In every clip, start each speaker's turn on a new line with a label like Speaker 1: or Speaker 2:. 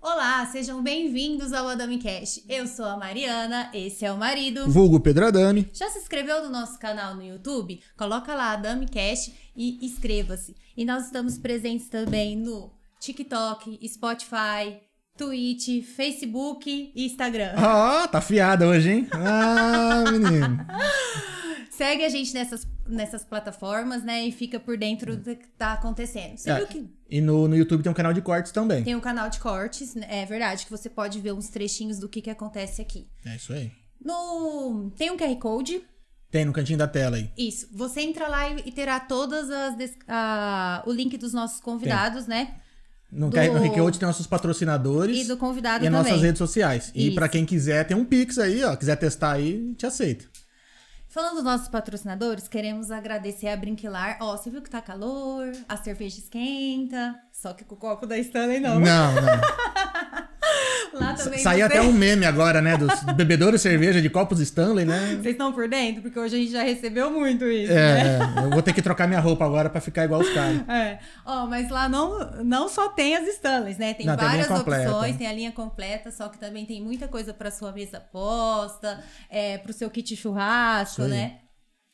Speaker 1: Olá, sejam bem-vindos ao Adami Cash. Eu sou a Mariana, esse é o marido.
Speaker 2: Vulgo Pedradame.
Speaker 1: Já se inscreveu no nosso canal no YouTube? Coloca lá Adami Cash e inscreva-se. E nós estamos presentes também no TikTok, Spotify, Twitch, Facebook e Instagram.
Speaker 2: Ah, tá fiada hoje, hein? Ah, menino.
Speaker 1: Segue a gente nessas, nessas plataformas, né? E fica por dentro do que tá acontecendo. Você
Speaker 2: É.
Speaker 1: viu que
Speaker 2: E no, no YouTube tem um canal de cortes também.
Speaker 1: tem um canal de cortes, né? é verdade, que você pode ver uns trechinhos do que, que acontece aqui.
Speaker 2: É isso aí.
Speaker 1: No... Tem um QR Code.
Speaker 2: Tem no cantinho da tela aí.
Speaker 1: Isso. Você entra lá e e terá todas as des- a- o link dos nossos convidados, né?
Speaker 2: No
Speaker 1: Do-
Speaker 2: do... QR tem nossos
Speaker 1: E
Speaker 2: patrocinadores
Speaker 1: do convidado
Speaker 2: e as
Speaker 1: também.
Speaker 2: nossas redes sociais. E
Speaker 1: Isso.
Speaker 2: pra quem quiser, tem um Pix aí, ó. Quiser testar aí, te aceita.
Speaker 1: Falando dos nossos patrocinadores, queremos agradecer a Brinquilar. Ó, você viu que tá calor, a cerveja esquenta, só que com o copo da Stanley não.
Speaker 2: Não, não.
Speaker 1: Lá também
Speaker 2: Hum. Saiu
Speaker 1: você-
Speaker 2: até um meme agora, né? Dos bebedores de cerveja de copos Stanley, né?
Speaker 1: Vocês estão por dentro? Porque hoje a gente já recebeu muito isso. né?
Speaker 2: É, eu vou ter que trocar minha roupa agora pra ficar igual os caras.
Speaker 1: É. Ó, mas lá não, não só tem as Stanleys, né? Tem
Speaker 2: Não, tem a linha
Speaker 1: várias
Speaker 2: completa.
Speaker 1: opções, tem a linha completa, só que também tem muita coisa pra sua mesa posta, é, pro seu kit churrasco,
Speaker 2: Isso aí.
Speaker 1: né?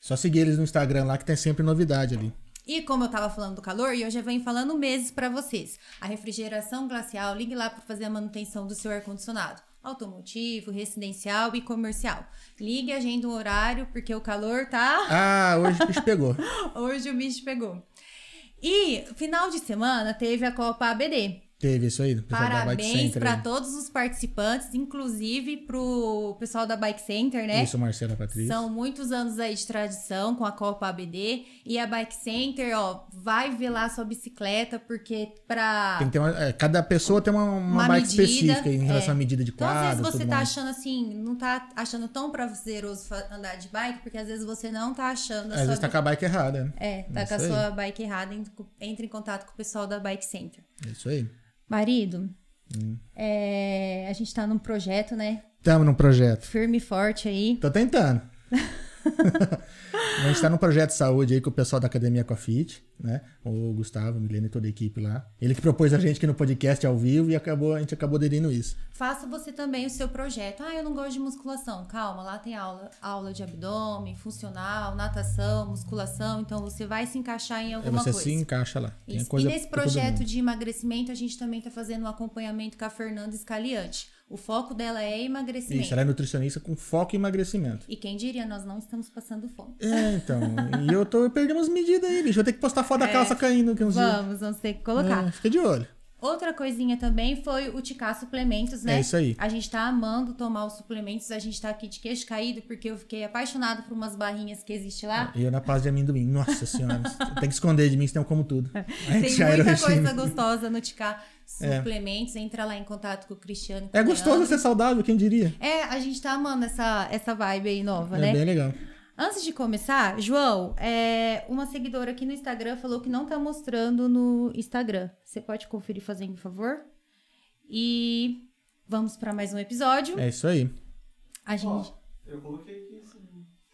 Speaker 2: Só seguir eles no Instagram lá que tem sempre novidade ali.
Speaker 1: E como eu tava falando do calor, e eu já venho falando meses pra vocês. A refrigeração glacial, ligue lá para fazer a manutenção do seu ar-condicionado. Automotivo, residencial e comercial. Ligue, agenda um horário, porque o calor tá...
Speaker 2: Ah, hoje o bicho pegou.
Speaker 1: Hoje o bicho pegou. E final de semana teve a Copa ABD.
Speaker 2: Teve isso aí. do pessoal da Bike
Speaker 1: Parabéns
Speaker 2: Center
Speaker 1: pra
Speaker 2: aí.
Speaker 1: todos os participantes, inclusive pro pessoal da Bike Center, né?
Speaker 2: Isso, Marcela Patrícia.
Speaker 1: São muitos anos aí de tradição com a Copa ABD e a Bike Center, ó, vai ver lá sua bicicleta porque pra
Speaker 2: Tem que ter uma- é, cada pessoa tem uma, uma
Speaker 1: Uma
Speaker 2: bike
Speaker 1: medida,
Speaker 2: específica em relação
Speaker 1: é.
Speaker 2: à medida de
Speaker 1: então, às
Speaker 2: quadro.
Speaker 1: vezes você
Speaker 2: tudo
Speaker 1: tá
Speaker 2: mais.
Speaker 1: achando assim, não tá achando tão prazeroso fa- andar de bike, porque às vezes você não tá achando a
Speaker 2: Às
Speaker 1: sua
Speaker 2: vezes tá com a bike errada. né?
Speaker 1: É, tá
Speaker 2: Isso
Speaker 1: com a
Speaker 2: aí.
Speaker 1: sua bike errada, en- entre em contato com o pessoal da Bike Center.
Speaker 2: É Isso aí.
Speaker 1: Marido,
Speaker 2: Hum.
Speaker 1: é, a gente tá num projeto, né?
Speaker 2: Tamo num projeto.
Speaker 1: Firme e forte aí.
Speaker 2: Tô tentando. a gente tá num projeto de saúde aí com o pessoal da Academia Coafit, né? O Gustavo, a Milena e toda a equipe lá. Ele que propôs a gente aqui no podcast ao vivo e acabou, a gente acabou aderindo isso.
Speaker 1: Faça você também o seu projeto. Ah, eu não gosto de musculação. Calma, lá tem aula, aula de abdômen, funcional, natação, musculação. Então você vai se encaixar em
Speaker 2: Aí
Speaker 1: alguma
Speaker 2: É, você
Speaker 1: coisa.
Speaker 2: se encaixa lá. Tem
Speaker 1: Isso. E
Speaker 2: coisa
Speaker 1: nesse
Speaker 2: pra todo mundo.
Speaker 1: projeto de emagrecimento, a gente também tá fazendo um acompanhamento com a Fernanda Scaliante. O foco dela é emagrecimento.
Speaker 2: Isso, ela é nutricionista com foco em emagrecimento.
Speaker 1: E quem diria, nós não estamos passando fome.
Speaker 2: É, então. e eu tô perdendo umas medidas aí, bicho. Eu tenho que postar foto da calça caindo aqui uns dias.
Speaker 1: Vamos, É. vamos ter que colocar.
Speaker 2: É, fica de olho.
Speaker 1: Outra coisinha também foi o Ticar Suplementos, né?
Speaker 2: É isso aí.
Speaker 1: A gente tá amando tomar os suplementos, a gente tá aqui de queixo caído, porque eu fiquei apaixonada por umas barrinhas que existe lá.
Speaker 2: E eu na paz de amendoim. Nossa senhora. tem que esconder de mim, senão eu como tudo. Aí
Speaker 1: É. Tem
Speaker 2: É, era o
Speaker 1: muita
Speaker 2: regime.
Speaker 1: coisa gostosa no Ticar Suplementos, entra lá em contato com o Cristiano. e com
Speaker 2: É
Speaker 1: o
Speaker 2: gostoso
Speaker 1: Leandro.
Speaker 2: ser saudável, quem diria?
Speaker 1: É, a gente tá amando essa, essa vibe aí nova,
Speaker 2: É
Speaker 1: né?
Speaker 2: bem legal.
Speaker 1: Antes de começar, João, é, uma seguidora aqui no Instagram falou que não tá mostrando no Instagram. Você pode conferir fazendo um favor? E vamos pra mais um episódio.
Speaker 2: É isso aí.
Speaker 1: A gente.
Speaker 3: Eu coloquei aqui sim.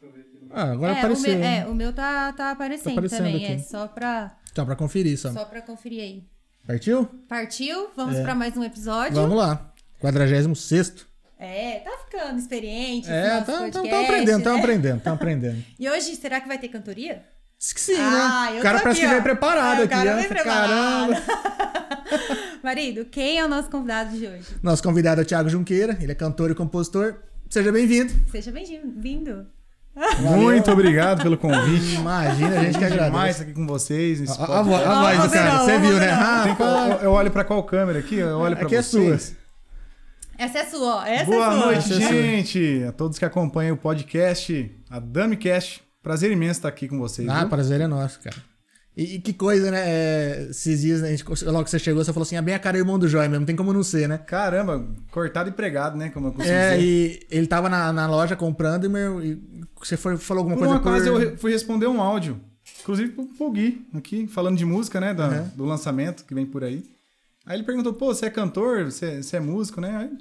Speaker 3: Deixa eu ver aqui. no-
Speaker 2: Ah, agora
Speaker 1: é,
Speaker 2: apareceu.
Speaker 1: O meu,
Speaker 2: hein?
Speaker 1: é, o meu tá, tá aparecendo,
Speaker 2: Tá aparecendo
Speaker 1: também.
Speaker 2: aqui. Tá.
Speaker 1: É só pra,
Speaker 2: Só pra conferir, só.
Speaker 1: só pra conferir aí.
Speaker 2: Partiu?
Speaker 1: Partiu? Vamos pra mais um episódio?
Speaker 2: É. Vamos lá. 46
Speaker 1: É, tá ficando experiente. esse
Speaker 2: É,
Speaker 1: nosso
Speaker 2: tá, tá, tá
Speaker 1: podcast,
Speaker 2: aprendendo, tá
Speaker 1: né?
Speaker 2: aprendendo, tá aprendendo.
Speaker 1: E hoje, será que vai ter cantoria?
Speaker 2: Diz que Sim,
Speaker 1: Ah,
Speaker 2: né?
Speaker 1: eu
Speaker 2: O cara
Speaker 1: tô aqui,
Speaker 2: parece que
Speaker 1: ó.
Speaker 2: vem preparado
Speaker 1: É, o
Speaker 2: aqui,
Speaker 1: cara
Speaker 2: né?
Speaker 1: vem preparado.
Speaker 2: Caramba.
Speaker 1: Marido, quem é o nosso convidado de hoje?
Speaker 2: Nosso convidado é o Thiago Junqueira, ele é cantor e compositor. Seja bem-vindo.
Speaker 1: Seja bem-vindo.
Speaker 4: Muito obrigado pelo convite.
Speaker 2: Imagina, a gente que
Speaker 4: demais Ah,
Speaker 2: agradece.
Speaker 4: estar aqui com vocês. Nesse
Speaker 2: A, a, vo-
Speaker 4: podcast.
Speaker 2: a
Speaker 1: Não,
Speaker 2: voz do
Speaker 1: você
Speaker 2: cara,
Speaker 1: não,
Speaker 2: você
Speaker 1: você
Speaker 2: viu, né?
Speaker 1: não.
Speaker 4: Tem que- eu,
Speaker 2: Rapaz,
Speaker 4: eu olho pra qual câmera aqui? Eu olho pra
Speaker 2: Aqui é
Speaker 4: vocês.
Speaker 2: sua.
Speaker 1: Essa é sua, ó. Essa é
Speaker 4: Boa
Speaker 1: sua.
Speaker 4: noite,
Speaker 2: Essa é sua.
Speaker 4: gente. A todos que acompanham o podcast, a Dami Cast. Prazer imenso estar aqui com vocês.
Speaker 2: Ah,
Speaker 4: viu?
Speaker 2: prazer é nosso, cara. E, e que coisa, né? É, esses dias, né, a gente, logo que você chegou, você falou assim, é bem a cara do irmão do Joy mesmo, não tem como não ser, né?
Speaker 4: Caramba, cortado e pregado, né? Como eu costumo
Speaker 2: É,
Speaker 4: dizer.
Speaker 2: e ele tava na, na loja comprando e, meu, e você foi, falou alguma
Speaker 4: Por
Speaker 2: coisa
Speaker 4: uma coisa, eu re- fui responder um áudio. Inclusive pro, pro Gui, aqui, falando de música, né? da-
Speaker 2: Uhum.
Speaker 4: Do lançamento que vem por aí. Aí ele perguntou, pô, você é cantor? Você, você é músico, né? Aí,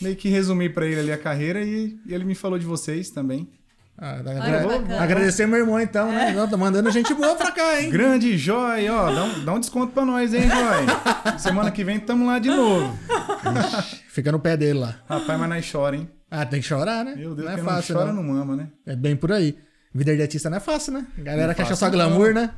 Speaker 4: meio que resumi pra ele ali a carreira e e ele me falou de vocês também.
Speaker 2: Ah, agra-
Speaker 1: bacana.
Speaker 2: agradecer meu irmão então, né? Não, tá mandando gente boa pra cá, hein?
Speaker 4: Grande Joy, ó, dá um, dá um desconto pra nós, hein, Joy? Semana que vem tamo lá de novo.
Speaker 2: Fica no pé dele lá.
Speaker 4: Rapaz, mas nós chora, hein?
Speaker 2: Ah, tem que chorar, né?
Speaker 4: Meu Deus,
Speaker 2: não é
Speaker 4: quem
Speaker 2: fácil,
Speaker 4: não chora
Speaker 2: não.
Speaker 4: não. ama, né?
Speaker 2: É bem por aí. Vida de artista não é fácil, né? Galera
Speaker 4: Não
Speaker 2: que acha
Speaker 4: fácil,
Speaker 2: só glamour, né?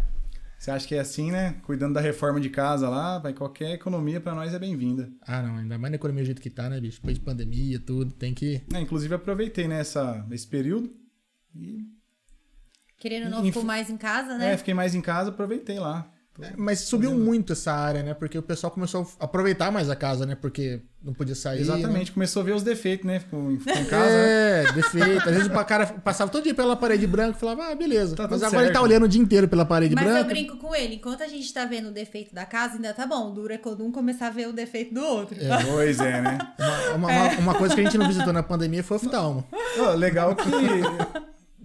Speaker 4: Você acha que é assim, né? Cuidando da reforma de casa lá, vai qualquer economia pra nós é bem-vinda.
Speaker 2: Ah, não, ainda mais na economia do jeito que tá, né, bicho? Depois de pandemia, tudo, tem que.
Speaker 4: É, inclusive aproveitei né, essa, esse período e
Speaker 1: Querendo ou não,
Speaker 4: Inf-
Speaker 1: ficou mais em casa,
Speaker 4: é,
Speaker 1: né?
Speaker 4: fiquei mais em casa, aproveitei lá.
Speaker 2: É, Mas subiu muito essa área, né? Porque o pessoal começou a aproveitar mais a casa, né? Porque não podia sair.
Speaker 4: Exatamente, começou a ver os defeitos, né? Ficou, ficou em
Speaker 2: Né?
Speaker 4: casa, né?
Speaker 2: É, defeito. Às vezes o cara passava todo dia pela parede branca e falava, ah, beleza.
Speaker 4: Tá
Speaker 2: Mas
Speaker 4: tudo
Speaker 2: agora
Speaker 4: certo.
Speaker 2: ele tá olhando o dia inteiro pela parede
Speaker 1: Mas eu
Speaker 2: branca.
Speaker 1: brinco com ele. Enquanto a gente tá vendo o defeito da casa, ainda tá bom. Dura quando um começar a ver o defeito do outro.
Speaker 4: Pois é, né?
Speaker 2: Uma, uma-
Speaker 1: É.
Speaker 2: uma- uma coisa que a gente não visitou na pandemia foi o oftalmo.
Speaker 4: Ó, legal que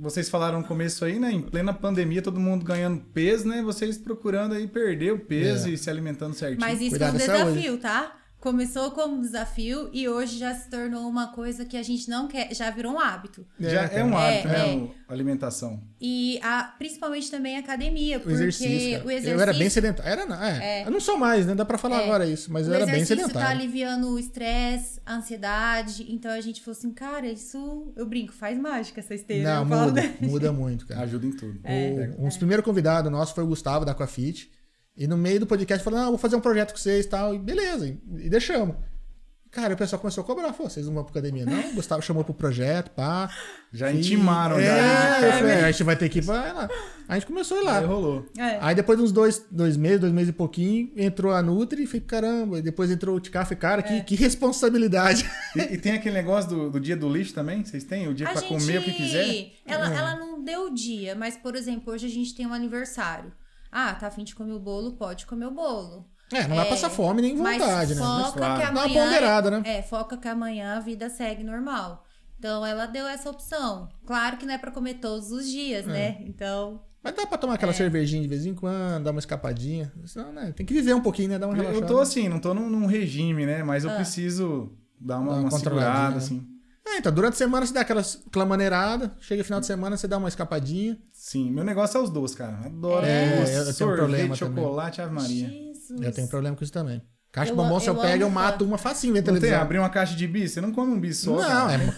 Speaker 4: vocês falaram no começo aí, né? Em plena pandemia, todo mundo ganhando peso, né? Vocês procurando aí perder o peso
Speaker 2: É.
Speaker 4: e se alimentando certinho.
Speaker 1: Mas isso é
Speaker 2: Cuidar
Speaker 1: um
Speaker 2: da saúde.
Speaker 1: desafio, tá? Começou como um desafio e hoje já se tornou uma coisa que a gente não quer, já virou um hábito.
Speaker 4: Já
Speaker 2: É,
Speaker 4: é, um
Speaker 1: cara.
Speaker 4: hábito,
Speaker 1: É,
Speaker 4: né?
Speaker 1: é.
Speaker 4: o- a alimentação.
Speaker 1: E a- principalmente também a academia,
Speaker 2: O
Speaker 1: porque
Speaker 2: exercício, cara.
Speaker 1: o exercício.
Speaker 2: Eu era bem sedentário. Era, não, é. Eu não sou mais, né? Dá pra falar
Speaker 1: É.
Speaker 2: agora isso, mas
Speaker 1: o
Speaker 2: eu era bem
Speaker 1: exercício tá
Speaker 2: sedentário.
Speaker 1: aliviando o estresse, a ansiedade. Então a gente falou assim, cara, isso eu brinco, faz mágica essa esteira.
Speaker 2: não,
Speaker 1: eu falo,
Speaker 2: muda,
Speaker 1: né?
Speaker 2: muda muito, cara.
Speaker 4: Ajuda em tudo.
Speaker 1: É.
Speaker 4: Pega.
Speaker 2: O, um dos primeiros convidados nosso foi o Gustavo da Aquafit. E no meio do podcast falou: Não, vou fazer um projeto com vocês e tal. E beleza, e, e deixamos. Cara, o pessoal começou a cobrar. Falou, vocês não vão pra academia, não? O Gustavo chamou pro projeto, pá.
Speaker 4: Já
Speaker 2: E-
Speaker 4: intimaram,
Speaker 2: é,
Speaker 4: já. né?
Speaker 2: eu falei, A gente vai ter que ir pra lá. A gente começou a ir
Speaker 4: Aí
Speaker 2: lá.
Speaker 4: rolou.
Speaker 1: É.
Speaker 2: Aí depois de uns dois, dois meses, dois meses e pouquinho, entrou a Nutri e falei, caramba, e depois entrou o Ticafe, cara, que, que responsabilidade.
Speaker 4: E, e tem aquele negócio do, do dia do lixo também? Vocês têm? O dia
Speaker 1: A
Speaker 4: pra
Speaker 1: gente-
Speaker 4: comer o que quiser?
Speaker 1: Ela, ela não deu o dia, mas, por exemplo, hoje a gente tem um aniversário. Ah, tá afim de comer o bolo? Pode comer o bolo.
Speaker 2: É, não vai
Speaker 1: É,
Speaker 2: passar fome nem
Speaker 1: Mas
Speaker 2: vontade, né?
Speaker 1: foca
Speaker 4: claro.
Speaker 1: que
Speaker 2: Dá uma
Speaker 1: amanhã...
Speaker 2: ponderada, né?
Speaker 1: É, foca que amanhã a vida segue normal. Então, ela deu essa opção. Claro que não é pra comer todos os dias, né? Então,
Speaker 2: Mas dá pra tomar
Speaker 4: É.
Speaker 2: aquela cervejinha de vez em quando, dar uma escapadinha. Senão, né? Tem que viver um pouquinho, né? Dar uma relaxada.
Speaker 4: Eu tô assim, não tô num, num regime, né? Mas
Speaker 1: Ah.
Speaker 4: eu preciso dar uma,
Speaker 2: Dá uma
Speaker 4: uma
Speaker 2: controladinha,
Speaker 4: segurada,
Speaker 2: né?
Speaker 4: assim.
Speaker 2: É, então, durante a semana você dá aquela clamaneirada, chega final de
Speaker 4: Hum.
Speaker 2: semana, você dá uma escapadinha.
Speaker 4: Sim, meu negócio é os doces, cara. Adoro
Speaker 2: É,
Speaker 4: doce,
Speaker 2: eu tenho um
Speaker 4: sorvete,
Speaker 2: problema também.
Speaker 4: chocolate, ave maria.
Speaker 1: Jesus.
Speaker 2: Eu tenho problema com isso também. Caixa
Speaker 1: Eu
Speaker 2: de bombom,
Speaker 1: a-
Speaker 2: se eu
Speaker 1: eu
Speaker 2: pego,
Speaker 1: amo
Speaker 2: eu mato
Speaker 1: fã.
Speaker 2: uma facinho vendo
Speaker 4: Não tem,
Speaker 2: televisão.
Speaker 4: abrir uma caixa de bis, você não come um bis só.
Speaker 2: Não,
Speaker 4: cara.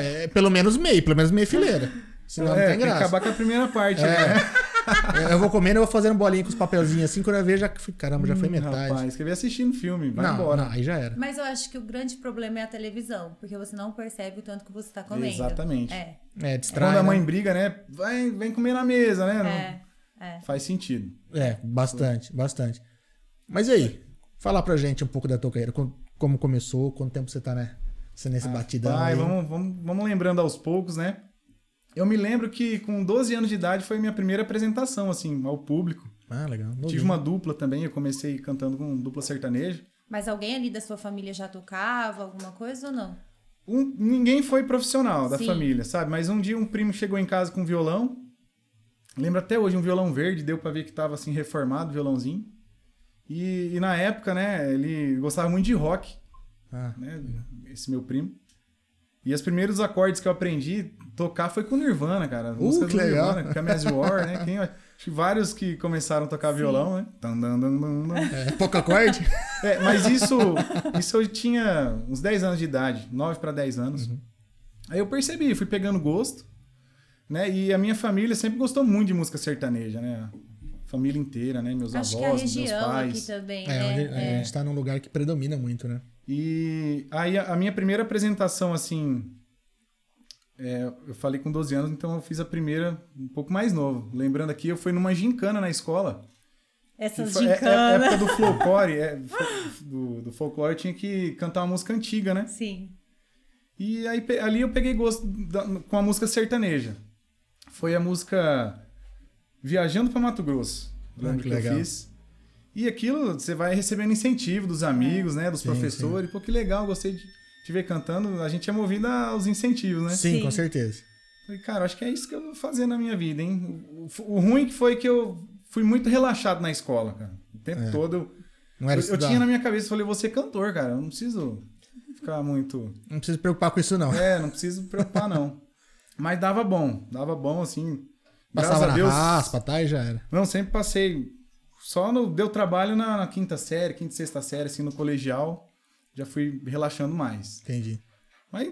Speaker 2: é, é, é, é pelo menos meio, pelo menos meia fileira. Senão
Speaker 4: É,
Speaker 2: não
Speaker 4: tem
Speaker 2: tem
Speaker 4: que
Speaker 2: graça. É,
Speaker 4: acabar com a primeira parte, né?
Speaker 2: Eu- Eu vou comendo, eu vou fazendo bolinha com os papelzinhos assim, quando eu vejo, já... caramba, já foi metade.
Speaker 4: Hum, Rapaz, quer ver assistindo filme, vai
Speaker 2: não,
Speaker 4: embora.
Speaker 2: não, aí já era.
Speaker 1: Mas eu acho que o grande problema é a televisão, porque você não percebe o tanto que você tá comendo.
Speaker 4: Exatamente.
Speaker 1: É,
Speaker 2: É,
Speaker 4: Quando
Speaker 2: distrai.
Speaker 4: a mãe
Speaker 2: né?
Speaker 4: briga, né? Vai, vem comer na mesa, né? Não-
Speaker 1: é, é.
Speaker 4: Faz sentido.
Speaker 2: É, bastante, bastante. Mas e aí? Fala pra gente um pouco da tua carreira. com- Como começou, quanto tempo você tá, né? Você nesse batidão
Speaker 4: Ah, Vai,
Speaker 2: aí.
Speaker 4: vamos, vamos, vamos lembrando aos poucos, né? Eu me lembro que com 12 anos de idade foi minha primeira apresentação, assim, ao público.
Speaker 2: Ah, legal.
Speaker 4: Tive uma dupla também, eu comecei cantando com dupla sertaneja.
Speaker 1: Mas alguém ali da sua família já tocava alguma coisa ou não?
Speaker 4: Um- ninguém foi profissional da
Speaker 1: Sim.
Speaker 4: família, sabe? Mas um dia um primo chegou em casa com um violão. Lembro até hoje, um violão verde, deu pra ver que tava assim reformado, o violãozinho. E, e na época, né, ele gostava muito de rock,
Speaker 2: Ah,
Speaker 4: né, esse meu primo. E os primeiros acordes que eu aprendi tocar foi com Nirvana, cara. As
Speaker 2: Uh,
Speaker 4: músicas
Speaker 2: que
Speaker 4: do
Speaker 2: legal.
Speaker 4: Nirvana, Come As You Are, né? Quem- acho que vários que começaram a tocar violão, né? Tan, dan, dan, dan, dan.
Speaker 2: é, pouco acorde?
Speaker 4: É, mas isso, isso eu tinha uns 10 anos de idade, 9 para 10 anos. Aí eu percebi, fui pegando gosto, né? E a minha família sempre gostou muito de música sertaneja, né? A família inteira, né? Meus
Speaker 1: acho que é a
Speaker 4: avós, meus
Speaker 1: região
Speaker 4: pais.
Speaker 1: aqui também,
Speaker 2: É,
Speaker 1: né?
Speaker 2: onde a gente tá num lugar que predomina muito, né?
Speaker 4: E aí a a minha primeira apresentação, assim. é, eu falei com 12 anos, então eu fiz a primeira um pouco mais novo. Lembrando aqui, eu fui numa gincana na escola. Que
Speaker 1: Essas
Speaker 4: foi- é- é-
Speaker 1: gincanas.
Speaker 4: época do folclore, é, fo- do, do folclore tinha que cantar uma música antiga, né?
Speaker 1: Sim.
Speaker 4: E aí pe- ali eu peguei gosto da- com a música sertaneja. Foi a música Viajando para Mato Grosso. Eu
Speaker 2: Ah,
Speaker 4: Lembro
Speaker 2: que
Speaker 4: que,
Speaker 2: legal.
Speaker 4: eu fiz. E aquilo você vai recebendo incentivo dos amigos, né? Dos
Speaker 2: É. Sim,
Speaker 4: professores. Pô, que legal, gostei de te ver cantando. A gente é movido aos incentivos, né?
Speaker 2: Sim,
Speaker 1: Sim.
Speaker 2: com certeza.
Speaker 4: Falei, cara, acho que é isso que eu vou fazer na minha vida, hein? O, o- o ruim que foi que eu fui muito relaxado na
Speaker 2: É.
Speaker 4: escola, cara. O tempo todo eu
Speaker 2: Não era
Speaker 4: eu, eu
Speaker 2: estudar.
Speaker 4: é tinha na minha cabeça, eu falei, vou ser cantor, cara. Eu não preciso ficar muito.
Speaker 2: Não precisa se preocupar com isso, não.
Speaker 4: É, não preciso me preocupar, não. Mas dava bom, dava bom, assim.
Speaker 2: Passava
Speaker 4: graças a
Speaker 2: na
Speaker 4: Deus.
Speaker 2: raspa, tá? E já era.
Speaker 4: Não, sempre passei. Só no, deu trabalho na, na quinta série, quinta e sexta série, assim, no colegial. Já fui relaxando mais.
Speaker 2: Entendi.
Speaker 4: Mas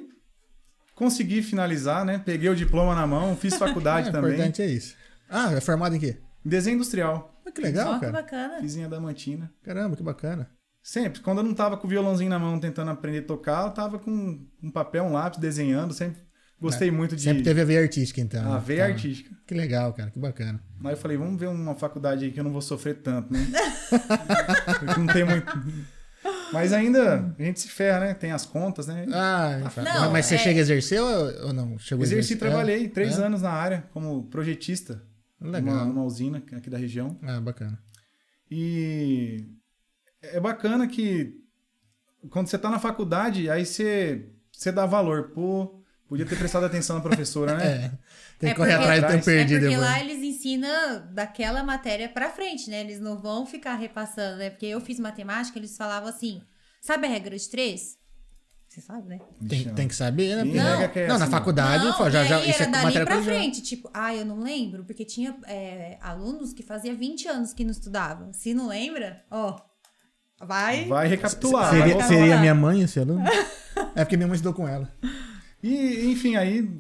Speaker 4: consegui finalizar, né? Peguei o diploma na mão, fiz faculdade
Speaker 2: É, O
Speaker 4: também.
Speaker 2: importante é isso. Ah, é formado em quê?
Speaker 4: Desenho industrial,
Speaker 2: Ah, que legal,
Speaker 1: Ó, que
Speaker 2: cara.
Speaker 1: bacana.
Speaker 4: fiz em Adamantina.
Speaker 2: Caramba, que bacana.
Speaker 4: Sempre, quando eu não tava com o violãozinho na mão tentando aprender a tocar, eu tava com um papel, um lápis, desenhando. Sempre gostei muito de
Speaker 2: É, Sempre teve a veia artística, então.
Speaker 4: a
Speaker 2: né?
Speaker 4: veia
Speaker 2: Tá.
Speaker 4: artística.
Speaker 2: Que legal, cara. Que bacana.
Speaker 4: Aí eu falei, vamos ver uma faculdade aí que eu não vou sofrer tanto, né? Porque não tem muito. Mas ainda a gente se ferra, né? Tem as contas, né?
Speaker 2: Ah,
Speaker 1: Não,
Speaker 2: mas você
Speaker 1: é-
Speaker 2: chega a exercer ou ou não? Chegou a
Speaker 4: Exerci e
Speaker 2: exercer?
Speaker 4: trabalhei três
Speaker 2: É?
Speaker 4: anos na área como projetista numa,
Speaker 2: Legal.
Speaker 4: numa usina aqui da região.
Speaker 2: Ah, bacana.
Speaker 4: E é bacana que quando você tá na faculdade, aí você, você dá valor. Pô, podia ter prestado atenção na professora, né?
Speaker 2: É.
Speaker 1: É
Speaker 2: Tem que correr
Speaker 1: porque-
Speaker 2: atrás do
Speaker 4: atrás.
Speaker 2: tempo perdido né?
Speaker 1: é porque
Speaker 2: depois.
Speaker 1: lá eles ensinam daquela matéria pra frente, né? Eles não vão ficar repassando, né? Porque eu fiz matemática, eles falavam assim, sabe a regra de três? Você sabe, né?
Speaker 2: Tem, tem que saber, né?
Speaker 4: Ih,
Speaker 2: Porque-
Speaker 4: regra que é
Speaker 2: não,
Speaker 4: essa,
Speaker 2: na
Speaker 4: não.
Speaker 2: faculdade,
Speaker 1: não,
Speaker 2: eu falo, já,
Speaker 1: e
Speaker 2: já,
Speaker 1: aí
Speaker 2: isso é
Speaker 1: era dali
Speaker 2: matéria
Speaker 1: pra
Speaker 2: colegial.
Speaker 1: frente, tipo, ah, eu não lembro, porque tinha é, alunos que fazia 20 anos que não estudavam. Se não lembra, ó, vai...
Speaker 4: Vai recapitular. vai
Speaker 1: Seria-
Speaker 4: voltar.
Speaker 1: seria minha
Speaker 2: mãe esse aluno? é porque minha mãe estudou com ela.
Speaker 4: E, enfim, aí,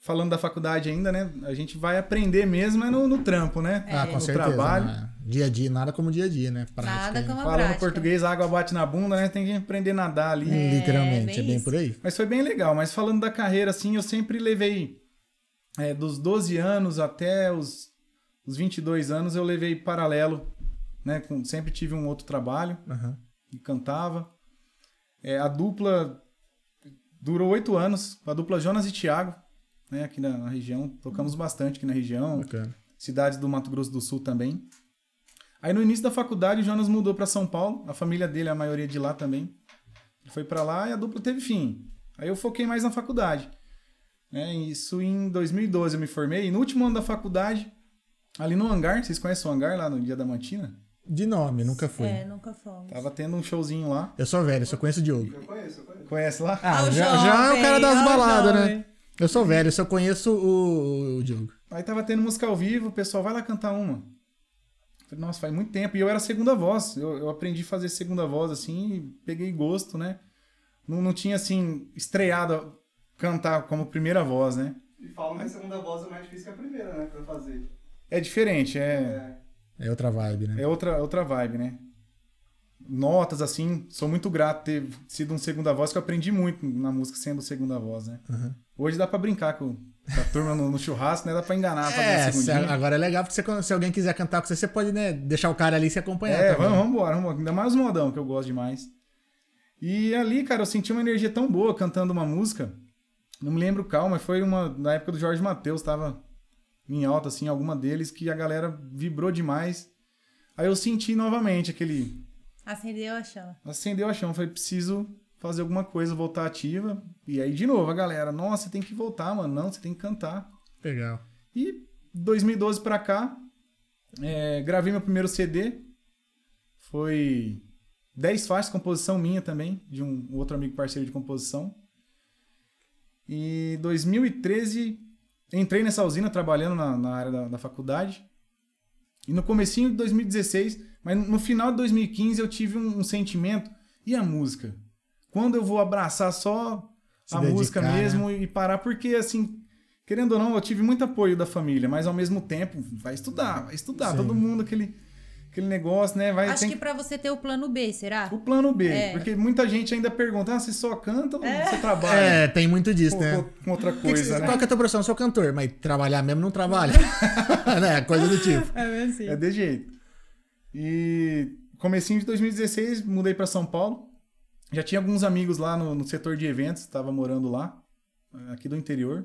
Speaker 4: falando da faculdade ainda, né? A gente vai aprender mesmo é no, no trampo, né?
Speaker 2: Ah, com
Speaker 4: no
Speaker 2: certeza.
Speaker 4: trabalho.
Speaker 2: né? Dia a dia, nada como dia a dia, né? Prática,
Speaker 1: Nada
Speaker 2: né?
Speaker 1: como a
Speaker 4: Falando
Speaker 1: prática.
Speaker 4: português, a água bate na bunda, né? Tem que aprender a nadar ali.
Speaker 2: Literalmente, é
Speaker 1: bem
Speaker 2: bem
Speaker 1: isso.
Speaker 2: por aí.
Speaker 4: Mas foi bem legal. Mas falando da carreira, assim, eu sempre levei é, dos 12 anos até os, os 22 anos, eu levei paralelo, né? Com- sempre tive um outro trabalho
Speaker 2: Aham.
Speaker 4: e cantava. É, a dupla durou oito anos, a dupla Jonas e Thiago, né? Aqui na, na região, tocamos bastante aqui na região,
Speaker 2: Bacana.
Speaker 4: cidades do Mato Grosso do Sul também. Aí no início da faculdade o Jonas mudou para São Paulo, a família dele, a maioria de lá também. Ele foi para lá e a dupla teve fim. Aí eu foquei mais na faculdade. né? Isso em 2012 eu me formei. E no último ano da faculdade, ali no hangar, vocês conhecem o hangar lá no Dia da Mantina?
Speaker 2: De nome, nunca fui.
Speaker 1: É, nunca fomos.
Speaker 4: Tava tendo um showzinho lá.
Speaker 2: Eu sou velho, só conheço o Diogo.
Speaker 3: Eu conheço, eu conheço.
Speaker 4: Conhece lá?
Speaker 1: Ah, o
Speaker 2: já, já é o
Speaker 1: jovem,
Speaker 2: cara das
Speaker 1: ah, o
Speaker 2: baladas,
Speaker 1: jovem.
Speaker 2: né? Eu sou velho, só conheço o, o Diogo.
Speaker 4: Aí tava tendo música ao vivo, o pessoal vai lá cantar uma. Falei, Nossa, faz muito tempo. E eu era segunda voz. Eu, eu aprendi a fazer segunda voz, assim, e peguei gosto, né? Não, não tinha, assim, estreado a cantar como primeira voz, né?
Speaker 3: E falam que a segunda voz é mais difícil que a primeira, né? Pra fazer.
Speaker 4: É diferente, é,
Speaker 2: É outra vibe, né?
Speaker 4: é outra, outra vibe, né? Notas, assim, sou muito grato ter sido um segunda voz, que eu aprendi muito na música sendo segunda voz, né?
Speaker 2: Aham.
Speaker 4: Hoje dá pra brincar com com a turma no, no churrasco, né? Dá pra enganar,
Speaker 2: É,
Speaker 4: fazer
Speaker 2: se-
Speaker 4: segundinha.
Speaker 2: agora é legal, porque você- se alguém quiser cantar com você, você pode né, deixar o cara ali e se acompanhar.
Speaker 4: É,
Speaker 2: também.
Speaker 4: vamos, vamos embora, vamos embora. Ainda mais o modão, que eu gosto demais. E ali, cara, eu senti uma energia tão boa cantando uma música. Não me lembro qual, mas foi uma na época do Jorge Matheus, tava em alta, assim, alguma deles, que a galera vibrou demais. Aí eu senti novamente aquele.
Speaker 1: Acendeu a chama.
Speaker 4: Acendeu a chama, falei, preciso fazer alguma coisa, voltar ativa. E aí, de novo, a galera, nossa, você tem que voltar, mano. Não, você tem que cantar.
Speaker 2: Legal.
Speaker 4: E 2012 pra cá, é, gravei meu primeiro CD. Foi 10 faixas, composição minha também, de um outro amigo parceiro de composição. E 2013, entrei nessa usina trabalhando na, na área da, da faculdade. E no comecinho de 2016, mas no final de 2015 eu tive um, um sentimento, e a música? Quando eu vou abraçar só
Speaker 2: Se
Speaker 4: a
Speaker 2: dedicar,
Speaker 4: música
Speaker 2: né?
Speaker 4: mesmo e parar? Porque assim, querendo ou não, eu tive muito apoio da família, mas ao mesmo tempo, vai estudar, vai estudar,
Speaker 2: Sim.
Speaker 4: todo mundo aquele, aquele negócio, né? Vai,
Speaker 1: Acho
Speaker 4: tem
Speaker 1: que pra você ter o plano B, será?
Speaker 4: o plano B,
Speaker 1: É.
Speaker 4: porque muita gente ainda pergunta, ah, você só canta ou você trabalha?
Speaker 2: É, tem muito disso,
Speaker 4: com,
Speaker 2: né?
Speaker 4: com- com outra
Speaker 2: Que que
Speaker 4: coisa,
Speaker 2: você-
Speaker 4: né?
Speaker 2: Qual que é a tua profissão? Eu sou cantor, mas trabalhar mesmo não trabalha. né? Coisa do tipo.
Speaker 1: É mesmo assim.
Speaker 4: É de jeito. E comecinho de 2016, mudei pra São Paulo. Já tinha alguns amigos lá no, no setor de eventos, estava morando lá, aqui do interior.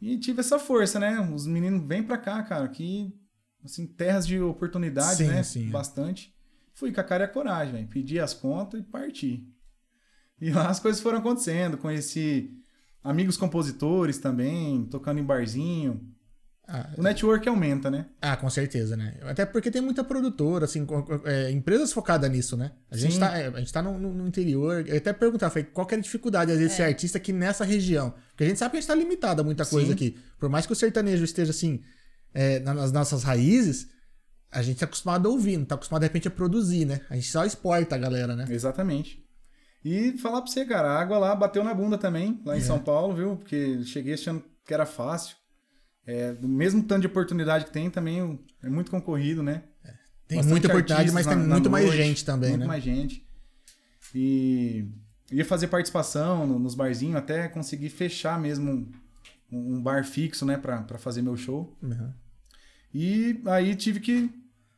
Speaker 4: E tive essa força, né? Os meninos vêm pra cá, cara, que assim, terras de oportunidade,
Speaker 2: Sim,
Speaker 4: né?
Speaker 2: sim.
Speaker 4: Bastante. Fui com a cara e a coragem, velho. Pedi as contas e parti. E lá as coisas foram acontecendo. Conheci amigos compositores também, tocando em barzinho.
Speaker 2: Ah,
Speaker 4: O network aumenta, né?
Speaker 2: Ah, com certeza, né? Até porque tem muita produtora, assim, co- co- é, empresas focadas nisso, né? A gente
Speaker 4: Sim.
Speaker 2: tá, é, a gente tá no, no- no interior. Eu até perguntava, falei, qual que era a dificuldade, às vezes, de ser artista aqui nessa região? Porque a gente sabe que a gente tá limitado a muita coisa
Speaker 4: Sim.
Speaker 2: aqui. Por mais que o sertanejo esteja, assim, é, na- nas nossas raízes, a gente tá acostumado a ouvir, não tá acostumado, de repente, a produzir, né? A gente só exporta a galera, né?
Speaker 4: Exatamente. E falar pra você, cara, a água lá bateu na bunda também,
Speaker 2: É.
Speaker 4: lá em São Paulo, viu? Porque cheguei achando que era fácil. É, do mesmo tanto de oportunidade que tem, também é muito concorrido, né?
Speaker 2: Tem
Speaker 4: Bastante
Speaker 2: muita oportunidade,
Speaker 4: artistas
Speaker 2: mas tem
Speaker 4: na- na
Speaker 2: muito mais
Speaker 4: noite,
Speaker 2: gente também,
Speaker 4: muito
Speaker 2: né?
Speaker 4: mais gente. E ia fazer participação no- nos barzinhos até conseguir fechar mesmo um, um bar fixo, né, Pra pra fazer meu show.
Speaker 2: Uhum.
Speaker 4: E aí tive que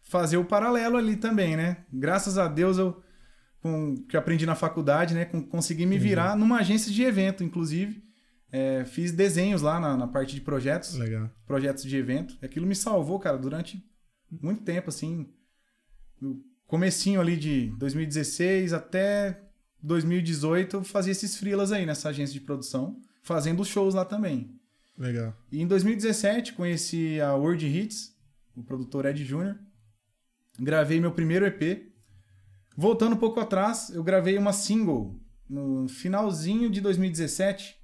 Speaker 4: fazer o paralelo ali também, né? Graças a Deus eu com o que eu aprendi na faculdade, né, com- consegui me virar numa agência de evento, inclusive. É, fiz desenhos lá na, na parte de projetos
Speaker 2: Legal.
Speaker 4: projetos de evento. Aquilo me salvou, cara, durante muito tempo, assim. No comecinho ali de 2016 até 2018, eu fazia esses freelas aí nessa agência de produção, fazendo shows lá também.
Speaker 2: Legal.
Speaker 4: E em 2017, conheci a World Hits, o produtor Ed Júnior. Gravei meu primeiro EP. Voltando um pouco atrás, eu gravei uma single no finalzinho de 2017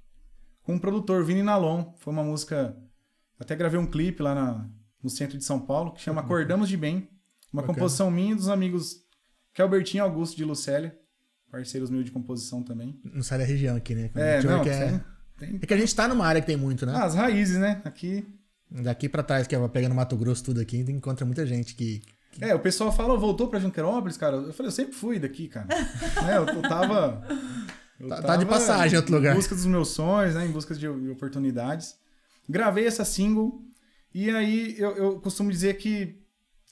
Speaker 4: com o produtor Vini Nalon. Foi uma música. Até gravei um clipe lá na- no centro de São Paulo que chama Acordamos de Bem. Uma
Speaker 2: Bacana.
Speaker 4: composição minha e dos amigos Kelbertinho Augusto de Lucélia, parceiros meus de composição também.
Speaker 2: Não sai da região aqui, né?
Speaker 4: É,
Speaker 2: Network
Speaker 4: não,
Speaker 2: é...
Speaker 4: tem, tem-
Speaker 2: é que a gente tá numa área que tem muito, né?
Speaker 4: Ah, as raízes, né? Aqui
Speaker 2: Daqui pra trás, que eu vou pegando Mato Grosso tudo aqui, tu encontra muita gente que.
Speaker 4: É, o pessoal fala, "Ó, voltou pra Junquerópolis, cara. Eu falei, eu sempre fui daqui, cara. Né, eu, eu tava. eu
Speaker 2: Tá- tá de passagem em outro lugar.
Speaker 4: Em busca dos meus sonhos, né? Em busca de, de oportunidades. Gravei essa single. E aí eu, eu costumo dizer que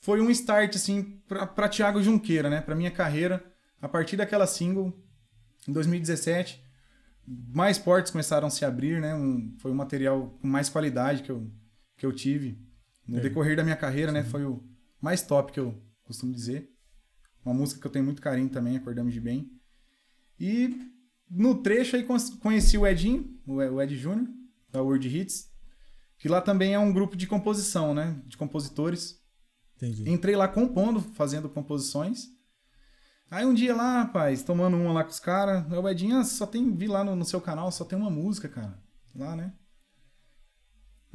Speaker 4: foi um start, assim, pra, pra Thiago Junqueira, né? Pra minha carreira. A partir daquela single, em 2017, mais portas começaram a se abrir, né? Um- foi um material com mais qualidade que eu, que eu tive. No decorrer da minha carreira, né? Foi o mais top que eu costumo dizer. Uma música que eu tenho muito carinho também, Acordamos de Bem. E no trecho aí cons- conheci o Edinho, o E- o Ed Júnior, da World Hits, que lá também é um grupo de composição, né? De compositores.
Speaker 2: Entendi.
Speaker 4: Entrei lá compondo, fazendo composições. Aí um dia lá, rapaz, tomando uma lá com os caras, o Edinho, "Ah, só tem, vi lá no, no seu canal, só tem uma música, cara. Lá, né?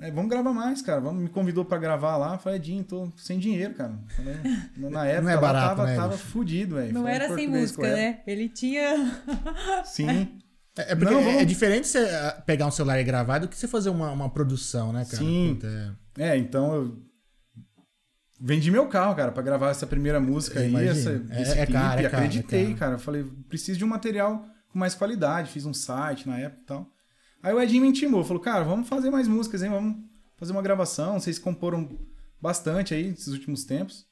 Speaker 4: É, vamos gravar mais, cara. Vamos, me convidou pra gravar lá. Falei, Edinho, tô sem dinheiro, cara. Falei, na época,
Speaker 2: é
Speaker 4: lá
Speaker 2: barato,
Speaker 4: tava,
Speaker 2: né,
Speaker 4: tava
Speaker 2: bicho?
Speaker 4: fudido, velho.
Speaker 1: Não
Speaker 4: Falando
Speaker 1: era sem
Speaker 4: português com
Speaker 1: música,
Speaker 4: ela.
Speaker 1: né? Ele tinha.
Speaker 4: Sim,
Speaker 2: É, é porque
Speaker 4: Não,
Speaker 2: é-
Speaker 4: vamos-
Speaker 2: é diferente você ah, pegar um celular e gravar do que você fazer uma, uma produção, né, cara?
Speaker 4: Sim.
Speaker 2: Puta, é.
Speaker 4: É, então eu vendi meu carro, cara, pra gravar essa primeira música
Speaker 2: Eu
Speaker 4: aí,
Speaker 2: imagino.
Speaker 4: essa,
Speaker 2: É-
Speaker 4: esse
Speaker 2: é
Speaker 4: clipe,
Speaker 2: caro, é caro, é
Speaker 4: acreditei,
Speaker 2: caro.
Speaker 4: cara. Eu Falei, preciso de um material com mais qualidade, fiz um site na época e tal. Aí o Edinho me intimou, falou, cara, vamos fazer mais músicas, hein? Vamos fazer uma gravação, vocês comporam bastante aí nesses últimos tempos.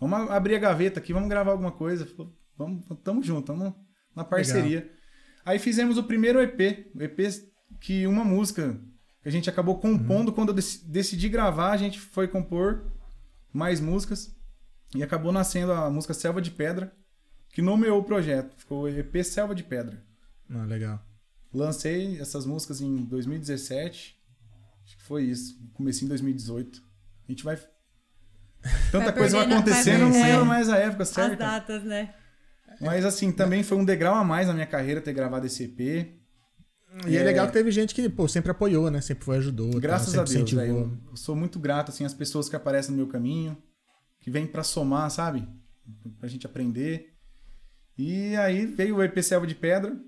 Speaker 4: Vamos a- abrir a gaveta aqui, vamos gravar alguma coisa. Falou, vamos, tamo junto, tamo na parceria. Aí fizemos o primeiro EP, o EP que uma música que a gente acabou compondo quando eu dec- decidi gravar, a gente foi compor mais músicas e acabou nascendo a música Selva de Pedra, que nomeou o projeto, ficou o EP Selva de Pedra.
Speaker 2: Não, Ah, legal.
Speaker 4: Lancei essas músicas em 2017. Acho que foi isso. Comecei em 2018. A gente vai. Tanta
Speaker 1: Vai
Speaker 4: coisa vai
Speaker 1: perdendo- vai
Speaker 4: acontecendo, eu não
Speaker 1: perdendo.
Speaker 4: lembro mais a época
Speaker 1: As
Speaker 4: certa.
Speaker 1: datas, né?
Speaker 4: Mas assim, também foi um degrau a mais na minha carreira ter gravado esse EP.
Speaker 2: E é...
Speaker 4: É.
Speaker 2: legal que teve gente que, pô, sempre apoiou, né? Sempre foi ajudou.
Speaker 4: Graças
Speaker 2: tá?
Speaker 4: a Deus,
Speaker 2: Sempre incentivou.
Speaker 4: velho. Eu sou muito grato, assim, às pessoas que aparecem no meu caminho, que vêm pra somar, sabe? Pra gente aprender. E aí veio o EP Selva de Pedra.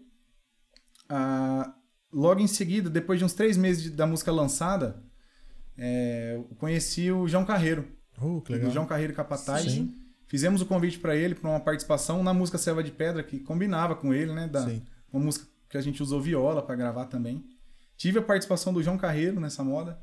Speaker 4: Ah, logo em seguida, depois de uns três meses de- da música lançada, é, eu conheci o João Carreiro,
Speaker 2: Oh, que
Speaker 4: o
Speaker 2: legal.
Speaker 4: João Carreiro Capataz.
Speaker 2: Sim.
Speaker 4: Fizemos o convite pra ele pra uma participação na música Selva de Pedra, que combinava com ele, né? Da,
Speaker 2: Sim.
Speaker 4: uma música que a gente usou viola pra gravar também. Tive a participação do João Carreiro nessa moda.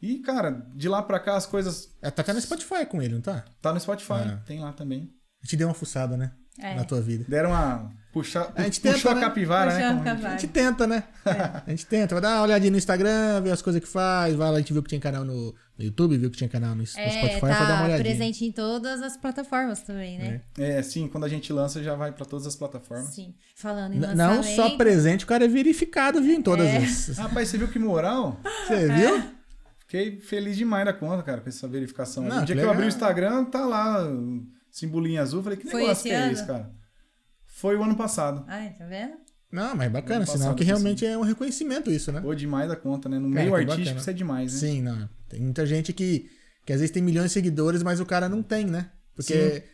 Speaker 4: E, cara, de lá pra cá as coisas.
Speaker 2: É, tá até no Spotify com ele, não tá?
Speaker 4: Tá no Spotify,
Speaker 2: É.
Speaker 4: tem lá também.
Speaker 2: A gente deu uma fuçada, né?
Speaker 1: É.
Speaker 2: Na tua vida.
Speaker 4: Deram uma. Puxa,
Speaker 2: A gente
Speaker 4: puxou
Speaker 2: tenta,
Speaker 4: a
Speaker 2: né?
Speaker 4: capivara,
Speaker 1: Puxou
Speaker 4: né?
Speaker 1: a
Speaker 4: como a gente-
Speaker 2: A
Speaker 1: capivara.
Speaker 2: gente tenta, né?
Speaker 1: É.
Speaker 2: A gente tenta. Vai dar uma olhadinha no Instagram, ver as coisas que faz. Vai lá, a gente viu que tinha canal no, no YouTube, viu que tinha canal no, no Spotify,
Speaker 1: É,
Speaker 2: foi dar uma
Speaker 1: tá
Speaker 2: olhadinha.
Speaker 1: presente em todas as plataformas também, né?
Speaker 4: É, sim, quando a gente lança já vai pra todas as plataformas.
Speaker 1: Sim. Falando em
Speaker 2: N-
Speaker 1: lançamento.
Speaker 2: Não só presente, o cara é verificado, viu? Em todas as.
Speaker 4: Rapaz, você viu que moral?
Speaker 2: Você viu?
Speaker 4: Fiquei feliz demais da conta, cara, com essa verificação.
Speaker 2: Não,
Speaker 4: Não, o dia
Speaker 2: que
Speaker 4: que eu abri
Speaker 2: legal.
Speaker 4: o Instagram, tá lá, um simbolinho azul. Falei, que
Speaker 1: Foi
Speaker 4: negócio
Speaker 1: esse
Speaker 4: que é
Speaker 1: ano?
Speaker 4: esse, cara? Foi o ano passado.
Speaker 1: Ai, tá vendo?
Speaker 2: Não, mas é bacana,
Speaker 4: Ano
Speaker 2: sinal
Speaker 4: passado,
Speaker 2: que
Speaker 4: assim.
Speaker 2: realmente é um reconhecimento isso, né?
Speaker 4: Pô, demais da conta, né? No
Speaker 2: Cara,
Speaker 4: meio
Speaker 2: que
Speaker 4: artístico
Speaker 2: bacana.
Speaker 4: isso é demais, né?
Speaker 2: Sim, não. Tem muita gente que, que às vezes tem milhões de seguidores, mas o cara não tem, né? Porque
Speaker 4: Sim.
Speaker 2: é,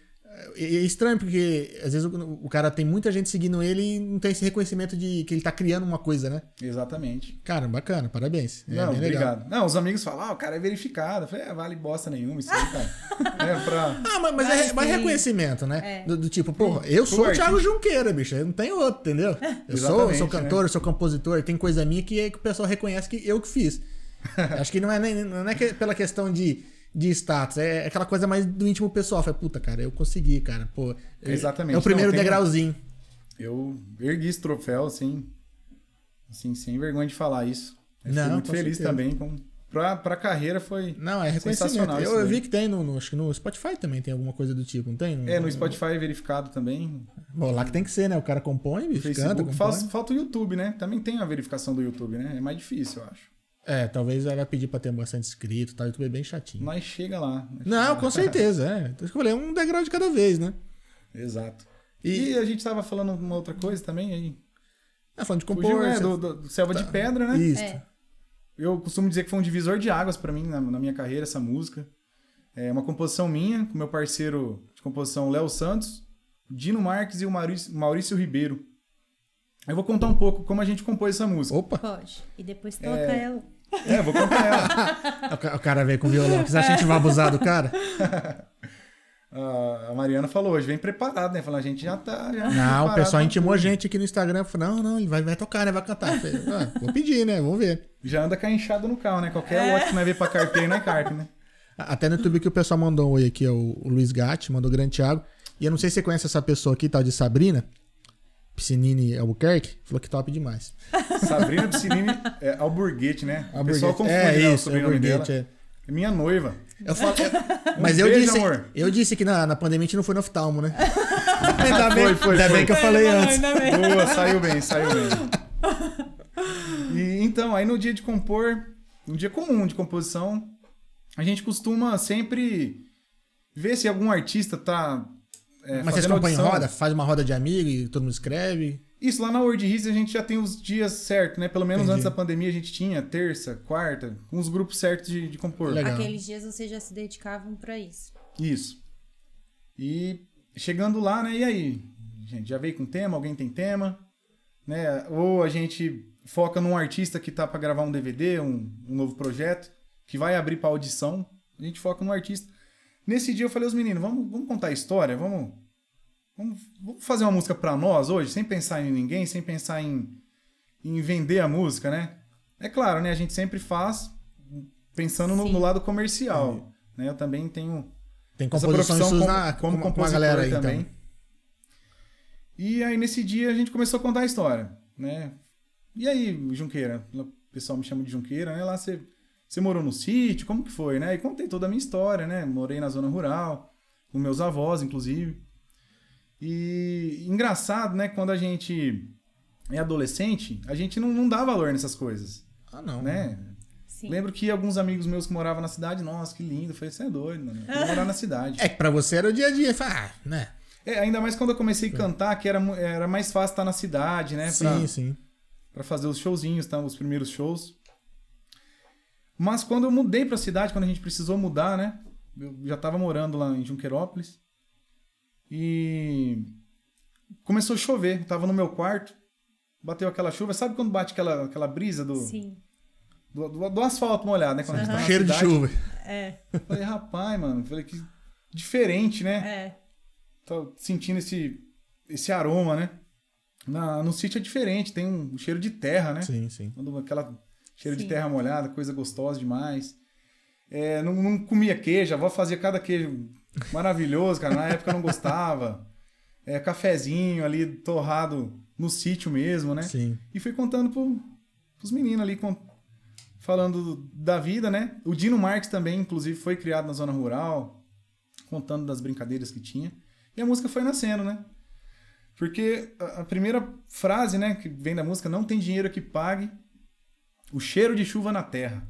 Speaker 2: é estranho, porque às vezes o, o cara tem muita gente seguindo ele e não tem esse reconhecimento de que ele tá criando uma coisa, né?
Speaker 4: Exatamente.
Speaker 2: Cara, bacana, parabéns. É
Speaker 4: Não,
Speaker 2: bem legal.
Speaker 4: obrigado. Não, os amigos falam, ah, o cara é verificado. Eu falei, é, vale bosta nenhuma isso aí, cara. é, pra...
Speaker 2: Ah, mas, mas
Speaker 1: Ah,
Speaker 2: é, re- mas
Speaker 1: sim.
Speaker 2: reconhecimento, né?
Speaker 1: É.
Speaker 2: Do, do tipo, porra, eu sou o
Speaker 4: artista.
Speaker 2: Thiago Junqueira, bicho. Eu não tenho outro, entendeu? Eu sou, eu sou
Speaker 4: Exatamente, né?
Speaker 2: cantor, eu sou compositor, tem coisa minha que, é que o pessoal reconhece que eu que fiz. Acho que não é, nem, não é que- pela questão de, de status, é aquela coisa mais do íntimo pessoal. Fala, puta, cara, eu consegui, cara. Pô, É-
Speaker 4: Exatamente.
Speaker 2: É o primeiro
Speaker 4: Não, tem- um
Speaker 2: degrauzinho.
Speaker 4: Eu ergui esse troféu, assim, assim, sem vergonha de falar isso. Eu
Speaker 2: Não,
Speaker 4: fiquei muito
Speaker 2: com
Speaker 4: feliz
Speaker 2: certeza.
Speaker 4: também. Com... Pra, pra carreira foi...
Speaker 2: Não, é reconhecimento.
Speaker 4: Sensacional isso
Speaker 2: Eu, eu
Speaker 4: daí.
Speaker 2: vi que tem no, no- acho que no Spotify também tem alguma coisa do tipo, não tem?
Speaker 4: É, no Spotify é verificado também.
Speaker 2: Bom, lá que tem que ser, né? O cara compõe, bicho, canta,
Speaker 4: Facebook.
Speaker 2: compõe.
Speaker 4: Fal- Falta o YouTube, né? Também tem a verificação do YouTube, né? É mais difícil, eu acho.
Speaker 2: É, talvez ela vai pedir pra ter um bastante inscrito, tá? O YouTube é bem chatinho.
Speaker 4: Nós chega lá. Nós chega
Speaker 2: Não,
Speaker 4: lá.
Speaker 2: com certeza, é. Então, isso que eu falei, é um degrau de cada vez, né?
Speaker 4: Exato.
Speaker 2: E-
Speaker 4: E, a gente tava falando uma outra coisa também aí.
Speaker 2: É, falando de
Speaker 4: Fugiu,
Speaker 2: compor...
Speaker 4: né?
Speaker 2: essa-
Speaker 4: Do, do- do Selva de Pedra, né?
Speaker 2: tá Isso.
Speaker 1: É.
Speaker 4: Eu costumo dizer que foi um divisor de águas pra mim na, na minha carreira, essa música. É uma composição minha, com meu parceiro de composição, Léo Santos, Dino Marques e o Maurício, Maurício Ribeiro. Eu vou contar um pouco como a gente compôs essa música.
Speaker 2: Opa,
Speaker 1: Pode. E depois toca ela.
Speaker 4: É, vou contar ela.
Speaker 2: o ca- o cara veio com violão. Vocês acham que a gente vai abusar do cara?
Speaker 4: A a Mariana falou hoje, vem preparado, né? Falando, a gente já tá. Já
Speaker 2: Não, o
Speaker 4: preparado
Speaker 2: pessoal
Speaker 4: pra
Speaker 2: intimou a
Speaker 4: tudo.
Speaker 2: gente aqui no Instagram. Falou, não, não, ele vai, vai tocar, né? Vai cantar. Eu falei, ah, vou pedir, né? Vamos ver.
Speaker 4: Já anda cainchado no carro, né? Qualquer lote que não vai ver pra carteira, não é carta, né?
Speaker 2: A- Até no YouTube que o pessoal mandou um oi aqui, ó, o o Luiz Gatti, mandou o Grande Thiago. E eu não sei se você conhece essa pessoa aqui, tal de Sabrina, Piscinini Albuquerque. Falou que top demais.
Speaker 4: Sabrina Piscinini é Alburguete, né? O
Speaker 2: Albuquerque.
Speaker 4: pessoal confunde
Speaker 2: é,
Speaker 4: né, o
Speaker 2: isso,
Speaker 4: sobrenome dela.
Speaker 2: Albuquerque, é.
Speaker 4: É Minha noiva.
Speaker 2: Eu falo, eu- mas eu
Speaker 4: Um beijo,
Speaker 2: disse,
Speaker 4: amor.
Speaker 2: eu disse que na, na pandemia a gente não foi no oftalmo, né? ainda bem, ainda bem que eu
Speaker 1: Ai,
Speaker 2: falei
Speaker 1: não,
Speaker 2: antes.
Speaker 1: ainda bem.
Speaker 4: Boa, saiu bem, saiu bem. E então, aí no dia de compor, um dia comum de composição, a gente costuma sempre ver se algum artista tá. é,
Speaker 2: Mas vocês
Speaker 4: fazendo
Speaker 2: compõem
Speaker 4: audição.
Speaker 2: roda, faz uma roda de amigo e todo mundo escreve.
Speaker 4: Isso, lá na World Riz a gente já tem os dias certos, né? Pelo menos
Speaker 2: Entendi.
Speaker 4: antes da pandemia a gente tinha terça, quarta, com os grupos certos de, de compor.
Speaker 2: Legal.
Speaker 1: Aqueles dias vocês já se dedicavam pra isso.
Speaker 4: Isso. E chegando lá, né? E aí? Gente, já veio com tema? Alguém tem tema? Né? Ou a gente foca num artista que tá pra gravar um DVD, um, um novo projeto, que vai abrir pra audição. A gente foca num artista. Nesse dia eu falei aos meninos, vamos, vamos contar a história, vamos, vamos, vamos fazer uma música pra nós hoje, sem pensar em ninguém, sem pensar em, em vender a música, né? É claro, né? A gente sempre faz pensando no,
Speaker 1: Sim.
Speaker 4: no lado comercial. Né? Eu também tenho
Speaker 2: Tem
Speaker 4: essa
Speaker 2: composições
Speaker 4: profissão
Speaker 2: suas
Speaker 4: como,
Speaker 2: na,
Speaker 4: como
Speaker 2: com- com a
Speaker 4: compositor
Speaker 2: galera aí,
Speaker 4: também.
Speaker 2: então.
Speaker 4: E aí nesse dia a gente começou a contar a história, né? E aí, Junqueira, o pessoal me chama de Junqueira, né? Lá você, você morou no sítio, como que foi, né? E contei toda a minha história, né? Morei na zona rural, com meus avós, inclusive. E engraçado, né? Quando a gente é adolescente, a gente não, não dá valor nessas coisas,
Speaker 2: Ah, não.
Speaker 4: né?
Speaker 1: Sim.
Speaker 4: Lembro que alguns amigos meus que moravam na cidade, nossa, que lindo, foi você é doido, mano. Vou morar na cidade.
Speaker 2: É que pra você era o dia a dia. Fala, ah, né?
Speaker 4: É, ainda mais quando eu comecei a cantar, que era, mu- era mais fácil estar na cidade, né?
Speaker 2: sim,
Speaker 4: pra,
Speaker 2: sim.
Speaker 4: pra fazer os showzinhos, tá? os primeiros shows. Mas quando eu mudei pra cidade, quando a gente precisou mudar, né? Eu já tava morando lá em Junquerópolis. E começou a chover. Eu tava no meu quarto, bateu aquela chuva. Sabe quando bate aquela, aquela brisa do,
Speaker 1: Sim.
Speaker 4: do, do- do asfalto molhado, né? Quando a gente tá na
Speaker 2: Uhum. Cheiro de
Speaker 4: cidade?
Speaker 2: chuva.
Speaker 1: É,
Speaker 4: Eu Falei, rapaz, mano, falei que diferente, né?
Speaker 1: é.
Speaker 4: tô tá sentindo esse, esse aroma, né? Na, no sítio é diferente, tem um cheiro de terra, né?
Speaker 2: Sim, sim.
Speaker 4: Quando Aquela cheiro
Speaker 1: Sim.
Speaker 4: de terra molhada, coisa gostosa demais. É, não, não comia queijo, a avó fazia cada queijo maravilhoso, cara. Na época eu não gostava. É, cafezinho ali, torrado no sítio mesmo, né?
Speaker 2: Sim.
Speaker 4: E fui contando pro, pros meninos ali, con- falando do- da vida, né? O Dino Marques também, inclusive, foi criado na zona rural, contando das brincadeiras que tinha. E a música foi nascendo, né? Porque a, a primeira frase, né, que vem da música, não tem dinheiro que pague o cheiro de chuva na terra.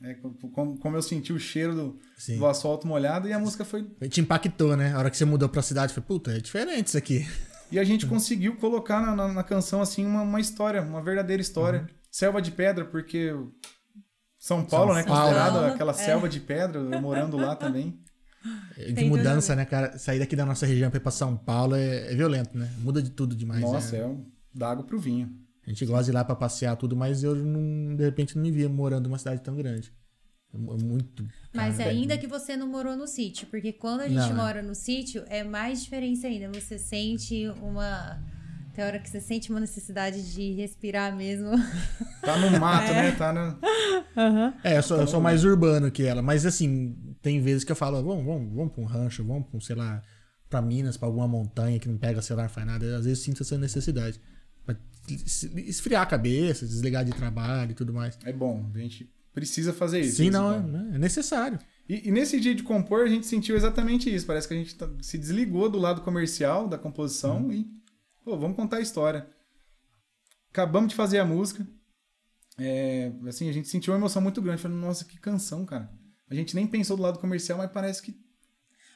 Speaker 4: né? Como, como eu senti o cheiro do,
Speaker 2: Sim.
Speaker 4: do asfalto molhado e a música foi.
Speaker 2: Te impactou, né? A hora que você mudou pra cidade, foi, puta, é diferente isso aqui.
Speaker 4: E a gente conseguiu colocar na, na- na canção assim uma, uma história, uma verdadeira história. Selva de pedra, porque o- São Paulo, né?
Speaker 2: São Paulo.
Speaker 4: Considerado
Speaker 1: Paulo,
Speaker 4: aquela
Speaker 1: é.
Speaker 4: selva de pedra, eu morando lá também.
Speaker 2: De
Speaker 1: Tem
Speaker 2: mudança, né, cara? Sair daqui da nossa região pra ir pra São Paulo é, é violento, né? Muda de tudo demais.
Speaker 4: Nossa,
Speaker 2: né?
Speaker 4: é, um- da água pro vinho.
Speaker 2: A gente gosta de ir lá pra passear tudo, mas eu, não, de repente, não me via morando numa cidade tão grande. É mu- é muito.
Speaker 1: Mas
Speaker 2: cara,
Speaker 1: ainda que você não morou no sítio, porque quando a gente
Speaker 4: né?
Speaker 2: Não, é.
Speaker 1: mora no sítio, é mais diferença ainda. Você sente uma. Tem hora que você sente uma necessidade de respirar mesmo.
Speaker 4: Tá no mato, né? Tá na.
Speaker 2: É, eu sou, eu sou mais urbano que ela, mas assim, tem vezes que eu falo, vamos, vamos, vamos pra um rancho, vamos pra um, sei lá, pra Minas, pra alguma montanha que não pega celular, faz nada. Às vezes eu sinto essa necessidade. Pra es- esfriar a cabeça, desligar de trabalho e tudo mais.
Speaker 4: É bom, a gente precisa fazer isso.
Speaker 2: Sim,
Speaker 4: de vez em
Speaker 2: não, é,
Speaker 4: quando.
Speaker 2: né? é necessário.
Speaker 4: E, e nesse dia de compor, a gente sentiu exatamente isso. Parece que a gente tá- se desligou do lado comercial da
Speaker 2: Uhum.
Speaker 4: composição e, pô, vamos contar a história. Acabamos de fazer a música. É, assim, a gente sentiu uma emoção muito grande. Falando, nossa, que canção, cara. A gente nem pensou do lado comercial, mas parece que.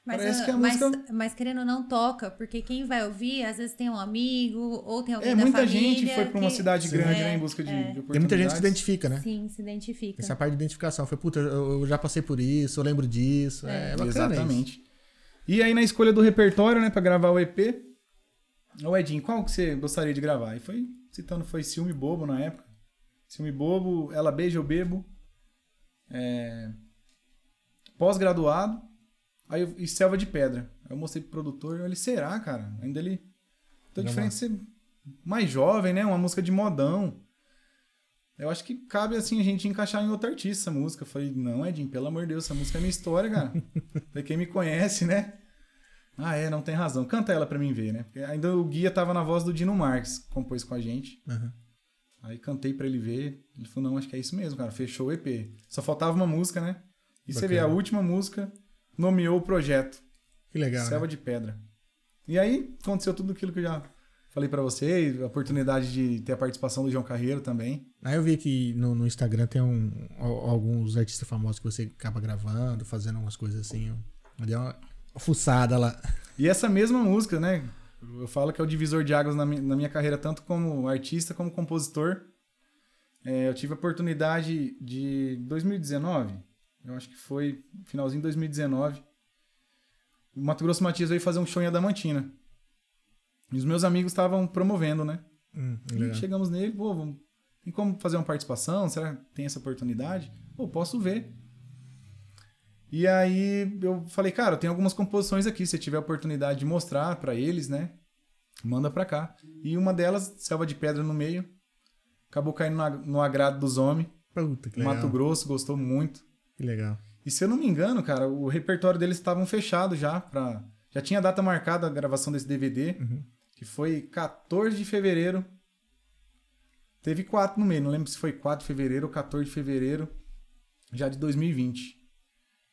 Speaker 1: Mas,
Speaker 4: Parece
Speaker 1: ah,
Speaker 4: que é a
Speaker 1: mas-
Speaker 4: música-
Speaker 1: mas querendo ou não, toca, porque quem vai ouvir, às vezes tem um amigo ou tem alguém
Speaker 4: É,
Speaker 1: da
Speaker 4: muita
Speaker 1: família.
Speaker 4: gente foi pra uma
Speaker 1: que-
Speaker 4: cidade
Speaker 1: Sim.
Speaker 4: grande,
Speaker 1: É,
Speaker 4: né? Em busca de, de
Speaker 2: Tem muita gente que se
Speaker 4: oportunidades.
Speaker 2: identifica, né?
Speaker 1: Sim, se identifica.
Speaker 2: Essa parte de identificação. Foi, puta, eu, eu já passei por isso, eu lembro disso. É, bacana isso.
Speaker 4: Exatamente. E aí na escolha do repertório, né, pra gravar o EP, ô Edinho, qual que você gostaria de gravar? E foi citando, foi Ciúme Bobo na época. Ciúme Bobo, Ela Beija Eu Bebo, é, Pós-Graduado, aí eu- e Selva de Pedra. Aí eu mostrei pro produtor, ele, será, cara? Ainda ele... Tô
Speaker 2: Não,
Speaker 4: diferente de ser mais jovem, né? Uma música de modão. Eu acho que cabe, assim, a gente encaixar em outro artista essa música. Eu falei, não, Edinho, pelo amor de Deus, essa música é minha história, cara. Pra quem me conhece, né? Ah, é, não tem razão. Canta ela pra mim ver, né? Porque ainda o guia tava na voz do Dino Marques, que compôs com a gente.
Speaker 2: Aham.
Speaker 4: Aí cantei pra ele ver. Ele falou, não, acho que é isso mesmo, cara. Fechou o EP. Só faltava uma música, né? E você vê, a
Speaker 2: Bacana.
Speaker 4: última música nomeou o projeto.
Speaker 2: Que legal.
Speaker 4: Selva
Speaker 2: né?
Speaker 4: de Pedra. E aí aconteceu tudo aquilo que eu já falei pra vocês. A oportunidade de ter a participação do João Carreiro também.
Speaker 2: Aí eu vi que no, no Instagram tem um- al- alguns artistas famosos que você acaba gravando, fazendo umas coisas assim. Eu eu dei uma fuçada lá.
Speaker 4: E essa mesma música, né? Eu falo que é o divisor de águas na mi- na minha carreira, tanto como artista como compositor. É, eu tive a oportunidade de 2019, eu acho que foi finalzinho de 2019, o Mato Grosso Matias veio fazer um show em Adamantina. E os meus amigos estavam promovendo, né?
Speaker 2: Hum,
Speaker 4: E
Speaker 2: legal.
Speaker 4: chegamos nele, pô, vamos- tem como fazer uma participação? Será que tem essa oportunidade? Pô, posso ver. E aí eu falei, cara, eu tenho algumas composições aqui, se tiver a oportunidade de mostrar pra eles, né? Manda pra cá. E uma delas, Selva de Pedra no meio, acabou caindo na- no agrado dos homens.
Speaker 2: Puta, que legal.
Speaker 4: Mato Grosso gostou muito.
Speaker 2: Que legal.
Speaker 4: E se eu não me engano, cara, o repertório deles estavam fechado já para já tinha a data marcada a gravação desse DVD, que foi 14 de fevereiro. Teve 4 no meio, não lembro se foi 4 de fevereiro ou 14 de fevereiro já de 2020.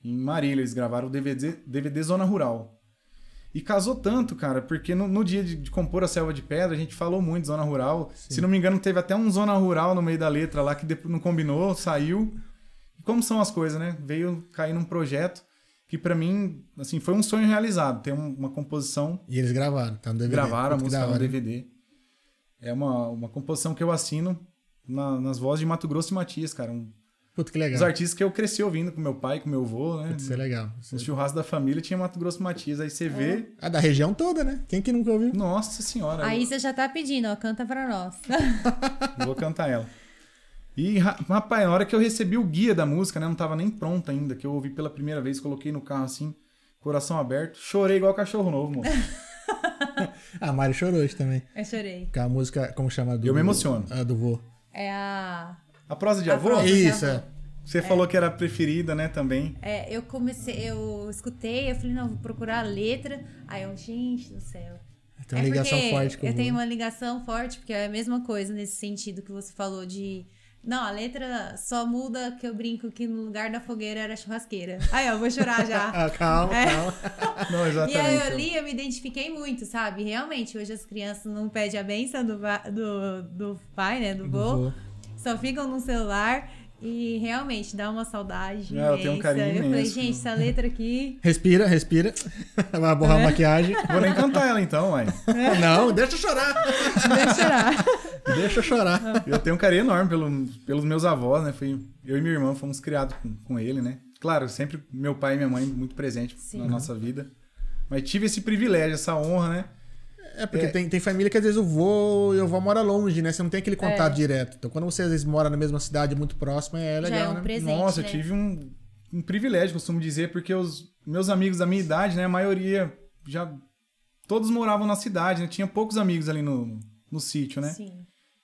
Speaker 4: Em Marília eles gravaram o DVD, DVD Zona Rural. E casou tanto, cara, porque no, no dia de, de compor a Selva de Pedra, a gente falou muito de Zona Rural. Se não me engano, teve até um Zona Rural no meio da letra lá que depois não combinou, saiu. E como são as coisas, né? Veio cair num projeto que pra mim, assim, foi um sonho realizado. Ter um- uma composição,
Speaker 2: E eles gravaram, tá no DVD.
Speaker 4: gravaram a
Speaker 2: Puta, que da
Speaker 4: música no
Speaker 2: hora, hein?
Speaker 4: DVD. É uma, uma composição que eu assino na- nas vozes de Mato Grosso e Matias, cara. Um,
Speaker 2: Puta, que
Speaker 4: Os
Speaker 2: legal.
Speaker 4: artistas que eu cresci ouvindo com meu pai, com meu avô, né?
Speaker 2: Puta, isso é legal.
Speaker 4: Os churrascos da família tinha Mato Grosso e Matias. Aí você vê,
Speaker 2: Ah, da região toda, né? Quem que nunca ouviu?
Speaker 4: nossa senhora.
Speaker 1: Aí você já tá pedindo, ó, canta pra nós.
Speaker 4: Eu Vou cantar ela. E, ra- rapaz, na hora que eu recebi o guia da música, né? Não tava nem pronta ainda, que eu ouvi pela primeira vez, coloquei no carro assim, coração aberto, chorei igual cachorro novo, moço.
Speaker 2: Ah, A Mari chorou hoje também.
Speaker 1: Eu chorei.
Speaker 2: Com a música, como chama? Do,
Speaker 4: Eu me emociono.
Speaker 2: Ah, do vô.
Speaker 1: É a.
Speaker 4: A prosa de
Speaker 1: A
Speaker 4: avô,
Speaker 1: prosa. Vô,
Speaker 2: Isso,
Speaker 1: já
Speaker 2: é.
Speaker 4: você falou que era a preferida, né, também.
Speaker 1: É, eu comecei, eu escutei, eu falei, não, vou procurar a letra. Aí eu, gente do céu.
Speaker 2: Tem uma
Speaker 1: É
Speaker 2: ligação
Speaker 1: porque
Speaker 2: forte com o
Speaker 1: Eu
Speaker 2: vô.
Speaker 1: tenho uma ligação forte, porque é a mesma coisa nesse sentido que você falou de. Não, a letra só muda que eu brinco que no lugar da fogueira era churrasqueira. Aí, ó, vou chorar já.
Speaker 2: Ah, calma,
Speaker 1: É.
Speaker 2: calma.
Speaker 4: Não,
Speaker 1: E aí eu
Speaker 4: exatamente.
Speaker 1: li, eu me identifiquei muito, sabe? Realmente, hoje as crianças não pedem a benção do, va- do, do pai, né? Do
Speaker 2: Do
Speaker 1: vô.
Speaker 2: vô.
Speaker 1: Só ficam no celular. E realmente dá uma saudade.
Speaker 4: Ah, eu tenho um
Speaker 1: imensa.
Speaker 4: carinho
Speaker 1: Eu falei,
Speaker 4: imenso.
Speaker 1: gente, essa letra aqui.
Speaker 2: Respira, respira. Vai
Speaker 1: Né?
Speaker 2: borrar a maquiagem.
Speaker 4: Vou nem cantar ela então, uai.
Speaker 2: Não, deixa eu chorar.
Speaker 1: Vai chorar. Ah.
Speaker 2: Deixa eu chorar.
Speaker 4: Eu tenho um carinho enorme pelo- pelos meus avós, né? Fui, eu e minha irmã fomos criados com, com ele, né? Claro, sempre meu pai e minha mãe muito presente
Speaker 1: Sim.
Speaker 4: na nossa vida. Mas tive esse privilégio, essa honra, né?
Speaker 2: É, porque
Speaker 4: É.
Speaker 2: Tem, tem família que às vezes o vô e o avó mora longe, né? Você não tem aquele contato
Speaker 1: É.
Speaker 2: direto. Então quando você às vezes mora na mesma cidade muito próxima, é
Speaker 1: Já é
Speaker 2: legal,
Speaker 1: um
Speaker 2: né?
Speaker 1: presente.
Speaker 4: Nossa,
Speaker 1: né?
Speaker 4: eu tive um, um privilégio, costumo dizer, porque os meus amigos da minha idade, né, a maioria já todos moravam na cidade, né? Tinha poucos amigos ali no, no sítio, né?
Speaker 1: Sim.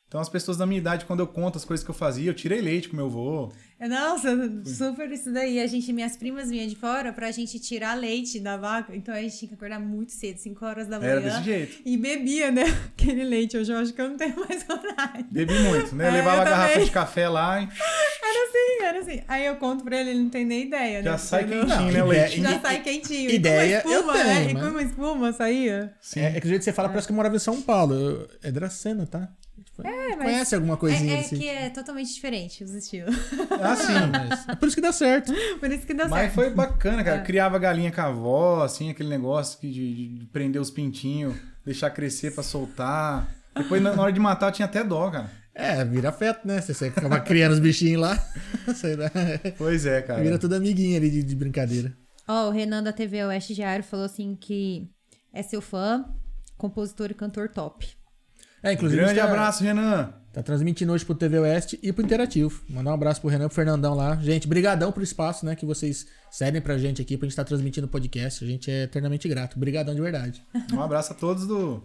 Speaker 4: Então as pessoas da minha idade, quando eu conto as coisas que eu fazia, eu tirei leite com meu avô.
Speaker 1: Nossa, super isso daí. A gente, minhas primas vinham de fora pra gente tirar leite da vaca. Então a gente tinha que acordar muito cedo, 5 horas da
Speaker 4: Era
Speaker 1: manhã.
Speaker 4: desse jeito.
Speaker 1: E bebia, né? Aquele leite. Hoje eu acho que eu não tenho mais coragem.
Speaker 4: Bebi muito, né?
Speaker 1: É,
Speaker 4: Levava
Speaker 1: eu
Speaker 4: a garrafa
Speaker 1: também.
Speaker 4: de café lá e
Speaker 1: Era assim, era assim. Aí eu conto pra ele, ele não tem nem ideia, né?
Speaker 4: já sai
Speaker 1: Porque
Speaker 4: quentinho,
Speaker 1: não- é,
Speaker 2: Não,
Speaker 4: né, o
Speaker 2: ideia-
Speaker 4: leite?
Speaker 1: Já sai quentinho.
Speaker 2: Ideia
Speaker 1: e com uma espuma,
Speaker 2: eu
Speaker 1: né? E
Speaker 2: tenho, mas-
Speaker 1: com uma espuma saía.
Speaker 2: É, é que do jeito que você fala, parece que eu morava em São Paulo. Eu- é Dracena, tá? Tipo,
Speaker 1: É, mas-
Speaker 2: Conhece alguma coisinha
Speaker 1: é é
Speaker 2: assim.
Speaker 1: que é totalmente diferente os estilos.
Speaker 4: Ah, sim.
Speaker 2: É por isso que dá certo.
Speaker 1: Por isso que dá
Speaker 4: Mas
Speaker 1: Tá certo.
Speaker 4: foi bacana, cara.
Speaker 1: É.
Speaker 4: Criava galinha com a avó, assim, aquele negócio que de, de prender os pintinhos, deixar crescer pra soltar. Depois, na na hora de matar, eu tinha até dó, cara.
Speaker 2: É, vira afeto, né? Você, você acaba criando os bichinhos lá. Sei lá.
Speaker 4: Pois é, cara.
Speaker 2: Vira tudo amiguinha ali de, de brincadeira.
Speaker 1: Ó, o Renan da TV Oeste Diário falou assim que é seu fã, compositor e cantor top.
Speaker 2: É, inclusive.
Speaker 4: Grande
Speaker 2: tá-
Speaker 4: abraço, Renan.
Speaker 2: Tá transmitindo hoje pro TV Oeste e pro Interativo. Mandar um abraço pro Renan, pro Fernandão lá. Gente, brigadão pro espaço, né, que vocês cedem pra gente aqui, pra gente estar transmitindo o podcast. A gente é eternamente grato. Brigadão de verdade.
Speaker 4: Um abraço a todos do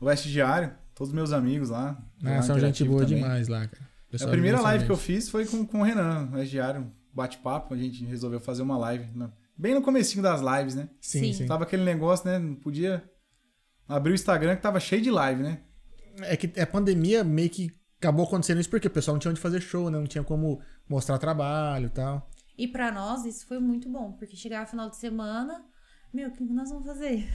Speaker 4: Oeste Diário, todos meus amigos lá.
Speaker 2: Ah,
Speaker 4: lá
Speaker 2: são
Speaker 4: no
Speaker 2: gente
Speaker 4: Interativo
Speaker 2: boa
Speaker 4: também. É
Speaker 2: demais lá, cara.
Speaker 4: A
Speaker 2: Pessoal
Speaker 4: primeira
Speaker 2: muito
Speaker 4: live que eu
Speaker 2: excelente.
Speaker 4: fiz foi com, com o Renan, Oeste Diário, um bate-papo. A gente resolveu fazer uma live, na- bem no comecinho das lives, né?
Speaker 2: Sim,
Speaker 1: Sim.
Speaker 2: sim.
Speaker 4: Tava aquele negócio, né? Não podia abrir o Instagram que tava cheio de live, né?
Speaker 2: É que a pandemia meio que acabou acontecendo isso porque o pessoal não tinha onde fazer show, né? Não tinha como mostrar trabalho e tal.
Speaker 1: E pra nós isso foi muito bom, porque chegava final de semana, meu, o que nós vamos fazer?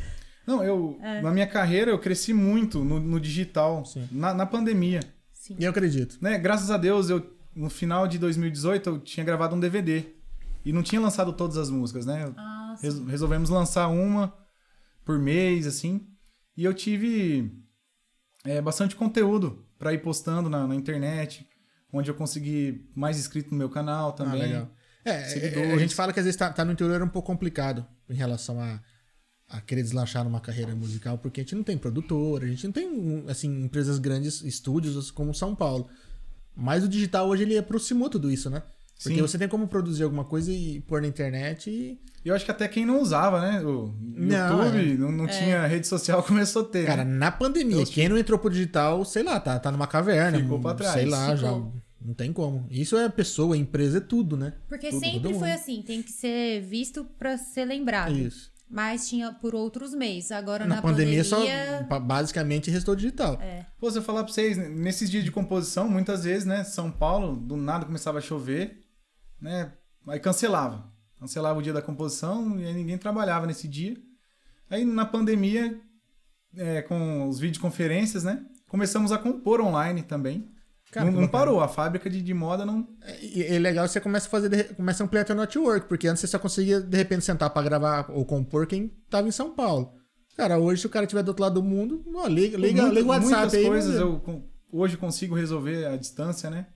Speaker 4: Não, eu. Na minha carreira eu cresci muito no, no digital,
Speaker 2: Sim.
Speaker 4: na, na pandemia.
Speaker 1: Sim.
Speaker 2: E eu acredito.
Speaker 4: Né? Graças a Deus, eu no final de 2018 eu tinha gravado um DVD. E não tinha lançado todas as músicas, né?
Speaker 1: Ah, sim.
Speaker 4: Res- resolvemos lançar uma por mês, assim. E eu tive é, bastante conteúdo pra ir postando na, na internet, onde eu consegui mais inscrito no meu canal também.
Speaker 2: Ah, legal. É, É, é, a
Speaker 4: Seguidores.
Speaker 2: gente fala que às vezes tá, tá no interior é um pouco complicado em relação a, a querer deslanchar numa carreira musical, porque a gente não tem produtora, a gente não tem, um, assim, empresas grandes, estúdios assim, como São Paulo. Mas o digital hoje ele é aproximou tudo isso, né? Porque
Speaker 4: Sim.
Speaker 2: você tem como produzir alguma coisa e pôr na internet e.
Speaker 4: E eu acho que até quem não usava, né? O
Speaker 2: Não, é.
Speaker 4: YouTube, não, não tinha rede social, começou a ter.
Speaker 2: Cara,
Speaker 4: né?
Speaker 2: na pandemia, quem não entrou pro digital, sei lá, tá, tá numa caverna.
Speaker 4: Ficou
Speaker 2: um-
Speaker 4: pra trás.
Speaker 2: Sei lá,
Speaker 1: Ficou.
Speaker 2: já. Não tem como. Isso é pessoa, empresa, é tudo, né?
Speaker 1: Porque
Speaker 2: Tudo,
Speaker 1: sempre
Speaker 2: todo
Speaker 1: foi
Speaker 2: mundo.
Speaker 1: assim, tem que ser visto pra ser
Speaker 4: É
Speaker 1: lembrado.
Speaker 2: Isso.
Speaker 1: Mas tinha por outros meios. Agora na,
Speaker 2: Na, pandemia, só
Speaker 1: pandemia, É.
Speaker 2: ba- basicamente restou digital.
Speaker 4: Pô, se eu falar pra vocês, né, nesses dias de composição, muitas vezes, né? São Paulo, do nada começava a chover, né? Aí cancelava. Cancelava o dia da composição e aí ninguém trabalhava nesse dia. Aí na pandemia, é, com os videoconferências, né? Começamos a compor online também.
Speaker 2: Cara,
Speaker 4: não
Speaker 2: que
Speaker 4: não
Speaker 2: bacana.
Speaker 4: parou, a fábrica de, de moda não.
Speaker 2: E é legal você começa a fazer, de re- começa a ampliar teu network, porque antes você só conseguia, de repente, sentar pra gravar ou compor quem tava em São Paulo. Cara, hoje, se o cara estiver do outro lado do mundo, ó, liga, liga,
Speaker 4: Muitas-
Speaker 2: liga o WhatsApp
Speaker 4: muitas
Speaker 2: aí.
Speaker 4: coisas
Speaker 2: né?
Speaker 4: eu con- hoje consigo resolver à distância, né?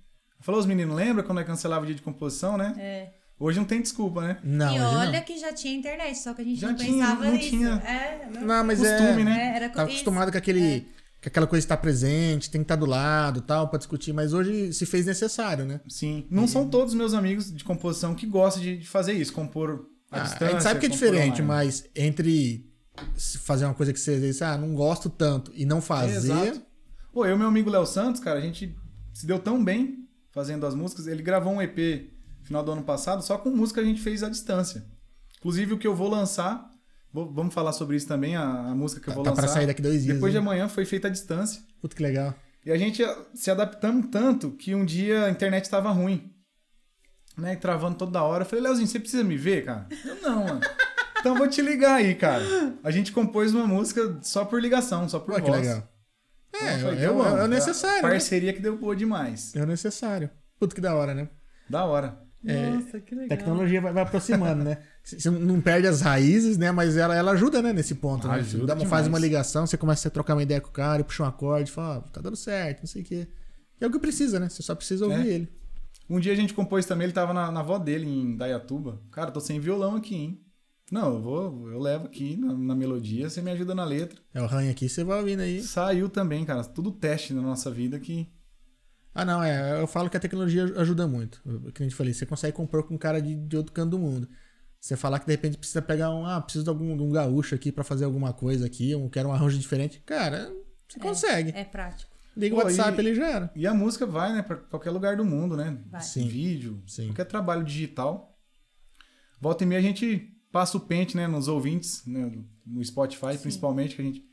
Speaker 4: Falou os meninos, lembra quando eu cancelava o dia de composição, né?
Speaker 1: É.
Speaker 4: Hoje não tem desculpa, né?
Speaker 2: Não,
Speaker 1: e
Speaker 2: hoje
Speaker 1: olha que já tinha internet, só que a gente
Speaker 4: Já
Speaker 1: não
Speaker 4: tinha,
Speaker 1: pensava
Speaker 4: não
Speaker 1: nisso.
Speaker 4: tinha.
Speaker 1: É, não-
Speaker 2: não. Não, mas
Speaker 4: Costume,
Speaker 2: é...
Speaker 4: né?
Speaker 1: É, era co-
Speaker 2: Tava
Speaker 1: isso. É.
Speaker 2: acostumado com aquele... com aquela coisa de estar presente, tem que estar do lado tal, pra discutir. Mas hoje se fez necessário, né?
Speaker 4: Sim. Não são todos meus amigos de composição que gostam de, de fazer isso, compor à
Speaker 2: Ah,
Speaker 4: distância. né?
Speaker 2: a gente sabe que é
Speaker 4: compor
Speaker 2: diferente,
Speaker 4: online.
Speaker 2: mas entre se fazer uma coisa que você diz, ah, não gosto tanto, e não fazer...
Speaker 4: Exato. Pô, eu e meu amigo Léo Santos, cara, a gente se deu tão bem fazendo as músicas. Ele gravou um EP no final do ano passado, só com música que a gente fez à distância. Inclusive o que eu vou lançar, vou- vamos falar sobre isso também, a, a música que eu
Speaker 2: Tá,
Speaker 4: vou
Speaker 2: tá
Speaker 4: lançar.
Speaker 2: pra sair daqui dois dias.
Speaker 4: Depois de
Speaker 2: né?
Speaker 4: amanhã foi feita à distância.
Speaker 2: Puta que legal.
Speaker 4: E a gente se adaptamos tanto que um dia a internet estava ruim. Né? Travando toda hora. Eu falei, Leozinho, você precisa me ver, cara? Eu não, mano. Então vou te ligar aí, cara. A gente compôs uma música só por ligação, só por
Speaker 2: Pô, que
Speaker 4: voz.
Speaker 2: legal. É,
Speaker 4: Então, eu falei,
Speaker 2: é,
Speaker 4: "Deu,
Speaker 2: o- é
Speaker 4: mano."
Speaker 2: o necessário. né?
Speaker 4: Parceria que deu boa demais.
Speaker 2: É o necessário. Puta que da hora, né?
Speaker 4: Da hora.
Speaker 1: Nossa, que legal.
Speaker 2: Tecnologia vai, vai aproximando, né? C- Você não perde as raízes, né? Mas ela, ela ajuda, né? Nesse ponto, né? Você
Speaker 4: Ajuda
Speaker 2: dá uma- faz
Speaker 4: demais.
Speaker 2: uma ligação, você começa a trocar uma ideia com o cara, puxa um acorde, fala, ó, tá dando certo, não sei o quê. E é o que precisa, né? Você só precisa ouvir
Speaker 4: É.
Speaker 2: ele.
Speaker 4: Um dia a gente compôs também, ele tava na, na avó dele, em Dayatuba. Cara, tô sem violão aqui, hein? Não, eu vou, eu levo aqui na, na melodia, você me ajuda na letra.
Speaker 2: É o ranho aqui, você vai ouvindo aí.
Speaker 4: Saiu também, cara. Tudo teste na nossa vida que.
Speaker 2: Ah, não, é. Eu falo que a tecnologia ajuda muito. O que a gente falei, você consegue compor com um cara de, de outro canto do mundo. Você falar que de repente precisa pegar um. Ah, preciso de algum de um gaúcho aqui pra fazer alguma coisa aqui, eu quero um arranjo diferente. Cara, você consegue.
Speaker 1: É prático.
Speaker 2: Liga o
Speaker 4: Pô,
Speaker 2: WhatsApp,
Speaker 4: e-
Speaker 2: ele já era.
Speaker 4: E a música vai, né, pra qualquer lugar do mundo, né?
Speaker 1: Vai.
Speaker 2: Sim.
Speaker 4: Vídeo,
Speaker 2: Sim.
Speaker 4: qualquer trabalho digital. Volta e meia a gente passa o pente, né, nos ouvintes, né, no Spotify
Speaker 1: Sim.
Speaker 4: principalmente, que a gente,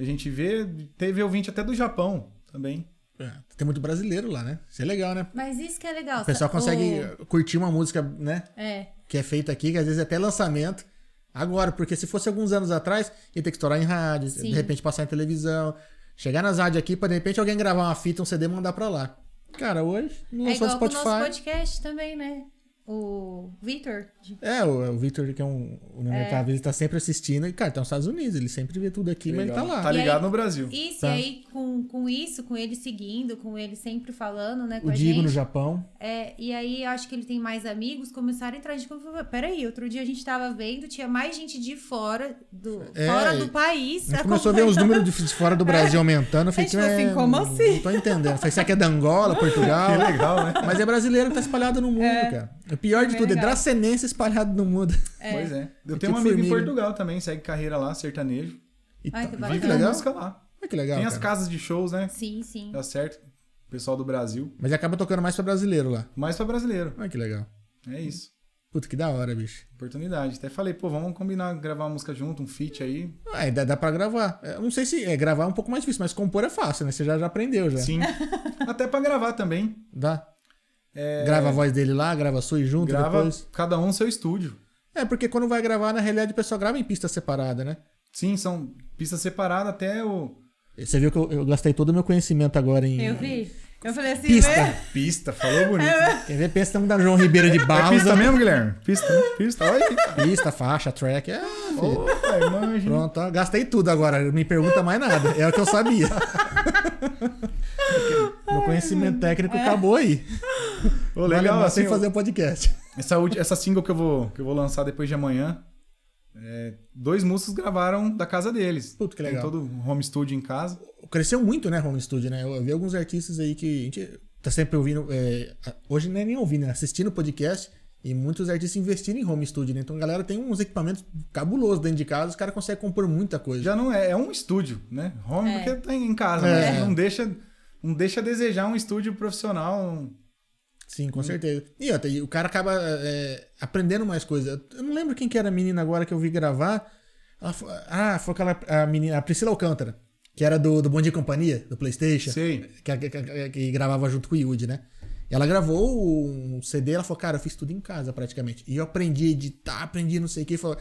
Speaker 4: a gente vê. Teve ouvinte até do Japão também.
Speaker 2: É, tem muito brasileiro lá, né? Isso é legal, né?
Speaker 1: Mas isso que é legal.
Speaker 2: O pessoal
Speaker 1: sa-
Speaker 2: consegue curtir uma música, né?
Speaker 1: o- É,
Speaker 2: Que é feita aqui, que às vezes é até lançamento. Agora, porque se fosse alguns anos atrás, ia ter que estourar em rádio,
Speaker 1: Sim.
Speaker 2: de repente passar em televisão, chegar nas rádios aqui, pra de repente alguém gravar uma fita, um CD e mandar pra lá. Cara, hoje não
Speaker 1: é
Speaker 2: lançou
Speaker 1: igual
Speaker 2: no
Speaker 1: com o
Speaker 2: Spotify.
Speaker 1: nosso podcast também, né? O Vitor. de-
Speaker 2: É, o, o Victor, que é um. O nome da vida, ele tá sempre assistindo. E, cara, tá nos Estados Unidos, ele sempre vê tudo aqui, mas ele tá
Speaker 4: Legal.
Speaker 2: lá.
Speaker 4: Tá
Speaker 1: E aí-
Speaker 4: ligado no Brasil.
Speaker 1: Isso,
Speaker 2: Tá.
Speaker 1: e aí com, com isso, com ele seguindo, com ele sempre falando, né? Com
Speaker 2: o
Speaker 1: a
Speaker 2: Digo
Speaker 1: gente.
Speaker 2: no Japão.
Speaker 1: É, e aí acho que ele tem mais amigos, começaram a entrar de Peraí, outro dia a gente tava vendo, tinha mais gente de fora do,
Speaker 2: É,
Speaker 1: fora do
Speaker 2: e-
Speaker 1: país.
Speaker 2: A gente começou a ver os números de de fora do Brasil aumentando. Eu falei,
Speaker 1: É. A gente falou
Speaker 2: "Ué,
Speaker 1: assim, como
Speaker 2: não-
Speaker 1: assim?"
Speaker 2: Não tô entendendo. Eu falei, será que é da Angola, Portugal?
Speaker 4: Que legal, né?
Speaker 2: Mas é brasileiro que tá espalhado no mundo, cara. O pior de
Speaker 1: Bem
Speaker 2: tudo é
Speaker 1: É. legal.
Speaker 2: dracenense espalhado no mundo.
Speaker 4: Pois é. Eu
Speaker 2: E
Speaker 4: tenho um
Speaker 2: tipo
Speaker 4: amigo em
Speaker 2: formiga.
Speaker 4: Portugal também, segue carreira lá, sertanejo.
Speaker 2: E
Speaker 1: Ai,
Speaker 2: tá-
Speaker 1: que
Speaker 2: Olha
Speaker 1: bacana.
Speaker 2: que
Speaker 4: Tem
Speaker 2: legal.
Speaker 4: música lá.
Speaker 2: Olha que legal.
Speaker 4: Tem as
Speaker 2: cara.
Speaker 4: casas de shows, né?
Speaker 1: Sim, sim.
Speaker 4: Dá certo. Pessoal do Brasil.
Speaker 2: Mas acaba tocando mais pra brasileiro lá.
Speaker 4: Mas pra brasileiro.
Speaker 2: Olha que legal.
Speaker 4: É isso.
Speaker 2: Puta, que da hora, bicho.
Speaker 4: Oportunidade. Até falei, pô, vamos combinar, gravar uma música junto, um feat aí.
Speaker 2: Ah, e dá, dá pra gravar. Eu não sei se é, gravar é um pouco mais difícil, mas compor é fácil, né? Você já, já aprendeu já.
Speaker 4: Sim. Até pra gravar também.
Speaker 2: Dá.
Speaker 4: É,
Speaker 2: Grava a voz dele lá, grava a sua e junto
Speaker 4: grava
Speaker 2: depois.
Speaker 4: cada um seu estúdio.
Speaker 2: É, porque quando vai gravar, na realidade, o pessoal grava em pista separada, né?
Speaker 4: Sim, são pistas separadas até o.
Speaker 2: Você viu que eu, eu gastei todo o meu conhecimento agora em
Speaker 1: Eu vi. Eu falei assim,
Speaker 2: pista.
Speaker 4: Pista, falou bonito.
Speaker 2: Quer ver? Pensa no da João Ribeiro de
Speaker 4: É pista
Speaker 2: Barros.
Speaker 4: mesmo, Guilherme? Pista, né? pista. Olha aí.
Speaker 2: pista, faixa, track. É, filho.
Speaker 4: Opa, irmã, gente.
Speaker 2: Pronto, ó, gastei tudo agora. Não me pergunta mais nada. É o que eu sabia. Meu conhecimento técnico acabou aí.
Speaker 4: Ô,
Speaker 2: Vale
Speaker 4: legal,
Speaker 2: mais
Speaker 4: assim,
Speaker 2: sem fazer o podcast.
Speaker 4: Essa, ulti- essa single que eu, vou, que eu vou lançar depois de amanhã, é, dois músicos gravaram da casa deles.
Speaker 2: Puta, que legal.
Speaker 4: Tem todo um home studio em casa.
Speaker 2: Cresceu muito, né, home studio, né? Eu vi alguns artistas aí que a gente tá sempre ouvindo. é, a- hoje não é nem ouvindo, né? Assistindo podcast. E muitos artistas investiram em home studio, né? Então a galera tem uns equipamentos cabulosos dentro de casa, os caras conseguem compor muita coisa.
Speaker 4: Já não é, é um estúdio, né? Home
Speaker 1: É.
Speaker 4: porque tá em casa,
Speaker 2: É.
Speaker 4: mas não deixa, não deixa a desejar um estúdio profissional. um-
Speaker 2: Sim, com certeza. E outra, e o cara acaba é, aprendendo mais coisas. Eu não lembro quem que era a menina agora que eu vi gravar. Ela fo- ah, foi aquela a menina, a Priscila Alcântara, que era do, do Bom Dia e Companhia, do Playstation.
Speaker 4: Sei.
Speaker 2: Que, que- que- que gravava junto com o Yudi, né? Ela gravou um CD, ela falou, cara, eu fiz tudo em casa praticamente. E eu aprendi a editar, aprendi não sei o que. Falou,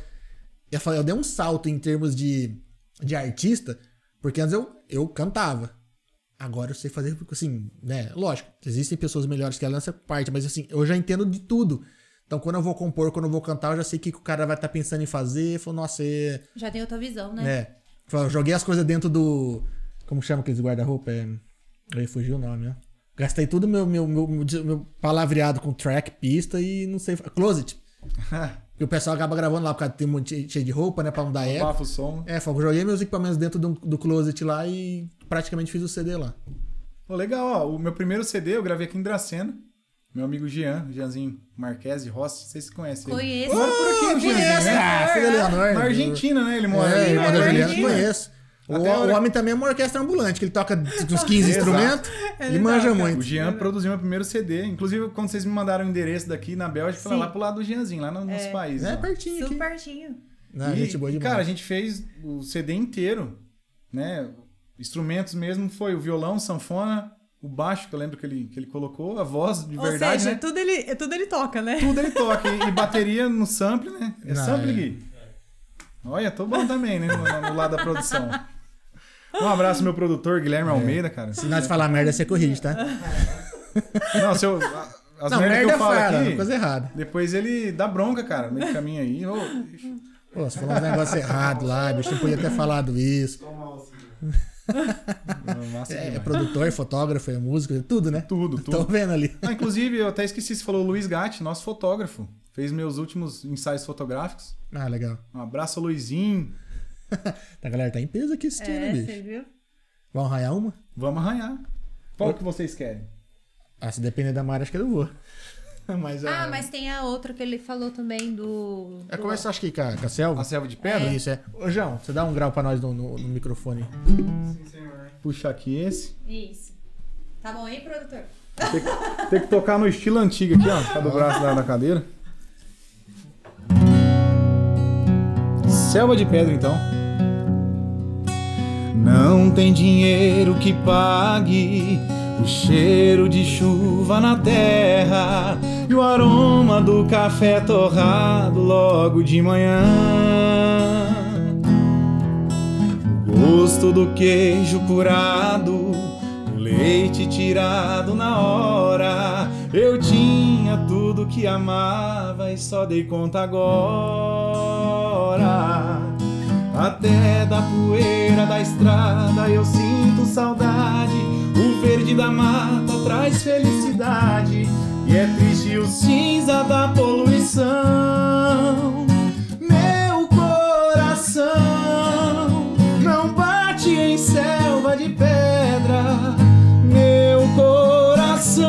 Speaker 2: eu falei, eu dei um salto em termos de, de artista, porque antes eu, eu cantava. Agora eu sei fazer, porque, assim, né? Lógico, existem pessoas melhores que ela nessa parte, mas assim, eu já entendo de tudo. Então, quando eu vou compor, quando eu vou cantar, eu já sei o que, que o cara vai estar pensando em fazer. Falou, nossa, é.
Speaker 1: Já tem outra visão,
Speaker 4: É.
Speaker 1: né?
Speaker 2: né? Falou, eu joguei as coisas dentro do. Como chama aqueles guarda-roupa? É... Aí fugiu o nome, né? Gastei tudo meu, meu, meu, meu- meu palavreado com track, pista e não sei. Closet. Porque o pessoal acaba gravando lá por causa de ter um monte cheio de roupa, né? Pra não dar eco.
Speaker 4: Bafa o som.
Speaker 2: É, Fogo, joguei meus equipamentos dentro do, do closet lá e praticamente fiz o CD lá.
Speaker 4: Pô, legal, ó. O meu primeiro CD eu gravei aqui em Dracena. Meu amigo Jean, Jeanzinho Marques de Rossi, vocês conhecem né? ele.
Speaker 1: Conheço.
Speaker 4: Mora por aqui, o Jeanzinho, né?
Speaker 2: Ah, filho da Leonor.
Speaker 4: Na Argentina, né? Ele mora
Speaker 2: É,
Speaker 4: ali.
Speaker 2: irmão da
Speaker 4: Na
Speaker 2: Juliana,
Speaker 4: Argentina.
Speaker 2: conheço. O,
Speaker 4: Até a hora-
Speaker 2: o homem também é uma orquestra ambulante, que ele toca uns 15
Speaker 4: Exato. É,
Speaker 2: instrumentos e manja muito.
Speaker 4: O Jean produziu meu primeiro CD. Inclusive, quando vocês me mandaram o endereço daqui na Bélgica, foi
Speaker 1: Sim.
Speaker 4: lá pro lado do Jeanzinho, lá no nosso país.
Speaker 2: É
Speaker 4: ó.
Speaker 2: pertinho
Speaker 1: Super
Speaker 2: aqui.
Speaker 1: pertinho.
Speaker 2: Não,
Speaker 4: e,
Speaker 2: Ah, gente boa demais.
Speaker 4: Cara, a gente fez o CD inteiro, né? Instrumentos mesmo foi o violão, sanfona, o baixo, que eu lembro que ele, que ele colocou, a voz de
Speaker 1: Ou
Speaker 4: verdade,
Speaker 1: seja,
Speaker 4: né?
Speaker 1: tudo, ele, tudo ele toca, né?
Speaker 4: Tudo ele toca. e, e bateria no sample, né? É
Speaker 2: Não,
Speaker 4: sample,
Speaker 2: é.
Speaker 4: Gui? Olha, tô bom também, né? No, no lado da produção.
Speaker 2: É.
Speaker 4: Um abraço, meu produtor, Guilherme Almeida, cara.
Speaker 2: Se nós falar merda, você corrige, tá?
Speaker 4: Não, se eu. a- As
Speaker 2: não,
Speaker 4: merdas
Speaker 2: merda
Speaker 4: que eu
Speaker 2: é
Speaker 4: falo
Speaker 2: fala,
Speaker 4: aqui,
Speaker 2: coisa errada.
Speaker 4: depois ele dá bronca, cara, no meio do caminho aí. Ô,
Speaker 2: Pô, você falou um negócio errado lá, bicho, não podia ter falado isso.
Speaker 3: Toma assim.
Speaker 4: massa
Speaker 2: É,
Speaker 4: demais.
Speaker 2: é produtor, é fotógrafo, é músico, é tudo, né?
Speaker 4: Tudo, tudo.
Speaker 2: Estão vendo ali.
Speaker 4: Ah, inclusive, eu até esqueci, você falou o Luiz Gatti, nosso fotógrafo. Fez meus últimos ensaios fotográficos.
Speaker 2: Ah, legal.
Speaker 4: Um abraço, Luizinho.
Speaker 2: A galera tá em peso aqui assistindo,
Speaker 1: É,
Speaker 2: bicho.
Speaker 1: você viu?
Speaker 2: Vão arranhar uma?
Speaker 4: Vamos arranhar. Qual que vocês querem?
Speaker 2: Ah, se depender da Mari, acho que eu não vou. mas,
Speaker 1: Ah,
Speaker 2: ah,
Speaker 1: mas tem a outra que ele falou também do.
Speaker 2: É,
Speaker 1: do-
Speaker 2: começa, acho que, com a, com a selva.
Speaker 4: A selva de pedra?
Speaker 2: Isso, é. Ô, João, você dá um grau pra nós no, no- no microfone.
Speaker 3: Sim, senhor.
Speaker 4: Puxar aqui esse.
Speaker 1: Isso. Tá bom aí, produtor?
Speaker 4: Tem que, tem que tocar no estilo antigo aqui, ó. Tá do braço da, da cadeira. Selva de pedra, então. Não tem dinheiro que pague o cheiro de chuva na terra e o aroma do café torrado logo de manhã. O gosto do queijo curado, o leite tirado na hora. Eu tinha tudo que amava e só dei conta agora. Até da poeira da estrada eu sinto saudade. O verde da mata traz felicidade e é triste o cinza da poluição. Meu coração não bate em selva de pedra. Meu coração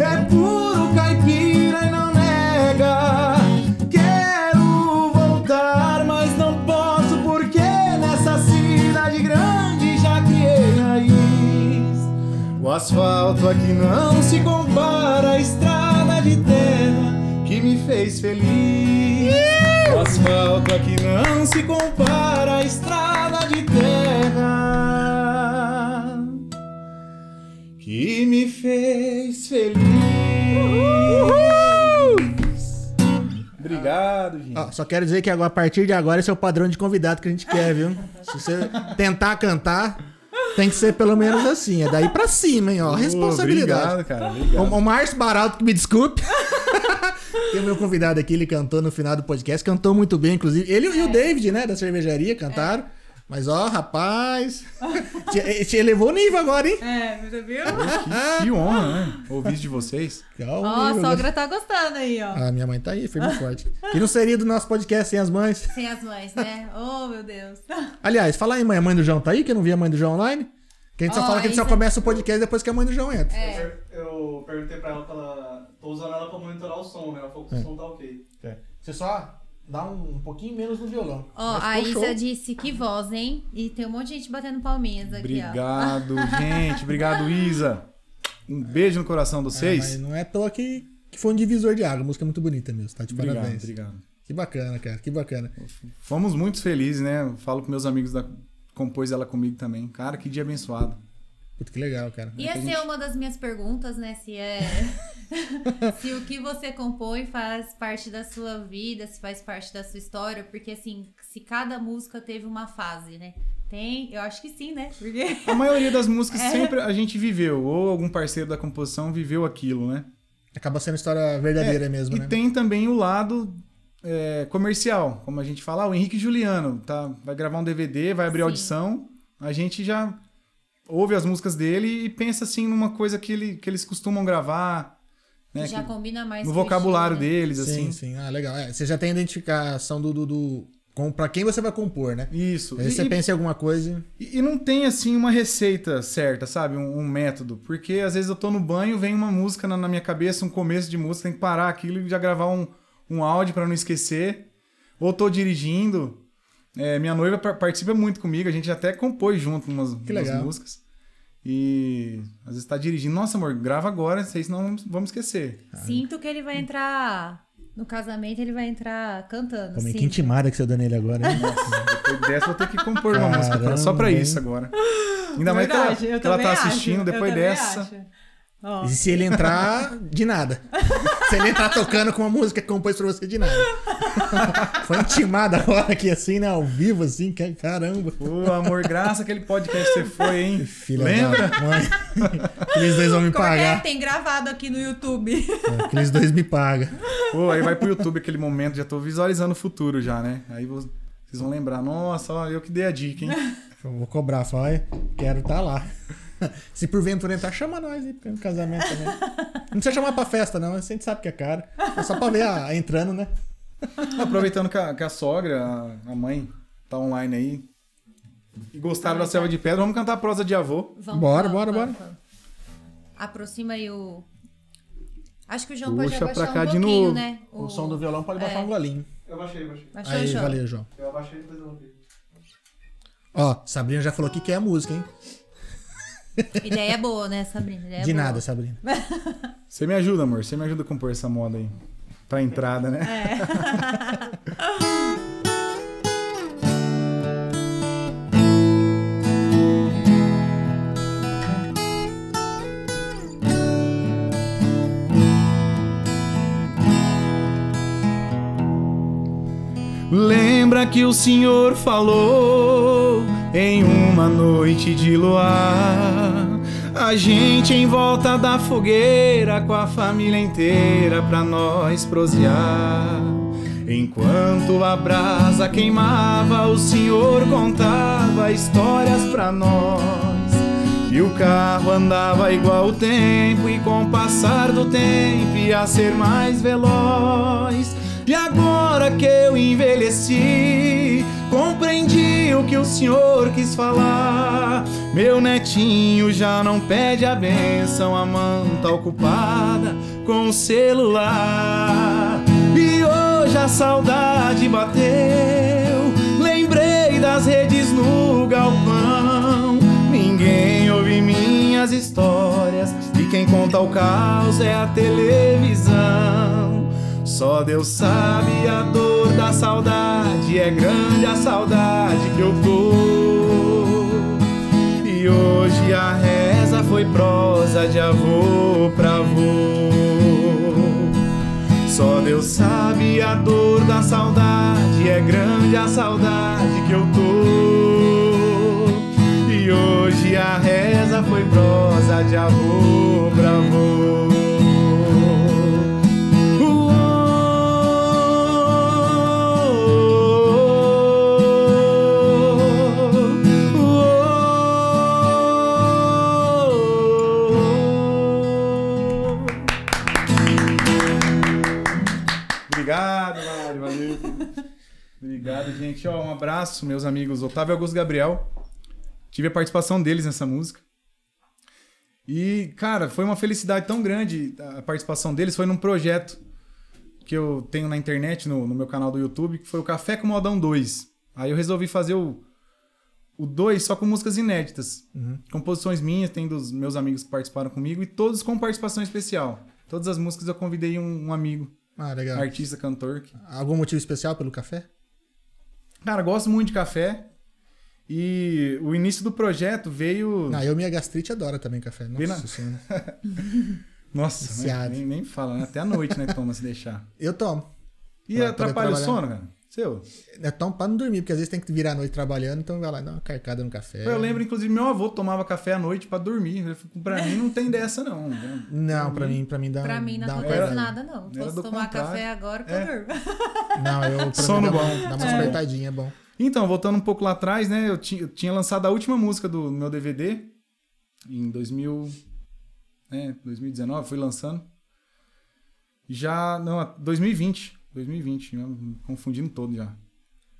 Speaker 4: é puro caipira e não nega. Quero voltar, mas não posso, porque nessa cidade grande já criei raiz. O asfalto aqui não se compara à estrada de terra que me fez feliz. O asfalto aqui não se compara à estrada de terra que me fez feliz. Obrigado, gente.
Speaker 2: Ó, só quero dizer que agora, a partir de agora esse é o padrão de convidado que a gente quer, viu? Se você tentar cantar, tem que ser pelo menos assim. É daí pra cima, hein? Ó, a responsabilidade.
Speaker 4: Obrigado, cara.
Speaker 2: O,
Speaker 4: Obrigado.
Speaker 2: o Márcio Baralto que me desculpe. Tem o meu convidado aqui, ele cantou no final do podcast, cantou muito bem, inclusive. Ele e o David, né, da cervejaria, cantaram. Mas ó, rapaz, te, te elevou o nível agora, hein?
Speaker 1: É, você viu?
Speaker 4: Que, que honra, né? Ouvir isso de vocês.
Speaker 2: Ó, o
Speaker 1: Ó, a
Speaker 2: nível, né?
Speaker 1: sogra tá gostando aí, ó.
Speaker 2: Ah, minha mãe tá aí, firme e forte. Que não seria do nosso podcast sem as mães.
Speaker 1: Sem as mães, né? Oh, meu Deus.
Speaker 2: Aliás, fala aí, mãe. A mãe do João tá aí? Que eu não vi a mãe do João online? Que a gente
Speaker 1: Ó,
Speaker 2: só fala que a gente só
Speaker 1: isso é-
Speaker 2: começa o podcast depois que a mãe do João entra.
Speaker 1: É.
Speaker 3: Eu per- Eu perguntei pra ela que ela. Tô usando ela pra monitorar o som, né? Ela falou que o som tá ok.
Speaker 2: É. Você só dá um, pouquinho menos no violão.
Speaker 1: Ó, a Isa disse que voz, hein? E tem um monte de gente batendo palminhas aqui, ó.
Speaker 4: Obrigado, gente. Obrigado, Isa. Um beijo no coração de
Speaker 2: Mas
Speaker 4: vocês.
Speaker 2: não é à toa que, que foi um divisor de água. A música é muito bonita mesmo, tá? De
Speaker 4: obrigado,
Speaker 2: parabéns.
Speaker 4: obrigado.
Speaker 2: Que bacana, cara. Que bacana.
Speaker 4: Fomos muito felizes, né? Eu Falo com meus amigos da compôs ela comigo também. Cara, que dia abençoado.
Speaker 2: Puta, que legal, cara.
Speaker 1: Ia ser é uma das minhas perguntas, né? Se é. se o que você compõe faz parte da sua vida, se faz parte da sua história, porque assim, se cada música teve uma fase, né? Tem? Eu acho que sim, né? Porque.
Speaker 4: A maioria das músicas sempre a gente viveu, ou algum parceiro da composição viveu aquilo, né?
Speaker 2: Acaba sendo história verdadeira mesmo,
Speaker 4: É, e
Speaker 2: né?
Speaker 4: tem também o lado é, comercial, como a gente fala, ah, o Henrique Juliano tá, vai gravar um DVD, vai abrir
Speaker 1: Sim.
Speaker 4: audição, a gente já ouve as músicas dele e pensa assim numa coisa que, ele, que eles costumam gravar, né?
Speaker 1: já
Speaker 4: que-
Speaker 1: combina mais.
Speaker 4: no
Speaker 1: com o
Speaker 4: vocabulário
Speaker 1: estilo, né?
Speaker 4: deles,
Speaker 2: Sim,
Speaker 4: assim.
Speaker 2: sim. Ah, legal. É, você já tem a identificação do... do, do com, pra quem você vai compor, né?
Speaker 4: Isso.
Speaker 2: Às vezes
Speaker 4: E-
Speaker 2: você pensa em alguma coisa...
Speaker 4: E, e não tem, assim, uma receita certa, sabe? Um, um método. Porque às vezes eu tô no banho, vem uma música na, na minha cabeça, um começo de música, tem que parar aquilo e já gravar um, um áudio pra não esquecer. Ou tô dirigindo. É, minha noiva par- participa muito comigo, a gente até compôs junto umas,
Speaker 2: Que
Speaker 4: umas
Speaker 2: legal.
Speaker 4: músicas. E às vezes tá dirigindo, nossa amor, grava agora, senão vamos- vamos esquecer.
Speaker 1: né? Sinto que ele vai entrar. No casamento, ele vai entrar cantando.
Speaker 2: Também que
Speaker 1: sinto.
Speaker 2: intimada que você deu nele agora, hein?
Speaker 4: Depois dessa, vou ter que compor uma música pra- só pra
Speaker 2: Caramba,
Speaker 4: isso
Speaker 2: hein?
Speaker 4: agora. Ainda mais que ela,
Speaker 1: Verdade, eu
Speaker 4: que ela
Speaker 1: também
Speaker 4: tá
Speaker 1: acho,
Speaker 4: assistindo,
Speaker 1: eu
Speaker 4: depois
Speaker 1: também
Speaker 4: dessa.
Speaker 1: acho. Ó.
Speaker 2: E se ele entrar, de nada. Você nem tá tocando com uma música que compôs pra você de nada. Foi intimada agora aqui, assim, né? Ao vivo, assim, que- caramba.
Speaker 4: Ô, amor, graça aquele podcast que você foi, hein?
Speaker 2: Filha
Speaker 4: Lembra?
Speaker 2: da mãe. Aqueles dois vão me
Speaker 1: é
Speaker 2: pagar.
Speaker 1: Tem gravado aqui no YouTube.
Speaker 2: Aqueles dois me pagam.
Speaker 4: Pô, aí vai pro YouTube aquele momento, já tô visualizando o futuro já, né? Aí vo- vocês vão lembrar, nossa, ó, eu que dei a dica, hein?
Speaker 2: Eu Vou cobrar, fala, "Olha, quero estar tá lá. Se porventura entrar, chama nós aí pro casamento também. Não precisa chamar pra festa, não. A gente sabe que é caro. É só pra ver a, a entrando, né?
Speaker 4: Aproveitando que a, que a sogra, a, a mãe, tá online aí e gostaram da selva de pedra, vamos cantar a prosa de avô.
Speaker 1: Vamos,
Speaker 2: Bora,
Speaker 1: vamos,
Speaker 2: bora,
Speaker 1: vamos, vamos. Aproxima aí o. Acho que o João pode
Speaker 4: Puxa pra
Speaker 1: abaixar um
Speaker 4: cá de
Speaker 1: pouquinho,
Speaker 4: novo.
Speaker 1: né?
Speaker 2: O, som do violão pode baixar
Speaker 1: é.
Speaker 2: um golinho.
Speaker 3: Eu baixei, eu baixei.
Speaker 1: Baixou,
Speaker 2: Aí,
Speaker 1: João?
Speaker 2: valeu, João.
Speaker 3: Eu abaixei e depois eu voltei.
Speaker 2: Ó, Sabrina já falou que quer a música, hein?
Speaker 1: Ideia boa, né, Sabrina? Ideia
Speaker 2: De
Speaker 1: boa.
Speaker 2: nada, Sabrina.
Speaker 4: Você me ajuda, amor, você me ajuda a compor essa moda aí. Pra entrada, né? Lembra que o Senhor falou em uma noite de luar? A gente em volta da fogueira com a família inteira pra nós prosear. Enquanto a brasa queimava, o Senhor contava histórias pra nós. E o carro andava igual o tempo, e com o passar do tempo ia ser mais veloz. E agora que eu envelheci, compreendi o que o senhor quis falar. Meu netinho já não pede a benção, a mão tá ocupada com o celular. E hoje a saudade bateu, lembrei das redes no galpão. Ninguém ouve minhas histórias e quem conta o caos é a televisão. Só Deus sabe a dor da saudade, é grande a saudade que eu tô. E hoje a reza foi prosa de avô pra avô. Só Deus sabe a dor da saudade, é grande a saudade que eu tô. E hoje a reza foi prosa de avô pra avô. Uô, uô, uô. Obrigado, Mário. Valeu. Obrigado, gente. Ó, um abraço, meus amigos Otávio Augusto Gabriel. Tive a participação deles nessa música. E, cara, foi uma felicidade tão grande a participação deles. Foi num projeto que eu tenho na internet, no, no meu canal do YouTube, que foi o Café com Modão 2. Aí eu resolvi fazer o, o 2 só com músicas inéditas. Composições minhas, tem dos meus amigos que participaram comigo, e todos com participação especial. Todas as músicas eu convidei um- um amigo
Speaker 2: Ah, legal.
Speaker 4: artista, cantor.
Speaker 2: Algum motivo especial pelo café?
Speaker 4: Cara, gosto muito de café. E o início do projeto veio.
Speaker 2: Ah, eu minha gastrite adora também café.
Speaker 4: Bem na-
Speaker 2: Nossa senhora.
Speaker 4: Nossa, né?
Speaker 2: Viciado.
Speaker 4: nem, nem fala, né? Até a noite, né? Toma se deixar.
Speaker 2: Eu tomo.
Speaker 4: E
Speaker 2: Pra
Speaker 4: é
Speaker 2: poder
Speaker 4: atrapalha o
Speaker 2: trabalhar.
Speaker 4: sono, cara. Seu.
Speaker 2: Eu tomo pra não dormir, porque às vezes tem que virar a noite trabalhando, então vai lá e dá uma carcada no café.
Speaker 4: Eu lembro, inclusive, meu avô tomava café à noite pra dormir. Ele falou, pra mim não tem dessa, não. né?
Speaker 2: Não, pra mim, pra mim dá
Speaker 1: Pra
Speaker 2: um-
Speaker 1: mim não
Speaker 2: dá uma
Speaker 1: acontece
Speaker 2: carcada.
Speaker 1: nada, não.
Speaker 4: Era
Speaker 1: Posso
Speaker 4: do
Speaker 1: tomar
Speaker 4: contrário.
Speaker 1: café agora que
Speaker 4: É.
Speaker 1: eu durmo.
Speaker 2: Não, eu pra mim,
Speaker 4: Sono
Speaker 2: dá uma-
Speaker 4: bom.
Speaker 2: Dá uma
Speaker 4: Sono bom.
Speaker 2: despertadinha, é bom.
Speaker 4: Então, voltando um pouco lá atrás, né? Eu, ti- eu tinha lançado a última música do meu DVD em 2000, né, 2019, fui lançando. Já, não, a- 2020, 2020, eu me confundindo todo já.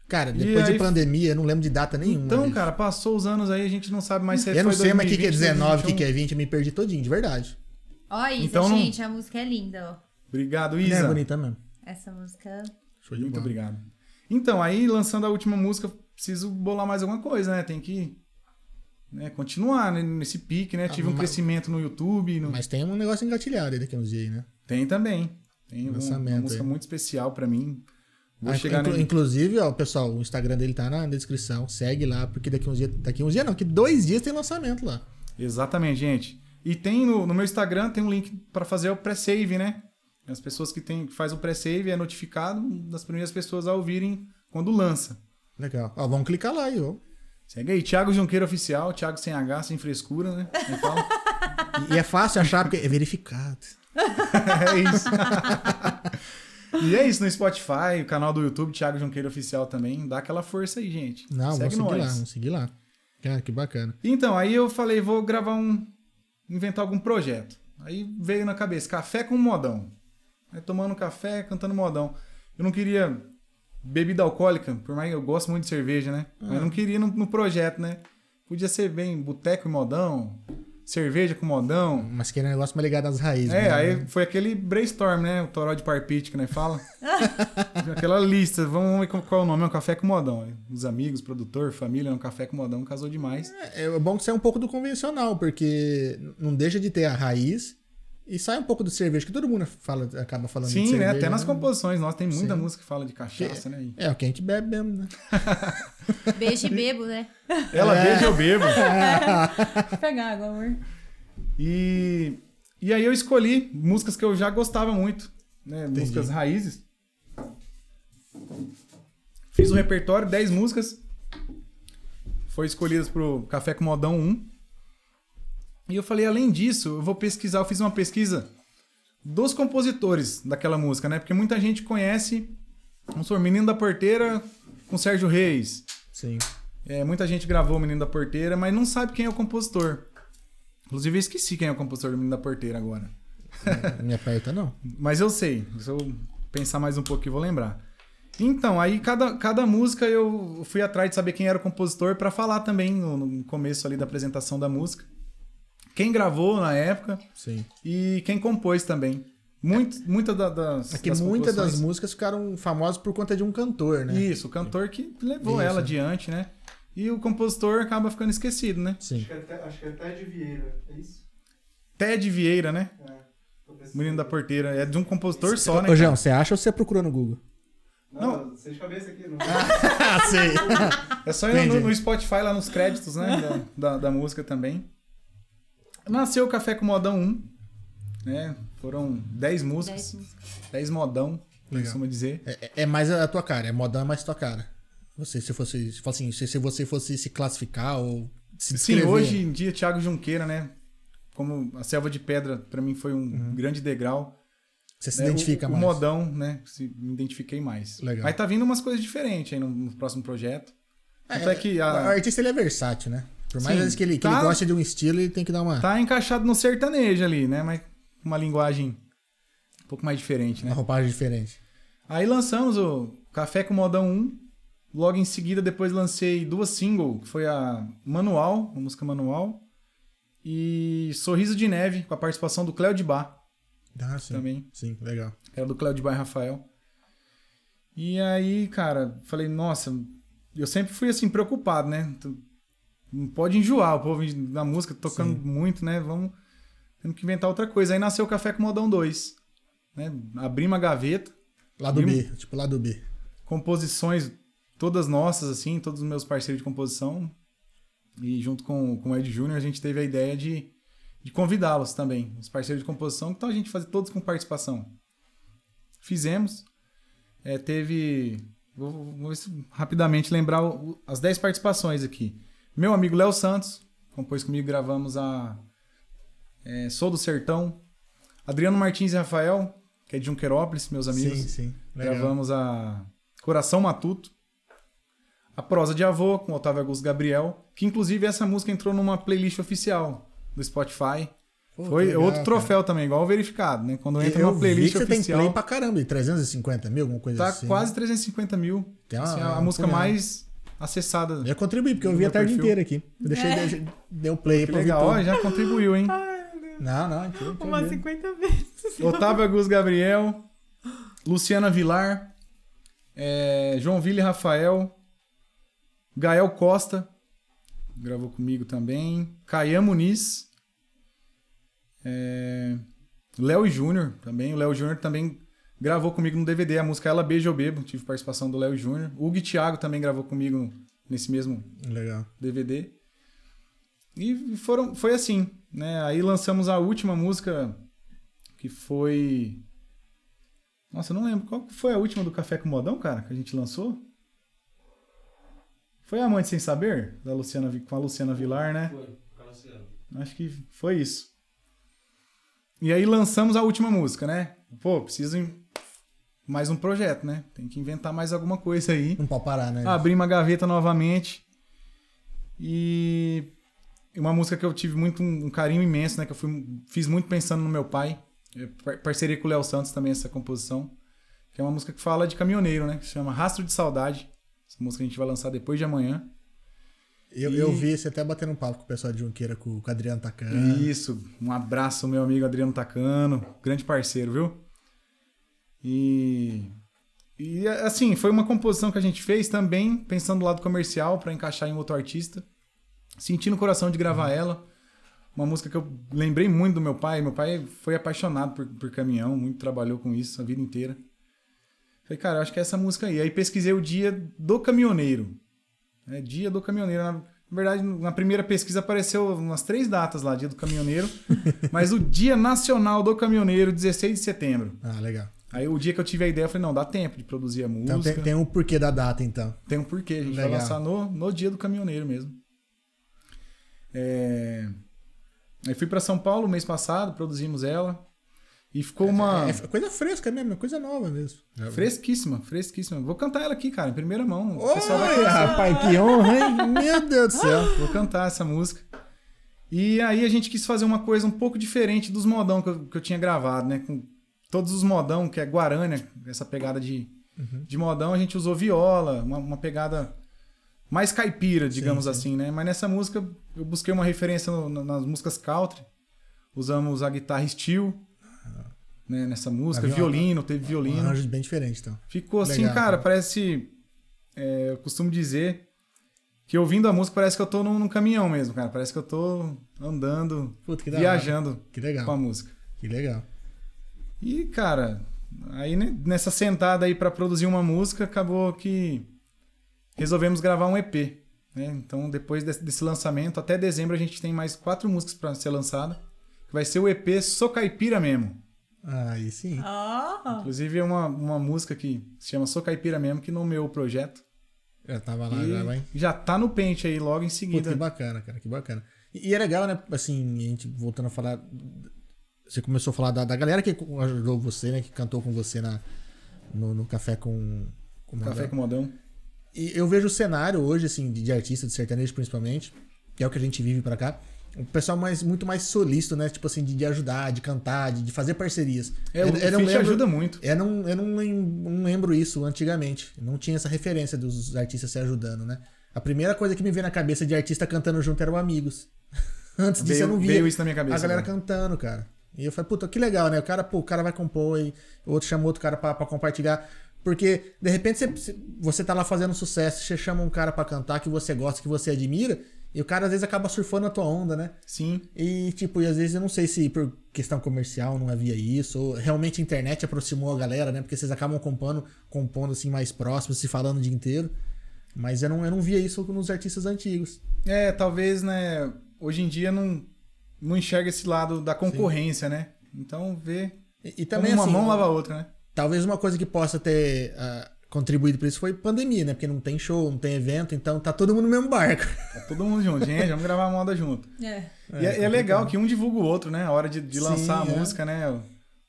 Speaker 2: Cara,
Speaker 4: E
Speaker 2: depois
Speaker 4: aí-
Speaker 2: de pandemia, eu não lembro de data nenhuma.
Speaker 4: Então,
Speaker 2: velho.
Speaker 4: cara, passou os anos aí, a gente não sabe mais se
Speaker 2: eu não
Speaker 4: foi
Speaker 2: sei mais o que,
Speaker 4: 2020,
Speaker 2: que é 19, o que, que
Speaker 4: 2021.
Speaker 2: é 20, eu me perdi todinho, de verdade.
Speaker 1: Ó, Isa,
Speaker 4: Então não-
Speaker 1: gente, a música é linda, ó.
Speaker 4: Obrigado,
Speaker 2: Não
Speaker 4: Isa.
Speaker 2: é bonita mesmo.
Speaker 1: Essa música.
Speaker 2: Show de
Speaker 4: Muito
Speaker 2: bola.
Speaker 4: obrigado. Então, aí lançando a última música, preciso bolar mais alguma coisa, né? Tem que né, continuar né, nesse pique, né?
Speaker 2: Ah,
Speaker 4: Tive um
Speaker 2: mas-
Speaker 4: crescimento no YouTube, no,
Speaker 2: Mas tem um negócio engatilhado aí daqui a uns dias aí, né?
Speaker 4: Tem também. Tem um- uma
Speaker 2: Lançamento
Speaker 4: música
Speaker 2: aí.
Speaker 4: muito especial pra mim. Vou
Speaker 2: Ah,
Speaker 4: chegar
Speaker 2: inclu-
Speaker 4: nele.
Speaker 2: Inclusive, ó, pessoal, o Instagram dele tá na descrição. Segue lá, porque daqui a uns dias. Daqui a uns dias não, que dois dias tem lançamento lá.
Speaker 4: Exatamente, gente. E tem no, no meu Instagram tem um link pra fazer o pré-save, né? As pessoas que, tem, que faz o pré-save é notificado das primeiras pessoas a ouvirem quando lança.
Speaker 2: Legal. Ó, vamos clicar lá aí, ó.
Speaker 4: Segue aí, Thiago Junqueiro Oficial, Thiago sem H, sem frescura, né? Me fala.
Speaker 2: E- E é fácil achar porque é verificado.
Speaker 4: é isso. e é isso no Spotify, o canal do YouTube, Thiago Junqueiro Oficial também. Dá aquela força aí, gente.
Speaker 2: Não, vamos
Speaker 4: Segue
Speaker 2: seguir lá,
Speaker 4: nós.
Speaker 2: vamos seguir lá. Cara, que bacana.
Speaker 4: Então, aí eu falei, vou gravar um. inventar algum projeto. Aí veio na cabeça, café com modão. Aí tomando café, cantando modão. Eu não queria bebida alcoólica, por mais que eu gosto muito de cerveja, né? Mas eu não queria no, no projeto, né? Podia ser bem boteco e modão, cerveja com modão.
Speaker 2: Mas que era um negócio mais ligado às raízes.
Speaker 4: É,
Speaker 2: né?
Speaker 4: aí foi aquele brainstorm, né? O toró de parpite que nós fala. Aquela lista, vamos ver qual- qual é o nome, é um café com modão. Aí Os amigos, produtor, família, um café com modão, casou demais.
Speaker 2: É é bom que sai um pouco do convencional, porque não deixa de ter a raiz e sai um pouco do cerveja, que todo mundo fala, acaba falando de
Speaker 4: Sim, né?
Speaker 2: cerveja.
Speaker 4: Até nas
Speaker 2: né?
Speaker 4: composições, nossa, tem muita
Speaker 2: Sim.
Speaker 4: música que fala de cachaça, né?
Speaker 2: É, o que a gente bebe mesmo, né?
Speaker 1: é Beijo e bebo, né?
Speaker 4: Ela
Speaker 2: É.
Speaker 4: beija, eu bebo.
Speaker 1: Vou pegar água, amor.
Speaker 4: E, e aí eu escolhi músicas que eu já gostava muito, né? Músicas raízes. Fiz um repertório, 10 músicas. Foi escolhidas pro Café com Modão 1. E eu falei, além disso, eu vou pesquisar, eu fiz uma pesquisa dos compositores daquela música, né? Porque muita gente conhece, vamos supor, Menino da Porteira com Sérgio Reis.
Speaker 2: Sim.
Speaker 4: É, muita gente gravou o Menino da Porteira, mas não sabe quem é o compositor. Inclusive, eu esqueci quem é o compositor do Menino da Porteira agora.
Speaker 2: Não Me aperta, não.
Speaker 4: Mas eu sei, se eu pensar mais um pouco eu vou lembrar. Então, aí cada, cada música eu fui atrás de saber quem era o compositor pra falar também no, no começo ali da apresentação da música. Quem gravou na época
Speaker 2: Sim.
Speaker 4: e quem compôs também. Muito, muita da- das.
Speaker 2: É que muitas
Speaker 4: composições-
Speaker 2: das músicas ficaram famosas por conta de um cantor, né?
Speaker 4: Isso, o cantor que levou
Speaker 2: Isso.
Speaker 4: ela adiante, né? E o compositor acaba ficando esquecido, né?
Speaker 2: Sim.
Speaker 3: Acho que, é até, acho que é até de Vieira, é isso?
Speaker 4: Ted Vieira, né?
Speaker 3: É. tô pensando.
Speaker 4: Menino da Porteira. É de um compositor só,
Speaker 2: Ô,
Speaker 4: né? cara?
Speaker 2: João, você acha ou você procurou no Google?
Speaker 3: Não, não. sei de cabeça aqui, não.
Speaker 2: Ah, sei.
Speaker 4: É só ir no,
Speaker 2: Entendi.
Speaker 4: no Spotify, lá nos créditos, né? da, da, da música também. Nasceu o Café com Modão 1. Né? Foram 10
Speaker 1: Dez
Speaker 4: músicas.
Speaker 1: músicas.
Speaker 4: 10 modão,
Speaker 2: Legal.
Speaker 4: costuma dizer.
Speaker 2: É, é mais a tua cara, é modão é mais tua cara. Você, se fosse, se fosse- assim, se- se você fosse se classificar ou se
Speaker 4: Sim,
Speaker 2: descrever.
Speaker 4: hoje em dia, Thiago Junqueira, né? Como a Selva de Pedra, pra mim, foi um grande degrau.
Speaker 2: você Uhum. se
Speaker 4: né?
Speaker 2: identifica
Speaker 4: o,
Speaker 2: mais.
Speaker 4: O modão, né? Se, me identifiquei mais.
Speaker 2: Legal.
Speaker 4: Mas tá vindo umas coisas diferentes aí no, no próximo projeto. Até que a,
Speaker 2: É, O artista ele é versátil, né? Por mais
Speaker 4: Sim.
Speaker 2: às vezes que ele, que ele
Speaker 4: Tá.
Speaker 2: goste de um estilo, ele tem que dar uma,
Speaker 4: Tá encaixado no sertanejo ali, né? Mas com uma linguagem um pouco mais diferente,
Speaker 2: uma
Speaker 4: né?
Speaker 2: roupagem diferente.
Speaker 4: Aí lançamos o Café com Modão 1. Logo em seguida, depois lancei duas singles, que foi a Manual, a música Manual, e Sorriso de Neve, com a participação do Cléo de Bar,
Speaker 2: Ah, sim.
Speaker 4: Também.
Speaker 2: Sim, legal.
Speaker 4: que era do Cléo de Bar e Rafael. E aí, cara, falei, nossa, eu sempre fui assim, preocupado, né? Tu- Não pode enjoar o povo da música, tocando
Speaker 2: Sim.
Speaker 4: muito, né? Vamos. Temos que inventar outra coisa. Aí nasceu o Café com Modão 2. Né? Abri uma gaveta,
Speaker 2: Lado
Speaker 4: E um-
Speaker 2: B, tipo lado B.
Speaker 4: composições todas nossas, assim, todos os meus parceiros de composição. E junto com, com o Ed Júnior, a gente teve a ideia de, de convidá-los também, os parceiros de composição, então a gente fazia todos com participação. Fizemos. É, teve. Vou, vou ver se rapidamente lembrar o- o- as 10 participações aqui. Meu amigo Léo Santos, compôs comigo, gravamos a é, Sou do Sertão. Adriano Martins e Rafael, que é de Junquerópolis, meus amigos.
Speaker 2: Sim, sim. Legal.
Speaker 4: Gravamos a Coração Matuto, a Prosa de Avô, com Otávio Augusto Gabriel, que inclusive essa música entrou numa playlist oficial do Spotify.
Speaker 2: Pô,
Speaker 4: Foi
Speaker 2: que legal,
Speaker 4: outro
Speaker 2: cara.
Speaker 4: troféu também, igual o verificado, né? Quando entra
Speaker 2: Eu
Speaker 4: numa
Speaker 2: vi que
Speaker 4: playlist
Speaker 2: você
Speaker 4: oficial,
Speaker 2: tem play pra caramba, 350 mil, alguma coisa
Speaker 4: tá
Speaker 2: assim.
Speaker 4: quase 350 mil.
Speaker 2: Tem uma-
Speaker 4: Assim, a
Speaker 2: uma
Speaker 4: música
Speaker 2: pulhada.
Speaker 4: mais acessada.
Speaker 2: Já contribuí, porque Ah, eu
Speaker 4: No
Speaker 2: vi
Speaker 4: meu
Speaker 2: a tarde
Speaker 4: perfil.
Speaker 2: inteira aqui. Eu deixei,
Speaker 1: É.
Speaker 2: deixei- dei um play
Speaker 4: Que
Speaker 2: pra
Speaker 4: legal, ó,
Speaker 2: ouvir
Speaker 4: já contribuiu, hein?
Speaker 2: tudo. Não, não, então, então
Speaker 1: Umas
Speaker 2: beleza.
Speaker 1: 50 vezes.
Speaker 4: Otávio Augusto Gabriel, Luciana Vilar, eh, João Ville Rafael, Gael Costa, gravou comigo também, Caian Muniz, eh, Léo Júnior também. O Léo Júnior também gravou comigo no DVD a música Ela Beija Eu Bebo, tive participação do Léo Júnior. Hugo e Thiago também gravou comigo nesse mesmo
Speaker 2: Legal.
Speaker 4: DVD. E foram, foi assim, né? Aí lançamos a última música que foi Nossa, eu não lembro. Qual que foi a última do Café com Modão, cara, que a gente lançou? Foi a Amante Sem Saber? Da Luciana, Vi- com a Luciana Vilar, né?
Speaker 3: Foi, Caluciano.
Speaker 4: Acho que foi isso. E aí lançamos a última música, né? Pô, preciso em- mais um projeto, né? Tem que inventar mais alguma coisa aí.
Speaker 2: Não pode parar, né?
Speaker 4: Abri uma gaveta novamente. E e uma música que eu tive muito um, um carinho imenso, né? Que eu fui, fiz muito pensando no meu pai. É, par- Parceria com o Léo Santos também essa composição. Que é uma música que fala de caminhoneiro, né? Que se chama Rastro de Saudade. Essa música a gente vai lançar depois de amanhã.
Speaker 2: eu, eu vi você até batendo um papo com o pessoal de Junqueira, com, com o Adriano Tacana.
Speaker 4: Isso. Um abraço, meu amigo Adriano Tacano. Grande parceiro, viu? E. E assim, foi uma composição que a gente fez também, pensando no lado comercial, pra encaixar em outro artista. Sentindo o coração de gravar ela. Uma música que eu lembrei muito do meu pai. Meu pai foi apaixonado por, por caminhão, muito trabalhou com isso a vida inteira. Falei, cara, eu acho que é essa música aí. Aí pesquisei o dia do caminhoneiro. É dia do caminhoneiro. Na na verdade, na primeira pesquisa apareceu umas três datas lá, dia do caminhoneiro. mas o Dia Nacional do Caminhoneiro, 16 de setembro.
Speaker 2: Ah, legal.
Speaker 4: Aí o dia que eu tive a ideia, eu falei, não, dá tempo de produzir a música.
Speaker 2: Então tem, tem um porquê da data, então.
Speaker 4: Tem um porquê, a gente vai
Speaker 2: Legal.
Speaker 4: lançar no, no dia do caminhoneiro mesmo. É... Aí fui pra São Paulo mês passado, produzimos ela. E ficou uma.
Speaker 2: É f- coisa fresca mesmo, é coisa nova mesmo.
Speaker 4: Fresquíssima, fresquíssima. Vou cantar ela aqui, cara, em primeira mão. O
Speaker 2: Oi,
Speaker 4: pessoal vai conhecer.
Speaker 2: rapaz, que honra, hein? Meu Deus do céu.
Speaker 4: Vou cantar essa música. E aí a gente quis fazer uma coisa um pouco diferente dos modão que eu, que eu tinha gravado, né? Com todos os modão, que é Guarânia, essa pegada de,
Speaker 2: Uhum.
Speaker 4: de modão, a gente usou viola, uma, uma pegada mais caipira, digamos assim, né? Mas nessa música eu busquei uma referência no- na- nas músicas country. Usamos a guitarra steel, né? Nessa música,
Speaker 2: A viola.
Speaker 4: violino, teve
Speaker 2: Um
Speaker 4: violino.
Speaker 2: arranjo bem diferente, então.
Speaker 4: Ficou assim,
Speaker 2: Legal,
Speaker 4: cara,
Speaker 2: cara.
Speaker 4: parece. é, eu costumo dizer que ouvindo a música parece que eu tô num, num caminhão mesmo, cara. Parece que eu tô andando,
Speaker 2: Puta, que da hora.
Speaker 4: viajando
Speaker 2: Que
Speaker 4: com a
Speaker 2: legal.
Speaker 4: música.
Speaker 2: Que legal.
Speaker 4: E, cara, aí né, nessa sentada aí pra produzir uma música, acabou que resolvemos gravar um EP. Né? Então, depois desse, desse lançamento, até dezembro a gente tem mais quatro músicas pra ser lançada. Que vai ser o EP Sou Caipira mesmo.
Speaker 2: Aí sim.
Speaker 1: Ah. Ó,
Speaker 4: Inclusive, é uma, uma música que se chama Sou Caipira mesmo, que nomeou o projeto.
Speaker 2: Já tava lá, Ah, já vai.
Speaker 4: E já tá no pente aí logo em
Speaker 2: Puta,
Speaker 4: seguida.
Speaker 2: que bacana, cara, que bacana. E, e é legal, né? Assim, a gente voltando a falar. Você começou a falar da, da galera que co- ajudou você, né? Que cantou com você na, no, no Café com. com
Speaker 4: Café
Speaker 2: Mandel.
Speaker 4: com modão.
Speaker 2: E eu vejo o cenário hoje, assim, de, de artista, de sertanejo principalmente, que é o que a gente vive pra cá. Um pessoal mais, muito mais solícito, né? Tipo assim, de, de ajudar, de cantar, de, de fazer parcerias.
Speaker 4: É, o
Speaker 2: não
Speaker 4: feat
Speaker 2: lembro-
Speaker 4: ajuda muito.
Speaker 2: eu não, eu não, lem- não lembro isso antigamente. Não tinha essa referência dos artistas se ajudando, né? A primeira coisa que me veio na cabeça de artista cantando junto eram amigos. Antes disso eu
Speaker 4: Veio,
Speaker 2: não via
Speaker 4: veio isso na minha cabeça. né?
Speaker 2: a galera
Speaker 4: cara.
Speaker 2: cantando, cara. E eu falei, puta, que legal, né? O cara, pô, o cara vai compor e o outro chama outro cara pra, pra compartilhar. Porque, de repente, você, você tá lá fazendo sucesso, você chama um cara pra cantar que você gosta, que você admira, e o cara às vezes acaba surfando a tua onda, né?
Speaker 4: Sim.
Speaker 2: E, tipo, e às vezes eu não sei se por questão comercial não havia isso, ou realmente a internet aproximou a galera, né? Porque vocês acabam compondo, compondo assim mais próximos, se falando o dia inteiro. Mas eu não, eu não via isso nos artistas antigos.
Speaker 4: É, talvez, né? Hoje em dia não, não enxerga esse lado da concorrência, né? Então vê.
Speaker 2: E, e
Speaker 4: Também
Speaker 2: também
Speaker 4: como uma
Speaker 2: assim,
Speaker 4: mão lava a outra, né?
Speaker 2: talvez uma coisa que possa ter ah, contribuído para isso foi pandemia, né? Porque não tem show, não tem evento, então tá todo mundo no mesmo barco.
Speaker 4: Tá todo mundo junto. Gente, vamos gravar a moda junto.
Speaker 1: é.
Speaker 4: e é, é legal que um divulga o outro, né? A hora de, de
Speaker 2: Sim,
Speaker 4: lançar a
Speaker 2: é.
Speaker 4: música, né? O,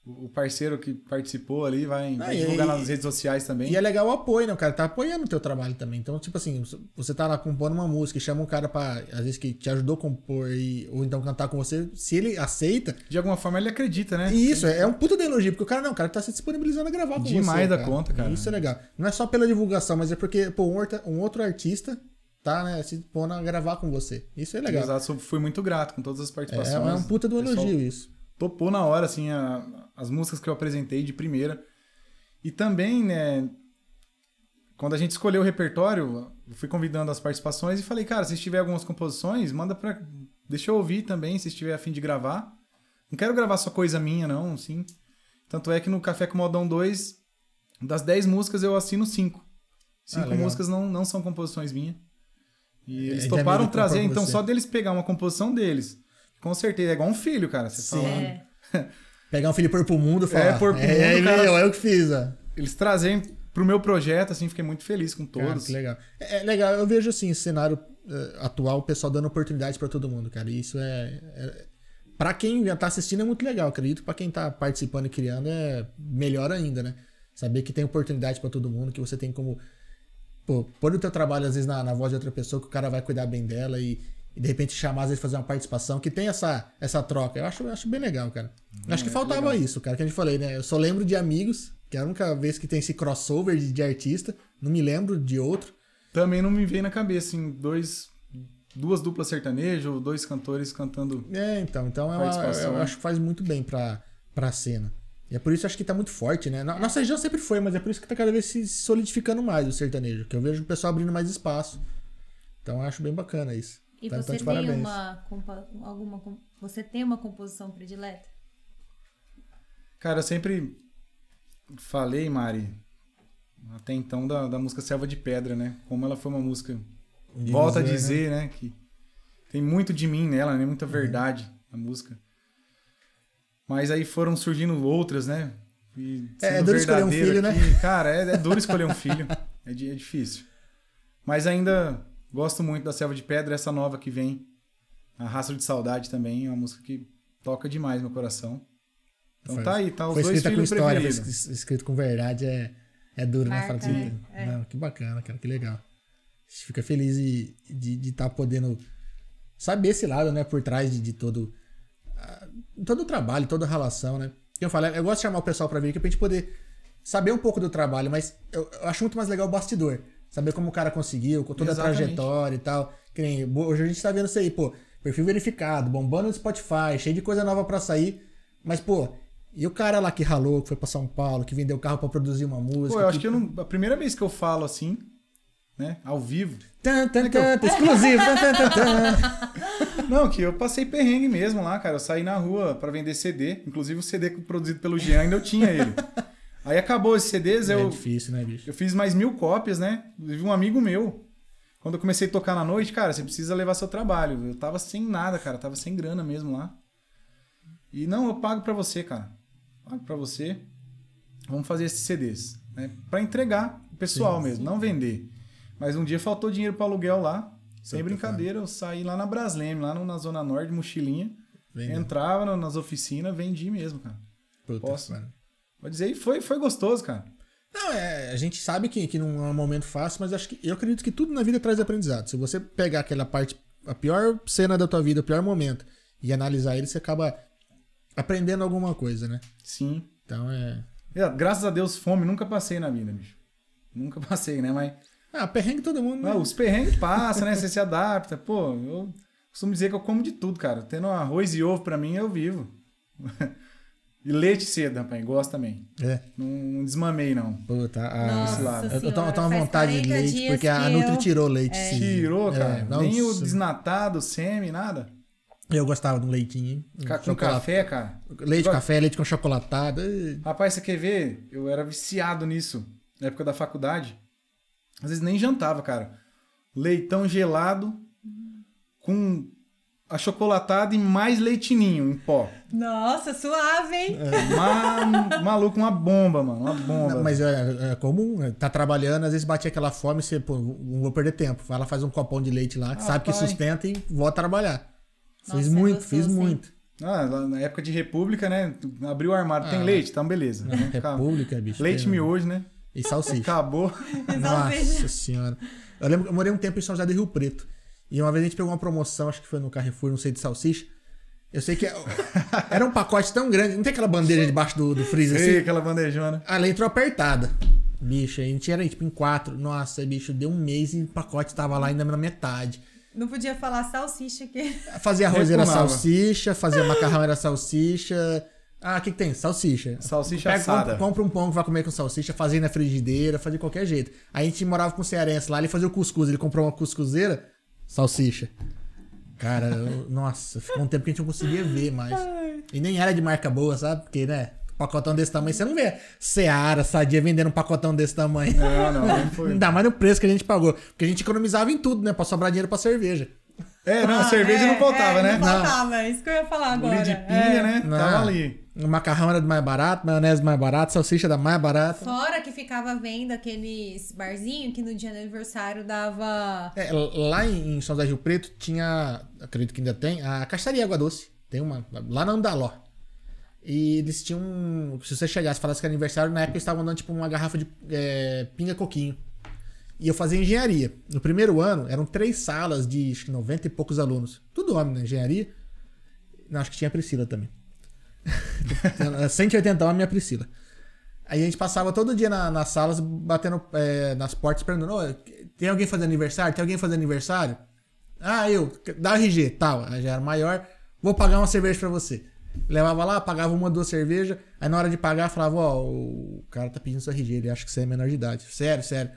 Speaker 4: o parceiro que participou ali vai, vai
Speaker 2: Ah, e-
Speaker 4: divulgar
Speaker 2: e-
Speaker 4: nas redes sociais também.
Speaker 2: E é legal o apoio, né? O cara tá apoiando o teu trabalho também. Então, tipo assim, você tá lá compondo uma música e chama um cara pra, às vezes, que te ajudou a compor e, ou então cantar com você, se ele aceita.
Speaker 4: De alguma forma ele acredita, né?
Speaker 2: E isso, é um puta de elogio, porque o cara não, o cara tá se disponibilizando a gravar com você.
Speaker 4: Demais da conta, cara.
Speaker 2: Isso é legal. Não é só pela divulgação, mas é porque, pô, um, orta- um outro artista tá, né, se dispondo a gravar com você. Isso é legal.
Speaker 4: Exato, sou- fui muito grato com todas as
Speaker 2: É,
Speaker 4: participações.
Speaker 2: é um puta do
Speaker 4: O pessoal
Speaker 2: elogio isso.
Speaker 4: Topou na hora, assim, a- as músicas que eu apresentei de primeira. E também, né, quando a gente escolheu o repertório, eu fui convidando as participações e falei, cara, se tiver algumas composições, manda pra. Deixa eu ouvir também, se estiver afim de gravar. Não quero gravar só coisa minha, não, assim. Tanto é que no Café com Modão 2, das 10 músicas eu assino 5. Cinco
Speaker 2: Ah, legal. É,
Speaker 4: músicas não, não são composições minhas. E eles
Speaker 2: de
Speaker 4: toparam
Speaker 2: amigo que
Speaker 4: trazer,
Speaker 2: compõe
Speaker 4: então
Speaker 2: você.
Speaker 4: só deles pegar uma composição deles. Com certeza, é igual um filho, cara. Você
Speaker 2: Sim.
Speaker 4: fala,
Speaker 1: É.
Speaker 2: Pegar um filho e pôr pro mundo e falar.
Speaker 4: pôr pro mundo,
Speaker 2: É,
Speaker 4: cara.
Speaker 2: meu, é o que fiz, ó.
Speaker 4: Eles trazem pro meu projeto, assim, fiquei muito feliz com
Speaker 2: Cara,
Speaker 4: todos.
Speaker 2: que legal. É, é legal, eu vejo assim, o cenário eh, atual, o pessoal dando oportunidades pra todo mundo, cara. E isso é. é para quem já tá assistindo é muito legal, acredito. Pra quem tá participando e criando é melhor ainda, né? Saber que tem oportunidade pra todo mundo, que você tem como. Pô, pôr o teu trabalho, às vezes, na, na voz de outra pessoa, que o cara vai cuidar bem dela e, e, de repente chamar, às vezes, fazer uma participação, que tem essa, essa troca. Eu acho, eu acho bem legal, cara. Eu acho que faltava isso, cara, que a gente falei, né? Eu só lembro de amigos, que é a única vez que tem esse crossover de, de artista. Não me lembro de outro.
Speaker 4: Também não me veio na cabeça, assim, dois, duas duplas sertanejo, ou dois cantores cantando.
Speaker 2: É, então, então é uma-
Speaker 4: Participação,
Speaker 2: eu
Speaker 4: né?
Speaker 2: acho que faz muito bem pra, pra cena. E é por isso que acho que tá muito forte, né? Na- Nossa região sempre foi, mas é por isso que tá cada vez se solidificando mais o sertanejo, que eu vejo o pessoal abrindo mais espaço. Então eu acho bem bacana isso.
Speaker 1: E
Speaker 2: Tá- tá
Speaker 1: você
Speaker 2: de
Speaker 1: tem
Speaker 2: parabéns.
Speaker 1: uma compa- alguma com- você tem uma composição predileta?
Speaker 4: Cara, eu sempre falei, Mari, até então, da, da música Selva de Pedra, né? Como ela foi uma música.
Speaker 2: Diz,
Speaker 4: Volta a
Speaker 2: né? Uhum.
Speaker 4: dizer, né? Que tem muito de mim nela, né? Muita verdade na música. Mas aí foram surgindo outras, né? E
Speaker 2: É, é
Speaker 4: sendo
Speaker 2: duro escolher um
Speaker 4: verdadeiro
Speaker 2: filho, né?
Speaker 4: aqui, Cara, é, é duro escolher um filho. É, di- é difícil. Mas ainda gosto muito da Selva de Pedra, essa nova que vem. Arrastro de Saudade também é uma música que toca demais meu coração. Então
Speaker 2: Foi-
Speaker 4: tá aí, tá os
Speaker 2: Foi
Speaker 4: dois
Speaker 2: escrita com
Speaker 4: filhos
Speaker 2: história, foi
Speaker 4: preferidos.
Speaker 2: es- escrito com verdade, é, é duro, né?
Speaker 1: Marca,
Speaker 2: Fala assim,
Speaker 1: né? É.
Speaker 2: Não, que bacana, cara, que legal. A gente fica feliz de estar de, de tá podendo saber esse lado, né? Por trás de, de todo, ah, todo o trabalho, toda a relação, né? Que Eu falo, eu gosto de chamar o pessoal pra vir aqui pra gente poder saber um pouco do trabalho, mas eu, eu acho muito mais legal o bastidor. Saber como o cara conseguiu, com toda
Speaker 4: Exatamente.
Speaker 2: a trajetória e tal. Que nem, bo- hoje a gente tá vendo isso aí, pô. Perfil verificado, bombando no Spotify, cheio de coisa nova pra sair. Mas, pô, e o cara lá que ralou, que foi pra São Paulo, que vendeu o carro pra produzir uma música?
Speaker 4: Pô, eu acho que eu não, a primeira vez que eu falo assim, né? Ao vivo,
Speaker 2: Tan,
Speaker 4: é
Speaker 2: tan, tan, exclusivo. tan, tan, tan, tan.
Speaker 4: Não, que eu passei perrengue mesmo lá, cara. Eu saí na rua pra vender CD. Inclusive o CD produzido pelo Jean ainda eu tinha ele. Aí acabou esses CDs,
Speaker 2: É
Speaker 4: eu,
Speaker 2: difícil, né, bicho?
Speaker 4: eu fiz mais mil cópias, né? Inclusive um amigo meu. Quando eu comecei a tocar na noite, cara, você precisa levar seu trabalho. Eu tava sem nada, cara. Tava sem grana mesmo lá. E não, eu pago pra você, cara. Pago pra você. Vamos fazer esses CDs, né? Pra entregar o pessoal mesmo, não vender. Mas um dia faltou dinheiro pro aluguel lá. Sem
Speaker 2: Puta,
Speaker 4: brincadeira, eu saí lá na Brasleme, lá no- na Zona Norte, mochilinha.
Speaker 2: Vendeu.
Speaker 4: Entrava no- nas oficinas, vendi mesmo, cara.
Speaker 2: Puta,
Speaker 4: posso.
Speaker 2: mano.
Speaker 4: Vou dizer, e foi, foi gostoso, cara.
Speaker 2: Não, é, a gente sabe que, que não é um momento fácil, mas acho que eu acredito que tudo na vida traz aprendizado. Se você pegar aquela parte, a pior cena da tua vida, o pior momento, e analisar ele, você acaba aprendendo alguma coisa, né?
Speaker 4: Sim.
Speaker 2: Então é.
Speaker 4: É, Graças a Deus, fome nunca passei na vida, bicho. Nunca passei, né? Mas
Speaker 2: Ah, perrengue todo mundo. né?
Speaker 4: mas os perrengues passam, né? Você se adapta. Pô, eu costumo dizer que eu como de tudo, cara. Tendo arroz e ovo pra mim, eu vivo. e leite cedo, rapaz. Gosto também.
Speaker 2: É.
Speaker 4: Não, não desmamei, não.
Speaker 2: Puta, a-
Speaker 1: Nossa
Speaker 2: eu- eu, tô,
Speaker 1: senhora,
Speaker 2: eu tô uma
Speaker 1: faz
Speaker 2: vontade de
Speaker 1: 40
Speaker 2: leite,
Speaker 1: dias
Speaker 2: porque a
Speaker 1: que
Speaker 2: Nutri
Speaker 1: eu- É.
Speaker 2: tirou leite. sim.
Speaker 4: Tirou,
Speaker 2: É,
Speaker 4: cara. Nem o
Speaker 2: nossa.
Speaker 4: desnatado, semi, nada.
Speaker 2: Eu gostava de um leitinho, hein? Um
Speaker 4: Ca- Com
Speaker 2: chocolate-
Speaker 4: café, cara.
Speaker 2: Leite,
Speaker 4: Gosto.
Speaker 2: café, leite com chocolatado. Ih,
Speaker 4: Rapaz, você quer ver? Eu era viciado nisso. Na época da faculdade. Às vezes nem jantava, cara. Leitão gelado com achocolatado e mais leitinho em pó.
Speaker 1: Nossa, suave, hein?
Speaker 4: É. Ma- maluco, uma bomba, mano. Uma bomba.
Speaker 2: Não, mas é, é comum, né? tá trabalhando, às vezes bate aquela fome e você, pô, não vou perder tempo. Vai lá, faz um copão de leite lá, que sabe que
Speaker 4: Rapaz.
Speaker 2: sustenta e volta a trabalhar.
Speaker 1: Nossa,
Speaker 2: fiz
Speaker 1: é
Speaker 2: muito,
Speaker 1: gostoso,
Speaker 2: fiz
Speaker 1: hein?
Speaker 2: muito.
Speaker 4: Ah, lá na época de República, né? tu Abriu o armário, tem
Speaker 2: Ah.
Speaker 4: leite? Então, beleza. Vamos ficar-
Speaker 2: República, bicho.
Speaker 4: Leite
Speaker 2: pena.
Speaker 4: miojo, né?
Speaker 2: E salsicha.
Speaker 4: Acabou.
Speaker 2: Nossa senhora. Eu lembro que eu morei um tempo em São José do Rio Preto. E uma vez a gente pegou uma promoção, acho que foi no Carrefour, não sei, de salsicha. Eu sei que é, era um pacote tão grande. Não tem aquela bandeja debaixo do, do freezer assim?
Speaker 4: Ei, aquela bandejona.
Speaker 2: Ela entrou apertada. Bicho, a gente era tipo em quatro. Nossa, bicho, deu um mês e o pacote tava lá ainda na metade.
Speaker 1: Não podia falar salsicha aqui.
Speaker 2: Fazia arroz era
Speaker 4: Reclamava.
Speaker 2: salsicha, fazia macarrão era salsicha. Ah, o que, que tem? Salsicha.
Speaker 4: Salsicha
Speaker 2: Pega, compra,
Speaker 4: assada.
Speaker 2: compra um pão que vai comer com salsicha, fazia na frigideira, fazia de qualquer jeito. Aí a gente morava com um cearense lá, ele fazia o cuscuz, ele comprou uma cuscuzeira, salsicha. Cara, eu- nossa, ficou um tempo que a gente não conseguia ver mais. E nem era de marca boa, sabe? Porque, né, pacotão desse tamanho, você não vê Seara, Sadia vendendo um pacotão desse tamanho.
Speaker 4: Não, não, não foi.
Speaker 2: Ainda mais no preço que a gente pagou. Porque a gente economizava em tudo, né? Pra sobrar dinheiro pra cerveja.
Speaker 4: É, não,
Speaker 1: Ah,
Speaker 4: cerveja
Speaker 1: é,
Speaker 4: não faltava,
Speaker 1: é,
Speaker 4: né?
Speaker 1: Não faltava, isso que eu ia falar agora.
Speaker 4: Bolinho de
Speaker 1: É.
Speaker 4: pilha, né?
Speaker 2: Não.
Speaker 4: Tava ali.
Speaker 2: O macarrão era do mais barato, maionese do mais barato, salsicha da mais barata.
Speaker 1: Fora que ficava vendo aqueles barzinhos que no dia do aniversário dava.
Speaker 2: É, lá em São José do Rio Preto tinha, acredito que ainda tem, a Caixaria Água Doce. Tem uma, lá na Andaló. E eles tinham, um- se você chegasse e falasse que era aniversário, na época eles estavam dando tipo uma garrafa de é, pinga coquinho. E eu fazia engenharia. No primeiro ano, eram três salas de acho que 90 e poucos alunos. Tudo homem, né? Engenharia. Não, acho que tinha a Priscila também. Ela- 180 homem e é a Priscila. Aí a gente passava todo dia na- nas salas, batendo é, nas portas, perguntando: "Ô, tem alguém fazendo aniversário? Tem alguém fazendo aniversário? Ah, eu, dá o RG, tal. Aí já era maior, vou pagar uma cerveja pra você. Levava lá, pagava uma, duas cervejas. Aí na hora de pagar, falava: Ó, o cara tá pedindo seu RG, ele acha que você é menor de idade. Sério, sério.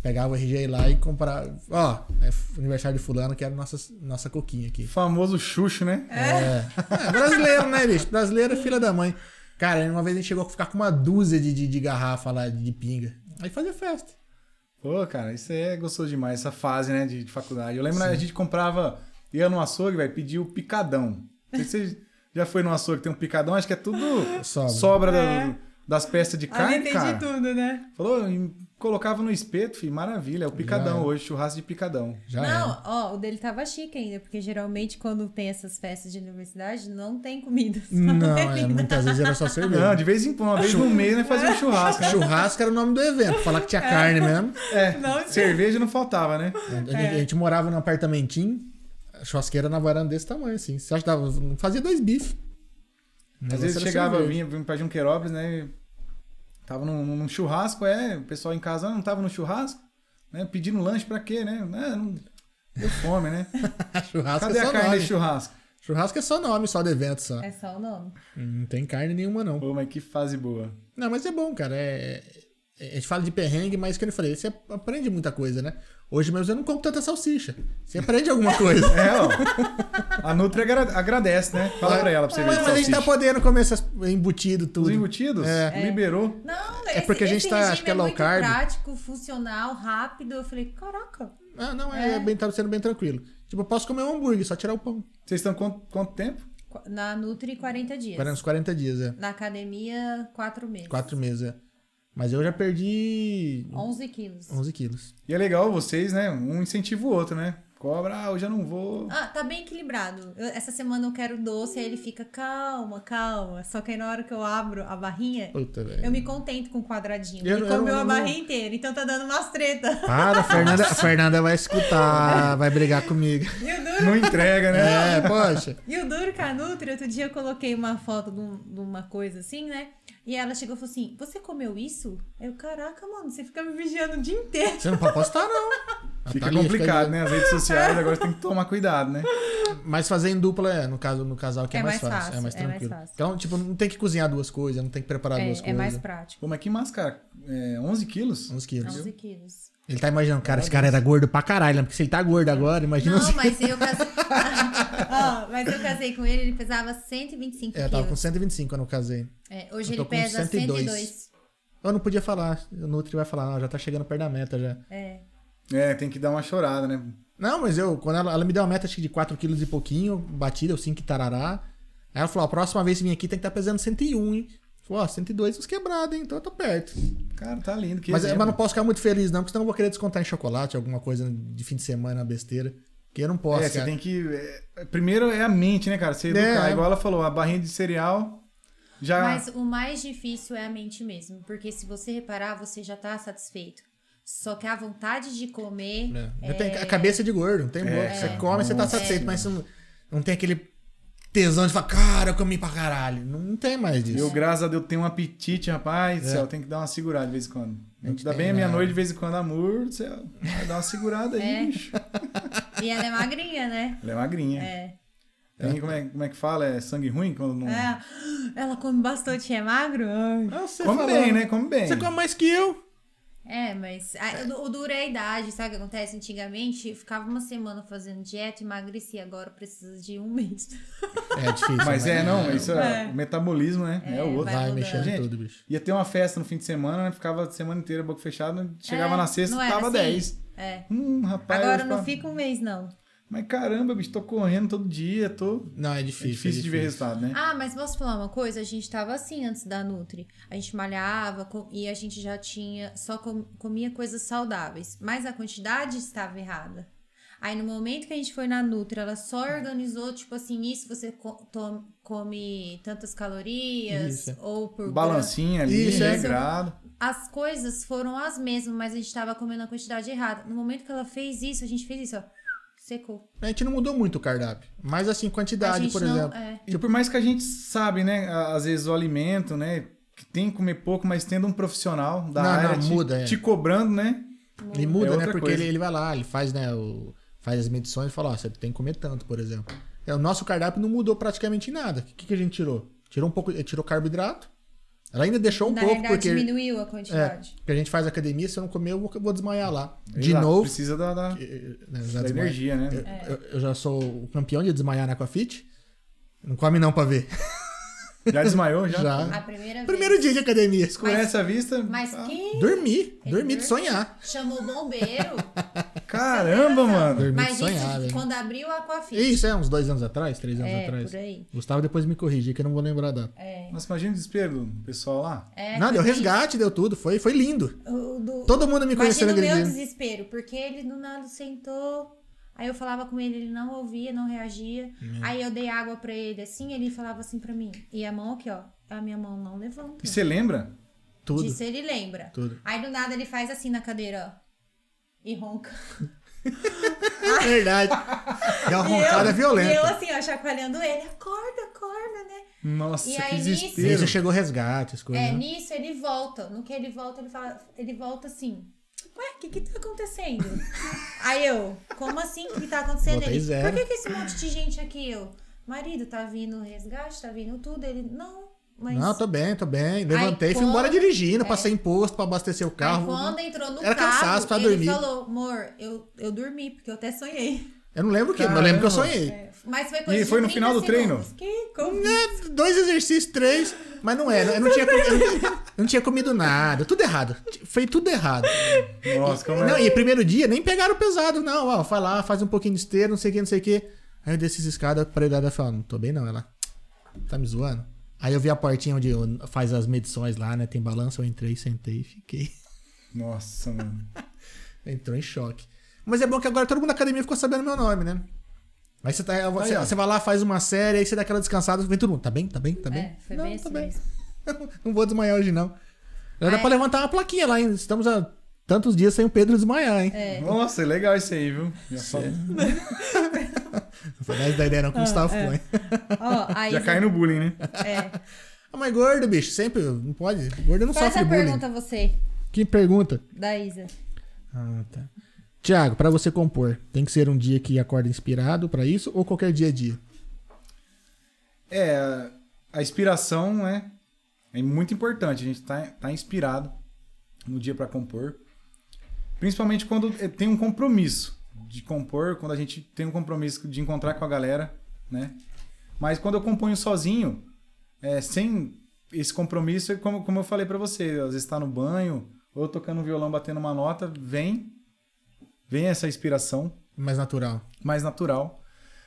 Speaker 2: Pegava o RG lá e comprava: Ó, é f- aniversário de Fulano, quero nossa, nossa coquinha aqui.
Speaker 4: Famoso Xuxo, né?
Speaker 2: É, brasileiro, né, bicho? Brasileiro é filha da mãe. Cara, uma vez a gente chegou a ficar com uma dúzia de, de, de garrafa lá de pinga. Aí fazia festa.
Speaker 4: Pô, cara, isso é gostoso demais, essa fase, né, de, de faculdade. Eu lembro, né, a gente comprava, ia no açougue, vai pedir o picadão. Não sei se você já foi no açougue, tem um picadão, acho que é tudo
Speaker 2: Sobra.
Speaker 4: sobra, da- das peças de
Speaker 1: É. Ali
Speaker 4: carne,
Speaker 1: tem de
Speaker 4: cara.
Speaker 1: tudo, né?
Speaker 4: Falou, e colocava no espeto, filho, maravilha, é o picadão
Speaker 2: era.
Speaker 4: hoje, churrasco de picadão.
Speaker 2: Já
Speaker 1: não,
Speaker 2: era.
Speaker 1: ó, o dele tava chique ainda, porque geralmente quando tem essas festas de universidade, não tem comida. só
Speaker 2: Não, é,
Speaker 1: bebida.
Speaker 2: muitas vezes era só cerveja.
Speaker 4: Não, de vez em quando, uma vez no mês, né, fazia um churrasco. né?
Speaker 2: Churrasco era o nome do evento. Falar que tinha carne mesmo.
Speaker 4: É,
Speaker 1: Não,
Speaker 4: cerveja não faltava, né?
Speaker 2: A gente, a gente morava num apartamentinho, a churrasqueira na varanda desse tamanho, assim. Você acha que dava, fazia dois bifes.
Speaker 4: Às
Speaker 2: Mas
Speaker 4: vezes
Speaker 2: era
Speaker 4: chegava,
Speaker 2: cerveja.
Speaker 4: vinha, vinha pra Junqueirópolis, né? Tava num, num churrasco, é, o pessoal em casa "Ah, não tava no churrasco, né? Pedindo lanche pra quê, né? Ah, não, deu fome, né?
Speaker 2: churrasco
Speaker 4: Cadê
Speaker 2: é
Speaker 4: a
Speaker 2: só
Speaker 4: carne
Speaker 2: nome.
Speaker 4: desse churrasco?
Speaker 2: Churrasco é só nome, só de evento, só.
Speaker 1: É só o nome.
Speaker 2: Não tem carne nenhuma, não.
Speaker 4: Pô, mas que fase boa.
Speaker 2: Não, mas é bom, cara. É, é- a gente fala de perrengue, mas que eu falei, você aprende muita coisa, né? Hoje mesmo eu não como tanta salsicha. Você aprende alguma coisa.
Speaker 4: É, ó. A Nutri agra- agradece, né? Fala pra ela pra você ver
Speaker 2: mas,
Speaker 4: de
Speaker 2: mas a gente tá
Speaker 4: salsicha.
Speaker 2: podendo comer essas embutido tudo.
Speaker 4: Os embutidos?
Speaker 2: É.
Speaker 4: Liberou.
Speaker 1: Não,
Speaker 2: É
Speaker 1: esse,
Speaker 2: porque a gente
Speaker 1: esse
Speaker 2: tá-
Speaker 1: regime
Speaker 2: acho que é
Speaker 1: é
Speaker 2: low
Speaker 1: muito
Speaker 2: carb.
Speaker 1: prático, funcional, rápido. Eu falei, caraca.
Speaker 2: Ah, não, é,
Speaker 1: É.
Speaker 2: bem, tá sendo bem tranquilo. Tipo, eu posso comer um hambúrguer, só tirar o pão.
Speaker 4: Vocês estão quanto, quanto tempo?
Speaker 1: Qu- Na Nutri, 40 dias.
Speaker 2: Agora é uns 40 dias, é.
Speaker 1: Na academia, 4 meses.
Speaker 2: Quatro meses, é. Mas eu já perdi
Speaker 1: 11 quilos.
Speaker 2: 11 quilos.
Speaker 4: E é legal vocês, né? Um incentiva o outro, né? Cobra, ah, hoje eu não vou.
Speaker 1: Ah, tá bem equilibrado. Eu- essa semana eu quero doce, aí ele fica, calma, calma. Só que aí na hora que eu abro a barrinha,
Speaker 2: Puta,
Speaker 1: eu
Speaker 2: velho.
Speaker 1: me contento com o quadradinho.
Speaker 2: Eu-
Speaker 1: ele
Speaker 2: eu-
Speaker 1: comeu
Speaker 2: eu
Speaker 1: a
Speaker 2: não-
Speaker 1: barrinha inteira, então tá dando umas treta.
Speaker 2: Para, a Fernanda, a Fernanda vai escutar, vai brigar comigo.
Speaker 1: E o duro,
Speaker 4: Não entrega, né?
Speaker 2: É, poxa.
Speaker 1: e o duro com a Nutri, outro dia eu coloquei uma foto de, um- de uma coisa assim, né? E ela chegou e falou assim, você comeu isso? Eu, caraca, mano, você fica me vigiando o dia inteiro.
Speaker 2: Você não pode postar, não. Tá A
Speaker 4: Fica
Speaker 2: Thalia
Speaker 4: complicado, né? As redes sociais agora tem que tomar cuidado, né?
Speaker 2: Mas fazer em dupla é, no caso no casal que é,
Speaker 1: É
Speaker 2: mais
Speaker 1: mais
Speaker 2: fácil, é mais
Speaker 1: fácil, é mais
Speaker 2: tranquilo.
Speaker 1: fácil.
Speaker 2: Então, tipo, não tem que cozinhar duas coisas, não tem que preparar
Speaker 1: É,
Speaker 2: duas
Speaker 1: é
Speaker 2: coisas.
Speaker 1: mais prático.
Speaker 4: Pô, mas que massa, cara. É, 11 quilos?
Speaker 2: Uns quilos.
Speaker 1: 11 quilos.
Speaker 2: Ele tá imaginando, cara, esse cara era gordo pra caralho, né? porque se ele tá gordo agora, imagina
Speaker 1: Não,
Speaker 2: se...
Speaker 1: mas eu casei. Ó, mas eu casei com ele, ele pesava 125
Speaker 2: É, eu tava com
Speaker 1: quilos.
Speaker 2: 125 quando eu casei.
Speaker 1: É, hoje
Speaker 2: eu tô
Speaker 1: ele
Speaker 2: com
Speaker 1: pesa
Speaker 2: 102.
Speaker 1: 102.
Speaker 2: Eu não podia falar, o Nutri vai falar, não, já tá chegando perto da meta já.
Speaker 1: É.
Speaker 4: É, tem que dar uma chorada, né?
Speaker 2: Não, mas eu, quando ela, ela me deu uma meta acho que de 4 quilos e pouquinho, batida, eu 5 e tarará. Aí ela falou, ó, a próxima vez que vir aqui tem que estar pesando 101, hein? Eu Falei, ó, 102 uns quebrados, hein? Então eu tô perto.
Speaker 4: Cara, tá lindo. Que
Speaker 2: Mas, é,
Speaker 4: exemplo.
Speaker 2: mas não posso ficar muito feliz, não, porque senão eu vou querer descontar em chocolate, alguma coisa de fim de semana, besteira. Que eu não posso.
Speaker 4: É, você
Speaker 2: cara.
Speaker 4: tem que. é, primeiro é a mente, né, cara? Você educar.
Speaker 2: É.
Speaker 4: Igual ela falou, a barrinha de cereal
Speaker 2: Ah.
Speaker 4: já.
Speaker 1: Mas o mais difícil é a mente mesmo, porque se você reparar, você já tá satisfeito. Só que a vontade de comer.
Speaker 2: É. Eu tenho a cabeça de gordo, não tem
Speaker 4: É.
Speaker 2: boca. Você come, você tá
Speaker 4: Nossa.
Speaker 2: satisfeito, mas você não, não tem aquele tesão de falar, cara, eu comi pra caralho. Não, não tem mais disso.
Speaker 4: Eu, graças a Deus, tenho um apetite, rapaz. do
Speaker 2: É.
Speaker 4: Céu, tem que dar uma segurada de vez em quando.
Speaker 2: gente
Speaker 4: Ainda
Speaker 2: tem,
Speaker 4: bem a
Speaker 2: né?
Speaker 4: minha noite de vez em quando, amor do céu. Vai dar uma segurada aí,
Speaker 1: É.
Speaker 4: bicho.
Speaker 1: E ela é magrinha, né?
Speaker 4: Ela é magrinha.
Speaker 1: É.
Speaker 4: Tem, como, é, como é que fala? É sangue ruim quando não.
Speaker 1: É. Ela come bastante e é magro? Ai.
Speaker 2: Ah, você
Speaker 4: Come
Speaker 2: falou.
Speaker 4: bem, né? Come bem.
Speaker 2: Você come mais que eu.
Speaker 1: É, mas a- o, o duro é a idade, sabe o que acontece? Antigamente, ficava uma semana fazendo dieta, emagrecia, agora precisa de um mês.
Speaker 2: É difícil.
Speaker 4: Mas é, não, isso é,
Speaker 1: É.
Speaker 4: o metabolismo, né? É,
Speaker 1: É,
Speaker 4: o outro.
Speaker 2: Vai,
Speaker 1: mudando.
Speaker 2: mexendo
Speaker 4: Gente,
Speaker 2: tudo, bicho.
Speaker 4: Ia ter uma festa no fim de semana, né? Ficava a semana inteira boca fechada, chegava
Speaker 1: É,
Speaker 4: na sexta,
Speaker 1: não era
Speaker 4: tava
Speaker 1: assim?
Speaker 4: 10.
Speaker 1: É.
Speaker 4: Hum, rapaz.
Speaker 1: Agora
Speaker 4: eu
Speaker 1: não
Speaker 4: ficava-
Speaker 1: fica um mês, não.
Speaker 4: Mas caramba, bicho, tô correndo todo dia, tô.
Speaker 2: Não, é
Speaker 4: É
Speaker 2: difícil.
Speaker 4: difícil, de ver resultado, né?
Speaker 1: Ah, mas posso falar uma coisa? A gente tava assim antes da Nutri. A gente malhava co- e a gente já tinha. Só com- comia coisas saudáveis. Mas a quantidade estava errada. Aí no momento que a gente foi na Nutri, ela só organizou, tipo assim, isso você co- to- come tantas calorias
Speaker 2: Isso. é.
Speaker 1: ou por grama.
Speaker 4: Balancinha ali,
Speaker 2: Isso,
Speaker 1: é.
Speaker 4: regrado.
Speaker 1: As coisas foram as mesmas, mas a gente tava comendo a quantidade errada. No momento que ela fez isso, a gente fez isso, ó. Secou.
Speaker 2: A gente não mudou muito o cardápio. Mas assim,
Speaker 1: a
Speaker 2: quantidade,
Speaker 1: gente
Speaker 2: por
Speaker 1: não.
Speaker 2: exemplo.
Speaker 1: É.
Speaker 4: E por mais que a gente sabe, né, a- às vezes o alimento, né, que tem que comer pouco, mas tendo um profissional da
Speaker 2: Não,
Speaker 4: área
Speaker 2: não,
Speaker 4: te,
Speaker 2: muda, é.
Speaker 4: te cobrando, né?
Speaker 2: Ele muda,
Speaker 4: É
Speaker 2: né?
Speaker 4: outra
Speaker 2: Porque
Speaker 4: coisa.
Speaker 2: ele, ele vai lá, ele faz, né, o- faz as medições e fala, ó, você tem que comer tanto, por exemplo. É, O nosso cardápio não mudou praticamente em nada. O que, que a gente tirou? Tirou um pouco, eh, tirou carboidrato. Ela ainda deixou um
Speaker 1: Na
Speaker 2: pouco,
Speaker 1: realidade,
Speaker 2: porque,
Speaker 1: diminuiu a
Speaker 2: é,
Speaker 1: quantidade.
Speaker 2: porque a gente faz academia, se eu não comer, eu vou, eu vou desmaiar lá.
Speaker 4: Sei
Speaker 2: De
Speaker 4: lá,
Speaker 2: novo.
Speaker 4: Precisa da, da-
Speaker 2: eh, né, já
Speaker 4: da
Speaker 2: desmaio.
Speaker 4: energia, né?
Speaker 2: Eu, eu- eu já sou o campeão de desmaiar na Aquafit. Não come não pra ver.
Speaker 4: Já desmaiou? Já.
Speaker 2: Já.
Speaker 1: A primeira vez.
Speaker 2: É. Primeiro dia de academia.
Speaker 4: Escurece a vista.
Speaker 1: Mas
Speaker 4: Ah,
Speaker 1: quem
Speaker 2: Dormir.
Speaker 1: É
Speaker 2: Dormir
Speaker 1: dormir.
Speaker 2: de sonhar.
Speaker 1: chamou o bombeiro?
Speaker 4: Caramba, mano.
Speaker 2: Dormir de
Speaker 1: mas
Speaker 2: sonhar,
Speaker 1: isso
Speaker 2: velho.
Speaker 1: quando abriu a Aquafit.
Speaker 2: Isso é uns dois anos atrás, três anos
Speaker 1: É,
Speaker 2: atrás.
Speaker 1: por aí.
Speaker 2: Gustavo depois me corrigir, que eu não vou lembrar da. data.
Speaker 1: É.
Speaker 4: Nossa, imagina o desespero do pessoal lá.
Speaker 1: É,
Speaker 2: não, deu
Speaker 1: porque-
Speaker 2: resgate, deu tudo. Foi, foi lindo.
Speaker 1: o do-
Speaker 2: Todo mundo me conheceu
Speaker 1: Imagina o
Speaker 2: naquele
Speaker 1: meu
Speaker 2: dia.
Speaker 1: desespero, porque ele do nada sentou. Aí eu falava com ele, ele não ouvia, não reagia. Aí eu dei água pra ele assim, ele falava assim pra mim. E a mão aqui, ó. A minha mão não levanta.
Speaker 4: E você lembra?
Speaker 2: é Tudo.
Speaker 1: Disso ele lembra.
Speaker 2: Tudo.
Speaker 1: Aí do nada ele faz assim na cadeira, ó. E ronca.
Speaker 2: É Verdade. Deu uma roncada
Speaker 1: E
Speaker 2: é
Speaker 1: eu-
Speaker 2: violenta.
Speaker 1: E eu assim, ó, chacoalhando ele. Acorda, acorda, né?
Speaker 4: Nossa,
Speaker 1: E
Speaker 4: que
Speaker 1: aí,
Speaker 4: desespero.
Speaker 2: Nisso chegou resgate, as coisas.
Speaker 1: É,
Speaker 2: né?
Speaker 1: nisso ele volta. No que ele volta, ele fala, ele volta assim. Ué, o que que tá acontecendo? Aí eu, como assim? O que que tá acontecendo?
Speaker 2: Botei
Speaker 1: Ele,
Speaker 2: zero.
Speaker 1: Por que que esse monte de gente aqui? Eu, marido, tá vindo resgate, tá vindo tudo. Ele, não, mas...
Speaker 2: Não, tô bem, tô bem. Levantei,
Speaker 1: Aí
Speaker 2: fui embora
Speaker 1: quando- é.
Speaker 2: dirigindo, passei imposto pra abastecer o
Speaker 1: Aí
Speaker 2: carro.
Speaker 1: quando entrou no
Speaker 2: Era
Speaker 1: carro,
Speaker 2: cansaço pra
Speaker 1: ele
Speaker 2: dormir.
Speaker 1: falou, amor, eu, eu dormi, porque eu até sonhei. É,
Speaker 2: Eu não lembro o que, mas eu lembro que eu
Speaker 4: Caramba.
Speaker 2: sonhei.
Speaker 1: Mas foi coisa
Speaker 4: E
Speaker 1: de
Speaker 4: foi no
Speaker 1: 30
Speaker 4: final do treino?
Speaker 1: segundos. Que como...
Speaker 2: É, dois exercícios, três, mas não era. Eu não tinha, comi- eu não tinha- eu não tinha comido nada, tudo errado. Foi tudo errado.
Speaker 4: Nossa, como
Speaker 2: Não,
Speaker 4: é?
Speaker 2: e primeiro dia nem pegaram pesado, não. Ó, vai lá, faz um pouquinho de esteira, não sei o que, não sei o que. Aí eu desci essa escada, parei dela e falei, "Ah, não tô bem não. Ela, tá me zoando? Aí eu vi a portinha onde eu- faz as medições lá, né? Tem balança, eu entrei, sentei e fiquei.
Speaker 4: Nossa, mano.
Speaker 2: Entrou em choque. Mas é bom que agora todo mundo da academia ficou sabendo meu nome, né? Aí você, tá, você,
Speaker 4: ó.
Speaker 2: você vai lá, faz uma série, aí você dá aquela descansada, vem todo mundo, tá bem, tá bem, tá bem?
Speaker 1: É, foi
Speaker 2: não,
Speaker 1: bem
Speaker 2: tá
Speaker 1: isso
Speaker 2: bem.
Speaker 1: mesmo.
Speaker 2: não vou desmaiar hoje, não. Já dá
Speaker 1: Ah,
Speaker 2: pra
Speaker 1: é?
Speaker 2: levantar uma plaquinha lá, hein? Estamos há tantos dias sem o Pedro desmaiar, hein?
Speaker 1: É.
Speaker 4: Nossa, legal isso aí, viu? Já, só-
Speaker 2: Não foi dessa da ideia,
Speaker 1: Ah,
Speaker 2: não, que o Gustavo
Speaker 1: é.
Speaker 2: foi.
Speaker 1: Ó, aí
Speaker 4: já cai no bullying, né?
Speaker 1: é.
Speaker 2: Ah, mas gordo, bicho, sempre. Não pode. Gordo não
Speaker 1: Faz
Speaker 2: sofre
Speaker 1: a
Speaker 2: bullying.
Speaker 1: pergunta a você,
Speaker 2: Que pergunta?
Speaker 1: da Isa.
Speaker 2: Ah, tá. Tiago, pra você compor, tem que ser um dia que acorda inspirado pra isso ou qualquer dia a dia?
Speaker 4: É, a inspiração né, é muito importante. A gente tá, tá inspirado no dia para compor. Principalmente quando eh, tem um compromisso de compor, quando a gente tem um compromisso de encontrar com a galera, né? Mas quando eu componho sozinho, é, sem esse compromisso, é como, como eu falei para você, às vezes tá no banho, ou tocando um violão, batendo uma nota, vem, vem essa inspiração
Speaker 2: Mais natural.
Speaker 4: mais natural.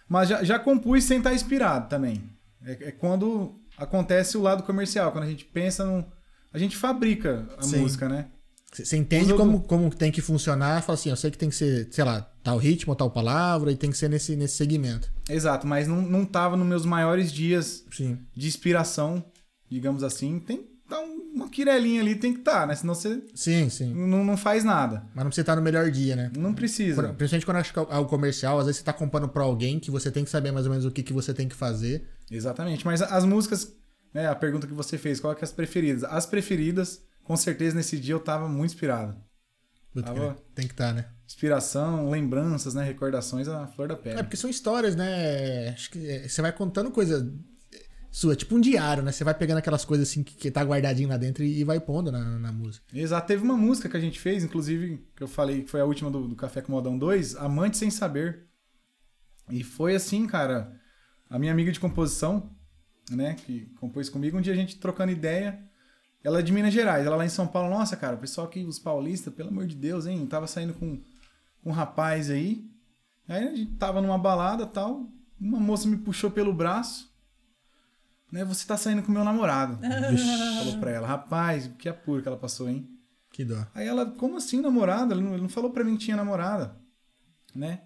Speaker 4: Mas já, já compus sem estar inspirado também. É, é quando acontece o lado comercial, quando a gente pensa num. A gente fabrica a
Speaker 2: Sim.
Speaker 4: música, né?
Speaker 2: C- Você entende
Speaker 4: Usa
Speaker 2: como, como tem que funcionar? Fala assim, eu sei que tem que ser, sei lá, tal ritmo, tal palavra, e tem que ser nesse, nesse segmento.
Speaker 4: Exato, mas não, não tava nos meus maiores dias
Speaker 2: Sim.
Speaker 4: de inspiração, digamos assim. Tem que dar um- uma quirelinha ali, tem que estar, né? Senão você
Speaker 2: Sim, sim.
Speaker 4: não, não faz nada.
Speaker 2: Mas não precisa estar no melhor dia, né?
Speaker 4: Não
Speaker 2: Quando-
Speaker 4: precisa.
Speaker 2: Principalmente quando acho que é o comercial, às vezes você tá comprando pra alguém que você tem que saber mais ou menos o que, que você tem que fazer.
Speaker 4: Exatamente. Mas as músicas, né? A pergunta que você fez, qual que é as preferidas? As preferidas, com certeza, nesse dia eu tava muito inspirado.
Speaker 2: Puta
Speaker 4: Ah,
Speaker 2: que
Speaker 4: boa.
Speaker 2: pariu. tem que estar, né?
Speaker 4: Inspiração, lembranças, né? Recordações à flor da
Speaker 2: É
Speaker 4: pele.
Speaker 2: porque são histórias, né? Acho que é, você vai contando coisa sua, tipo um diário, né? Você vai pegando aquelas coisas assim que, que tá guardadinho lá dentro e, e vai pondo na, na música.
Speaker 4: Exato, teve uma música que a gente fez, inclusive, que eu falei que foi a última do, do Café com Modão 2, Amante Sem Saber. E foi assim, cara, a minha amiga de composição, né, que compôs comigo, um dia a gente trocando ideia, ela é de Minas Gerais, ela lá em São Paulo, nossa, cara, o pessoal aqui, os paulistas, pelo amor de Deus, hein, tava saindo com, com um rapaz aí, Aí a gente tava numa balada tal, uma moça me puxou pelo braço, né? Você tá saindo com meu namorado. falou pra ela, rapaz, que apuro que ela passou, hein?
Speaker 2: Que dó.
Speaker 4: Aí ela, como assim namorada? Ele não, ele não falou pra mim que tinha namorada, né?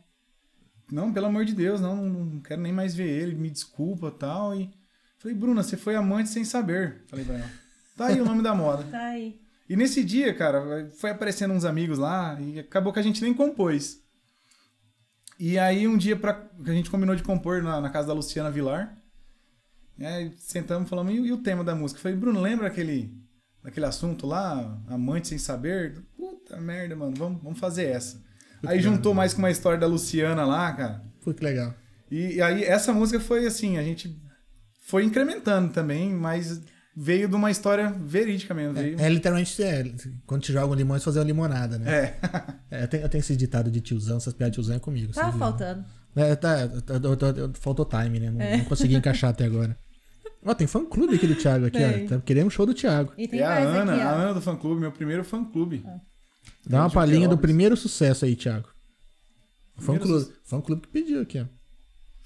Speaker 4: Não, pelo amor de Deus, não, não quero nem mais ver ele, me desculpa tal. E falei, Bruna, você foi amante sem saber. Falei pra ela, tá aí o nome da moda.
Speaker 1: Tá aí.
Speaker 4: E nesse dia, cara, foi aparecendo uns amigos lá e acabou que a gente nem compôs. E aí um dia pra, que a gente combinou de compor na, na casa da Luciana Vilar. né, e sentamos falamos, e, e o tema da música? Eu falei, Bruno, lembra aquele, aquele assunto lá? Amante sem saber? Puta merda, mano, vamos, vamos fazer essa. Aí juntou mais com uma história da Luciana lá, cara.
Speaker 2: Pô, que legal.
Speaker 4: E, e aí essa música foi assim, a gente foi incrementando também, mas veio de uma história verídica mesmo. Veio...
Speaker 2: É literalmente, é, quando te jogam limão, eles fazem uma limonada, né?
Speaker 4: É.
Speaker 2: É, eu, tenho, eu tenho esse ditado de tiozão, essas piadas de tiozão é comigo.
Speaker 1: Tava
Speaker 2: vocês viram.
Speaker 1: Tá faltando.
Speaker 2: É, tá, eu- eu- eu- eu- faltou time, né? Não, não consegui encaixar até agora. Ó, tem fã clube aqui do Thiago aqui,
Speaker 1: Tem.
Speaker 2: ó. Tá querendo um show do Thiago.
Speaker 1: E tem
Speaker 4: É a
Speaker 1: mais
Speaker 4: Ana,
Speaker 1: aqui, ó. Ah.
Speaker 4: a Ana do fã clube, meu primeiro fã clube.
Speaker 2: Dá uma
Speaker 4: Entendi,
Speaker 2: palhinha do
Speaker 4: óbvio.
Speaker 2: primeiro sucesso aí, Thiago. Fã
Speaker 4: Primeiro
Speaker 2: clube, fã clube que pediu aqui, ó.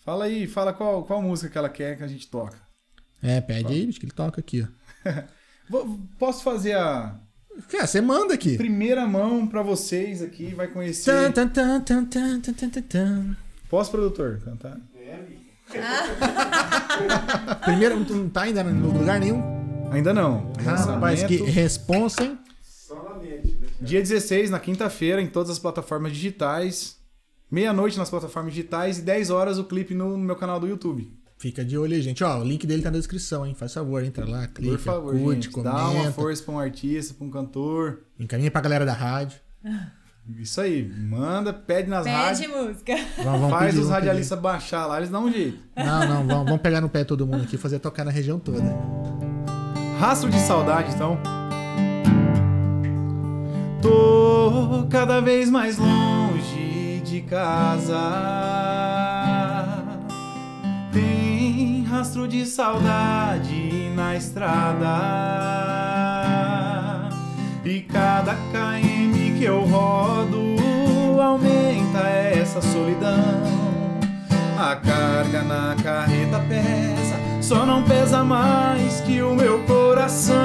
Speaker 4: Fala aí, fala qual, qual música que ela quer que a gente toca.
Speaker 2: É, pede aí, bicho, que ele toca aqui, ó.
Speaker 4: Vou- posso fazer a
Speaker 2: Cara, você manda aqui.
Speaker 4: primeira mão pra vocês aqui, vai conhecer.
Speaker 2: Tan, tan, tan, tan, tan, tan, tan, tan, tan.
Speaker 4: Posso, produtor, cantar?
Speaker 3: Deve.
Speaker 2: Primeiro, tu não tá ainda no lugar nenhum? Tá,
Speaker 4: Ainda não.
Speaker 2: Rapaz,
Speaker 4: Lançamento,
Speaker 2: que responsa, hein?
Speaker 3: Só na mente, né?
Speaker 4: Dia 16, na quinta-feira, em todas as plataformas digitais. Meia-noite nas plataformas digitais e 10 horas o clipe no, no meu canal do YouTube.
Speaker 2: Fica de olho aí, gente. Ó, o link dele tá na descrição, hein? Faz favor, entra lá, clica,
Speaker 4: Por favor,
Speaker 2: curte,
Speaker 4: gente,
Speaker 2: comenta.
Speaker 4: dá uma força pra um artista, pra um cantor.
Speaker 2: Encaminha pra galera da rádio.
Speaker 4: Isso aí, manda, pede nas
Speaker 1: Pede um
Speaker 4: rádios,
Speaker 1: música.
Speaker 2: Vão- vão
Speaker 4: faz
Speaker 2: pedir,
Speaker 4: os
Speaker 2: vão pedir.
Speaker 4: radialistas baixar lá, eles dão um jeito.
Speaker 2: Não, não, vamos, vamos pegar no pé todo mundo aqui e fazer tocar na região toda.
Speaker 4: Rastro de saudade, então. Tô cada vez mais longe de casa. Tem rastro de saudade na estrada. E cada KM que eu rodo aumenta essa solidão. A carga na carreta pesa, só não pesa mais que o meu coração.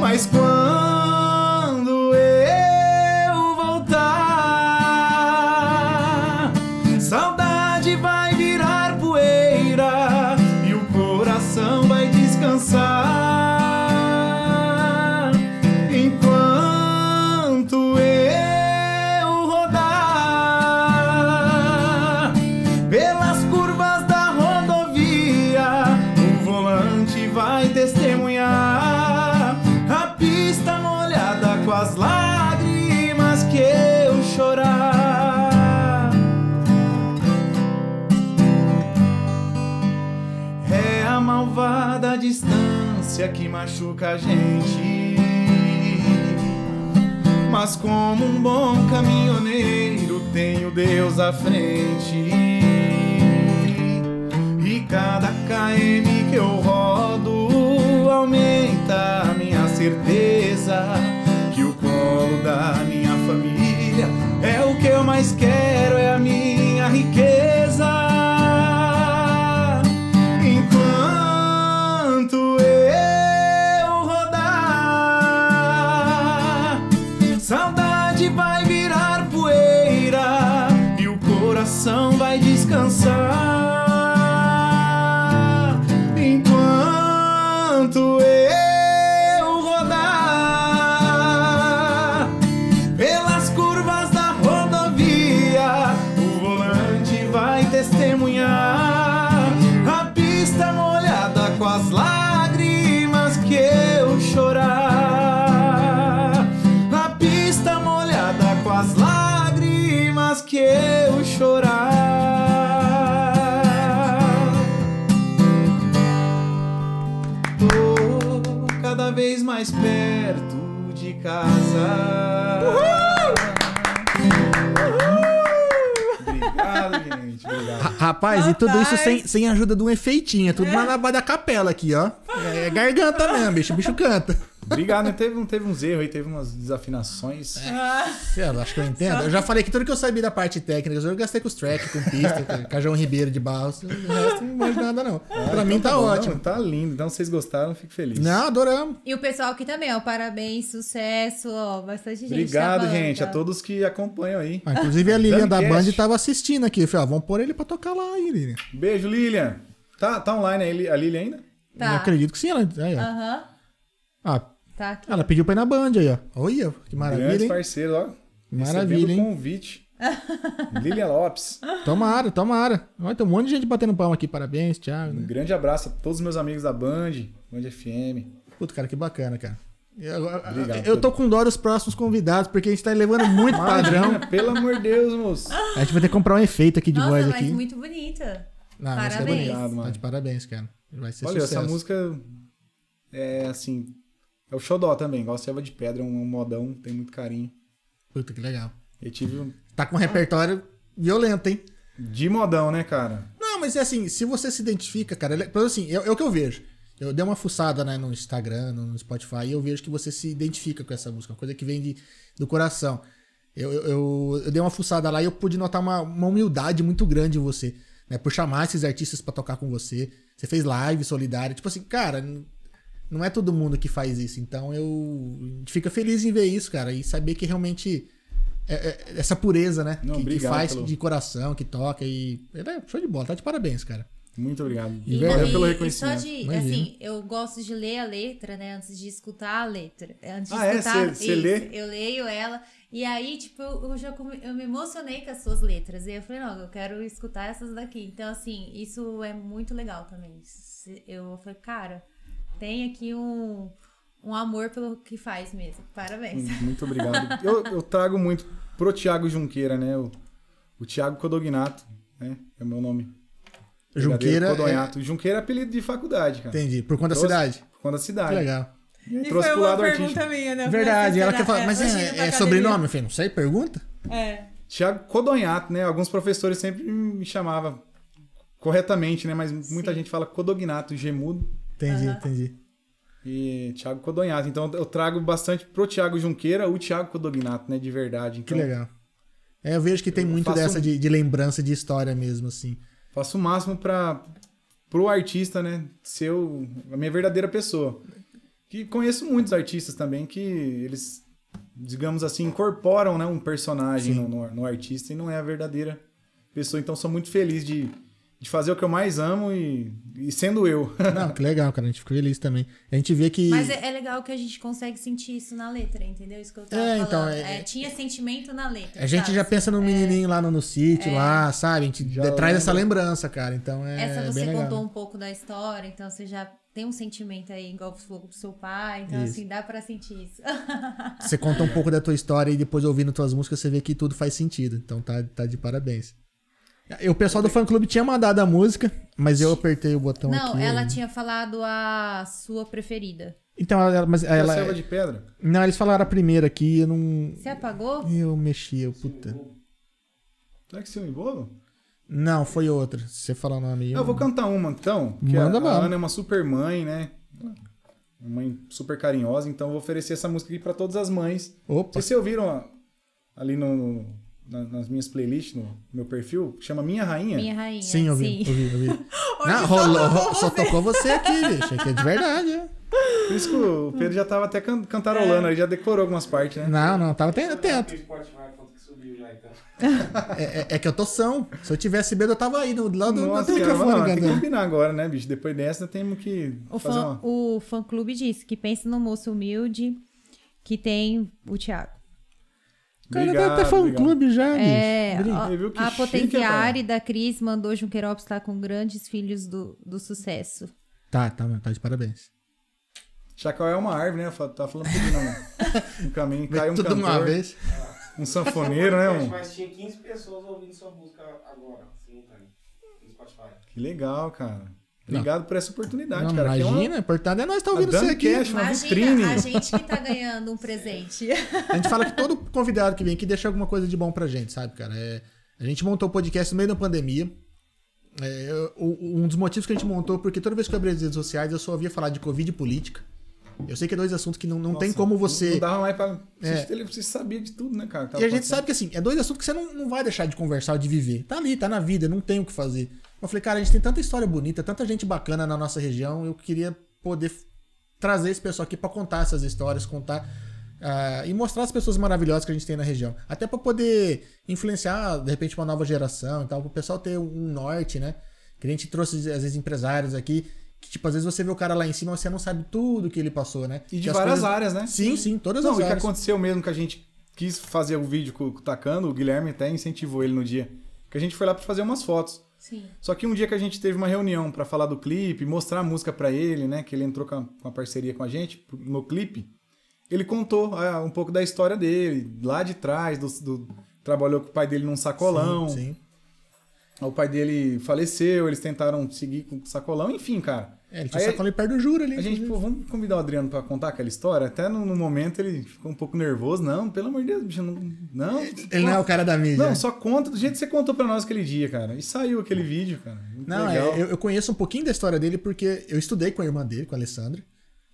Speaker 4: Mas quando eu voltar, saudade vai virar poeira e o coração vai descansar. Enquanto eu rodar pelas curvas da rodovia, o volante vai testemunhar a pista molhada com as lágrimas que eu chorar. É a malvada distância que machuca a gente. Mas como um bom caminhoneiro, tenho Deus à frente. E cada KM que eu rodo aumenta a minha certeza que o colo da minha família é o que eu mais quero, é a minha riqueza. Enquanto eu rodar, saudade vai virar poeira e o coração vai descansar. Enquanto eu rodar pelas curvas da rodovia, o volante vai testemunhar a pista molhada com as lágrimas que eu chorar. A pista molhada com as lágrimas que eu chorar. Tô cada vez mais perto de casa. Obrigado, gente. Obrigado.
Speaker 2: Rapaz, e tudo isso
Speaker 1: Rapaz.
Speaker 2: sem, sem a ajuda de um efeitinho. É tudo lá na base da capela aqui, ó. É garganta mesmo, é bicho. O bicho canta.
Speaker 4: Obrigado, né? teve, um- teve uns erros aí, teve umas desafinações.
Speaker 2: É, Sei lá, acho que eu entendo. Eu já falei que tudo que eu sabia da parte técnica, eu gastei com os tracks, com pista, com Cajão Ribeiro de Barros. O resto não manjo nada, não. pra mim tá,
Speaker 4: Então bom,
Speaker 2: ótimo.
Speaker 4: Tá lindo. Então, se vocês gostaram, fico feliz.
Speaker 2: Não, adoramos.
Speaker 1: E o pessoal aqui também, ó. Parabéns, sucesso, ó. Bastante gente. tá
Speaker 4: Obrigado,
Speaker 1: na banda.
Speaker 4: gente, a todos que acompanham aí.
Speaker 2: Ah, inclusive a Lilian da
Speaker 4: Dumbcast.
Speaker 2: Band tava assistindo aqui. Eu falei, ó, vamos pôr ele pra tocar lá, hein, Lilian.
Speaker 4: Beijo, Lilian. Tá, tá online aí a Lilian ainda?
Speaker 1: Tá.
Speaker 2: Não acredito que sim, ela. Aí, ó.
Speaker 1: Aham.
Speaker 2: Ah,
Speaker 1: Tá aqui.
Speaker 2: ela pediu pra ir na Band aí, ó. Olha, que
Speaker 4: Grandes
Speaker 2: maravilha, hein?
Speaker 4: parceiros, ó.
Speaker 2: Maravilha,
Speaker 4: Recebendo
Speaker 2: hein?
Speaker 4: convite. Lilian Lopes.
Speaker 2: Tomara, tomara. Olha, tem um monte de gente batendo palma aqui. Parabéns, Thiago. né?
Speaker 4: Um grande abraço a todos os meus amigos da Band, Band FM.
Speaker 2: Puta, cara, que bacana, cara. Eu, agora-
Speaker 4: Obrigado,
Speaker 2: eu tô com dó dos próximos convidados, porque a gente tá elevando muito padrão.
Speaker 4: Imagina, Pelo amor de Deus, moço.
Speaker 2: A gente vai ter que comprar um efeito aqui de
Speaker 1: Nossa,
Speaker 2: voz
Speaker 1: mas
Speaker 2: aqui.
Speaker 1: muito bonita.
Speaker 2: Não, mas tá
Speaker 1: Parabéns.
Speaker 2: bonito.
Speaker 4: Obrigado, mano.
Speaker 2: Tá de parabéns, cara. Vai ser
Speaker 4: Olha,
Speaker 2: sucesso.
Speaker 4: essa música é assim. É o Xodó também, gosto de Selva de Pedra, é um um modão, tem muito carinho.
Speaker 2: Puta, que legal.
Speaker 4: Eu tive um-
Speaker 2: Tá com um repertório violento, hein?
Speaker 4: de modão, né, cara?
Speaker 2: Não, mas é assim, se você se identifica, cara, ele- pelo menos assim, é, é o que eu vejo. Eu dei uma fuçada né, no Instagram, no no Spotify, e eu vejo que você se identifica com essa música, uma coisa que vem de, do coração. Eu, eu, eu- eu dei uma fuçada lá e eu pude notar uma, uma humildade muito grande em você, né? Por chamar esses artistas pra tocar com você. Você fez live solidária. Tipo assim, cara, n- não é todo mundo que faz isso. Então eu a gente fica feliz em ver isso, cara, e saber que realmente é- é- essa pureza, né?
Speaker 4: Não,
Speaker 2: que, que
Speaker 4: obrigado
Speaker 2: faz
Speaker 4: pelo-
Speaker 2: de coração, que toca e. Ele é show de bola, tá de parabéns, cara.
Speaker 4: Muito obrigado.
Speaker 2: E
Speaker 4: Valeu
Speaker 2: daí-
Speaker 4: é pelo
Speaker 1: e só
Speaker 4: reconhecimento.
Speaker 1: de,
Speaker 2: Imagina.
Speaker 1: assim, eu gosto de ler a letra, né? Antes de escutar a letra. Antes de
Speaker 4: Ah, é?
Speaker 1: escutar,
Speaker 4: Cê- cê lê?
Speaker 1: isso, Eu leio ela. E aí, tipo, eu, eu já come- eu me emocionei com as suas letras. E eu falei, não, eu quero escutar essas daqui. Então, assim, isso é muito legal também. Se- Eu falei, cara, tem aqui um, um amor pelo que faz mesmo. Parabéns.
Speaker 4: Hum, Muito obrigado. Eu, eu trago muito pro Thiago Junqueira, né? O, o Thiago Codognato, né? É o meu nome.
Speaker 2: Junqueira.
Speaker 4: Verdadeiro, Codognato. Junqueira é apelido de faculdade, cara.
Speaker 2: é- Entendi. Por conta da
Speaker 4: Trouxe-
Speaker 2: cidade.
Speaker 4: Por conta da cidade.
Speaker 2: Que legal.
Speaker 4: E aí trouxe pro lado artístico.
Speaker 1: minha, né?
Speaker 2: Verdade, ela quer falar. Mas é, é sobrenome, filho? Não sei, pergunta?
Speaker 1: É.
Speaker 4: Thiago Codonhato, né? Alguns professores sempre me chamavam corretamente, né? Mas muita gente fala Codognato, gemudo.
Speaker 2: Entendi, entendi.
Speaker 4: E Thiago Codonhato. Então eu trago bastante pro Thiago Junqueira o Thiago Codognato, né? De verdade.
Speaker 2: Que
Speaker 4: Então,
Speaker 2: legal. É, eu vejo que tem muito
Speaker 4: faço
Speaker 2: dessa
Speaker 4: um-
Speaker 2: de, de lembrança de história mesmo, assim.
Speaker 4: Faço o máximo para pro artista, né, ser o- a minha verdadeira pessoa. Que conheço muitos artistas também que eles, digamos assim, incorporam, né, um personagem no, no- no artista e não é a verdadeira pessoa. Então sou muito feliz de, de fazer o que eu mais amo e, e sendo eu.
Speaker 2: Não, que legal, cara. A gente ficou feliz também. A gente vê que.
Speaker 1: Mas é, é legal que a gente consegue sentir isso na letra, entendeu? Isso que eu tava
Speaker 2: É, então,
Speaker 1: falando.
Speaker 2: é-
Speaker 1: É, tinha sentimento na letra.
Speaker 2: A gente
Speaker 1: sabe?
Speaker 2: já pensa no menininho lá no, no sítio,
Speaker 1: é.
Speaker 2: lá, sabe? A gente
Speaker 4: Já
Speaker 2: de- traz
Speaker 4: lembra.
Speaker 2: essa lembrança, cara. Então é.
Speaker 1: Essa
Speaker 2: é
Speaker 1: você
Speaker 2: bem
Speaker 1: contou
Speaker 2: legal.
Speaker 1: um pouco da história, então você já tem um sentimento aí, igual você falou com o seu pai. Então,
Speaker 2: Isso.
Speaker 1: assim, dá pra sentir isso.
Speaker 2: Você conta um pouco da tua história e depois ouvindo tuas músicas, você vê que tudo faz sentido. Então tá, tá de parabéns. E O pessoal do fã clube tinha mandado a música, mas eu apertei o botão
Speaker 1: Não,
Speaker 2: Então aqui. é-
Speaker 1: ela tinha falado a sua preferida.
Speaker 2: Então, ela, mas
Speaker 4: É a
Speaker 2: ela.
Speaker 4: selva de pedra.
Speaker 2: Não, eles falaram a primeira aqui, eu não.
Speaker 1: Você apagou?
Speaker 2: Eu mexi, eu puta.
Speaker 4: Será que é ciúme bobo?
Speaker 2: Não, foi outra. Se você falar o nome aí.
Speaker 4: Ah, Eu vou cantar uma então. Que
Speaker 2: Manda
Speaker 4: a, a
Speaker 2: bala.
Speaker 4: Ana é uma super mãe, né? Uma mãe super carinhosa, então eu vou oferecer essa música aqui para todas as mães.
Speaker 2: Opa,
Speaker 4: Vocês ouviram a- ali no, no- na- nas minhas playlists, no meu perfil, chama Minha Rainha?
Speaker 1: Minha rainha.
Speaker 2: é. sim, eu vi,
Speaker 1: sim.
Speaker 2: eu vi, eu vi.
Speaker 1: Hoje
Speaker 2: Não,
Speaker 1: só
Speaker 2: rolou,
Speaker 1: tocou
Speaker 2: só tocou você aqui, bicho. Aqui é de verdade, é.
Speaker 4: Por isso que o Pedro já tava até can-
Speaker 1: É.
Speaker 4: cantarolando, ele já decorou algumas partes, né?
Speaker 2: Não, não, tava até atento.
Speaker 3: Aquele Spotify, quanto que subiu já, então.
Speaker 2: É, é- é que eu tô são. Se eu tivesse medo, eu tava aí, do lado do,
Speaker 4: Nossa,
Speaker 2: do
Speaker 4: cara,
Speaker 2: microfone,
Speaker 4: mano, tem que
Speaker 2: cantando.
Speaker 4: combinar agora, né, bicho? Depois dessa temos que
Speaker 1: O
Speaker 4: fazer
Speaker 1: fã,
Speaker 4: uma.
Speaker 1: o fã clube disse que pensa no moço humilde que tem o Thiago.
Speaker 2: Cara, deve ter fã
Speaker 4: obrigado.
Speaker 2: clube já, bicho.
Speaker 1: É,
Speaker 2: Brinca.
Speaker 1: ó,
Speaker 4: Ele viu que
Speaker 1: a
Speaker 4: chique,
Speaker 1: Potenziari da Cris mandou Junqueirops estar com grandes filhos do, do sucesso.
Speaker 2: Tá, tá, mano, tá de parabéns.
Speaker 4: Chacal é uma árvore, né? Fa- Tá falando tudo não. No caminho cai um
Speaker 2: Tudo
Speaker 4: cantor,
Speaker 2: uma vez.
Speaker 4: um sanfoneiro, né? Um...
Speaker 3: Mas tinha 15 pessoas ouvindo sua música agora, simultâneo, no Spotify.
Speaker 4: Que legal, cara. Obrigado por essa oportunidade,
Speaker 2: Não,
Speaker 4: cara. que é uma-
Speaker 2: imagina, o importante é nós estar
Speaker 4: a
Speaker 2: ouvindo você aqui.
Speaker 4: Dumbcast, uma vitrine.
Speaker 1: Imagina a gente que tá ganhando um presente.
Speaker 2: A gente fala que todo convidado que vem aqui deixa alguma coisa de bom pra gente, sabe, cara? É, a gente montou o podcast no meio da pandemia. É, eu- o- um dos motivos que a gente montou, porque toda vez que eu abri as redes sociais, eu só ouvia falar de Covid e política. Eu sei que é dois assuntos que não, não tem
Speaker 4: Nossa,
Speaker 2: como você.
Speaker 4: Não dava mais pra.
Speaker 2: É.
Speaker 4: Ele você sabia de tudo, né, cara?
Speaker 2: E a gente sabe que assim, é dois assuntos que você não, não vai deixar de conversar ou de viver. Tá ali, tá na vida, não tem o que fazer. Eu falei, cara, a gente tem tanta história bonita, tanta gente bacana na nossa região, eu queria poder f- trazer esse pessoal aqui pra contar essas histórias, contar ah, e mostrar as pessoas maravilhosas que a gente tem na região. Até pra poder influenciar, de repente, uma nova geração e tal, pro pessoal ter um norte, né? Que a gente trouxe, às vezes, empresários aqui. Que, tipo, às vezes você vê o cara lá em cima, mas você não sabe tudo que ele passou, né?
Speaker 4: E de
Speaker 2: Que as
Speaker 4: várias
Speaker 2: coisas-
Speaker 4: áreas, né?
Speaker 2: Sim, sim, todas
Speaker 4: Não,
Speaker 2: as
Speaker 4: e o que
Speaker 2: áreas.
Speaker 4: aconteceu mesmo que a gente quis fazer o vídeo com com o Tacano, o Guilherme até incentivou ele no dia. Que a gente foi lá pra fazer umas fotos.
Speaker 1: Sim.
Speaker 4: Só que um dia que a gente teve uma reunião pra falar do clipe, mostrar a música pra ele, né? Que ele entrou com a- com uma parceria com a gente no clipe. Ele contou ah, um pouco da história dele, lá de trás, do, do- trabalhou com o pai dele num sacolão.
Speaker 2: Sim, sim.
Speaker 4: O pai dele faleceu, eles tentaram seguir com o sacolão, enfim, cara.
Speaker 2: É, ele tinha
Speaker 4: Aí-
Speaker 2: o sacolão ali perto do juro ali.
Speaker 4: A gente, pô, vamos convidar o Adriano pra contar aquela história? Até no, no momento ele ficou um pouco nervoso. Não, pelo amor de Deus, bicho, não. Não,
Speaker 2: Ele não é o cara da mídia.
Speaker 4: não, só conta do jeito que você contou pra nós aquele dia, cara. E saiu aquele vídeo, cara. Muito
Speaker 2: Não, é,
Speaker 4: legal.
Speaker 2: eu, eu conheço um pouquinho da história dele porque eu estudei com a irmã dele, com a Alessandra,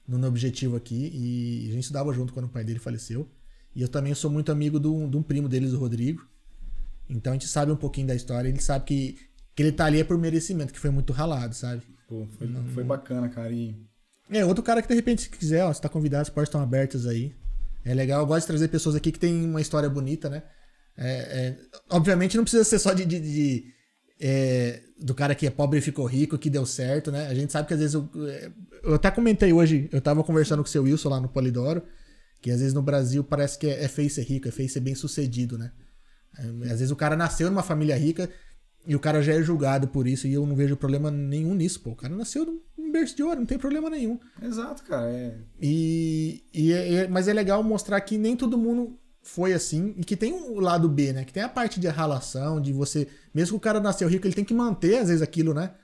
Speaker 2: no, no Objetivo aqui, e a gente estudava junto quando o pai dele faleceu. E eu também sou muito amigo de um, de um primo deles, o Rodrigo. Então a gente sabe um pouquinho da história, ele sabe que, que ele tá ali é por merecimento, que foi muito ralado, sabe?
Speaker 4: Pô, foi,
Speaker 2: Uhum.
Speaker 4: foi bacana, cara. E
Speaker 2: É, outro cara que de repente, se quiser, ó, você tá convidado, as portas estão abertas aí. É legal, eu gosto de trazer pessoas aqui que tem uma história bonita, né? É, é, obviamente não precisa ser só de. de- de- é, do cara que é pobre e ficou rico, que deu certo, né? A gente sabe que às vezes. Eu, é, eu até comentei hoje, eu tava conversando com o seu Wilson lá no Polidoro, que às vezes no Brasil parece que é, é feio ser rico, é feio ser bem sucedido, né? É, Às vezes o cara nasceu numa família rica e o cara já é julgado por isso, e eu não vejo problema nenhum nisso, pô. O cara nasceu num num berço de ouro, não tem problema nenhum.
Speaker 4: Exato, cara. É...
Speaker 2: E, e é- é- mas é legal mostrar que nem todo mundo foi assim e que tem o lado B, né? Que tem a parte de ralação, de você, mesmo que o cara nasceu rico, ele tem que manter às vezes aquilo, né?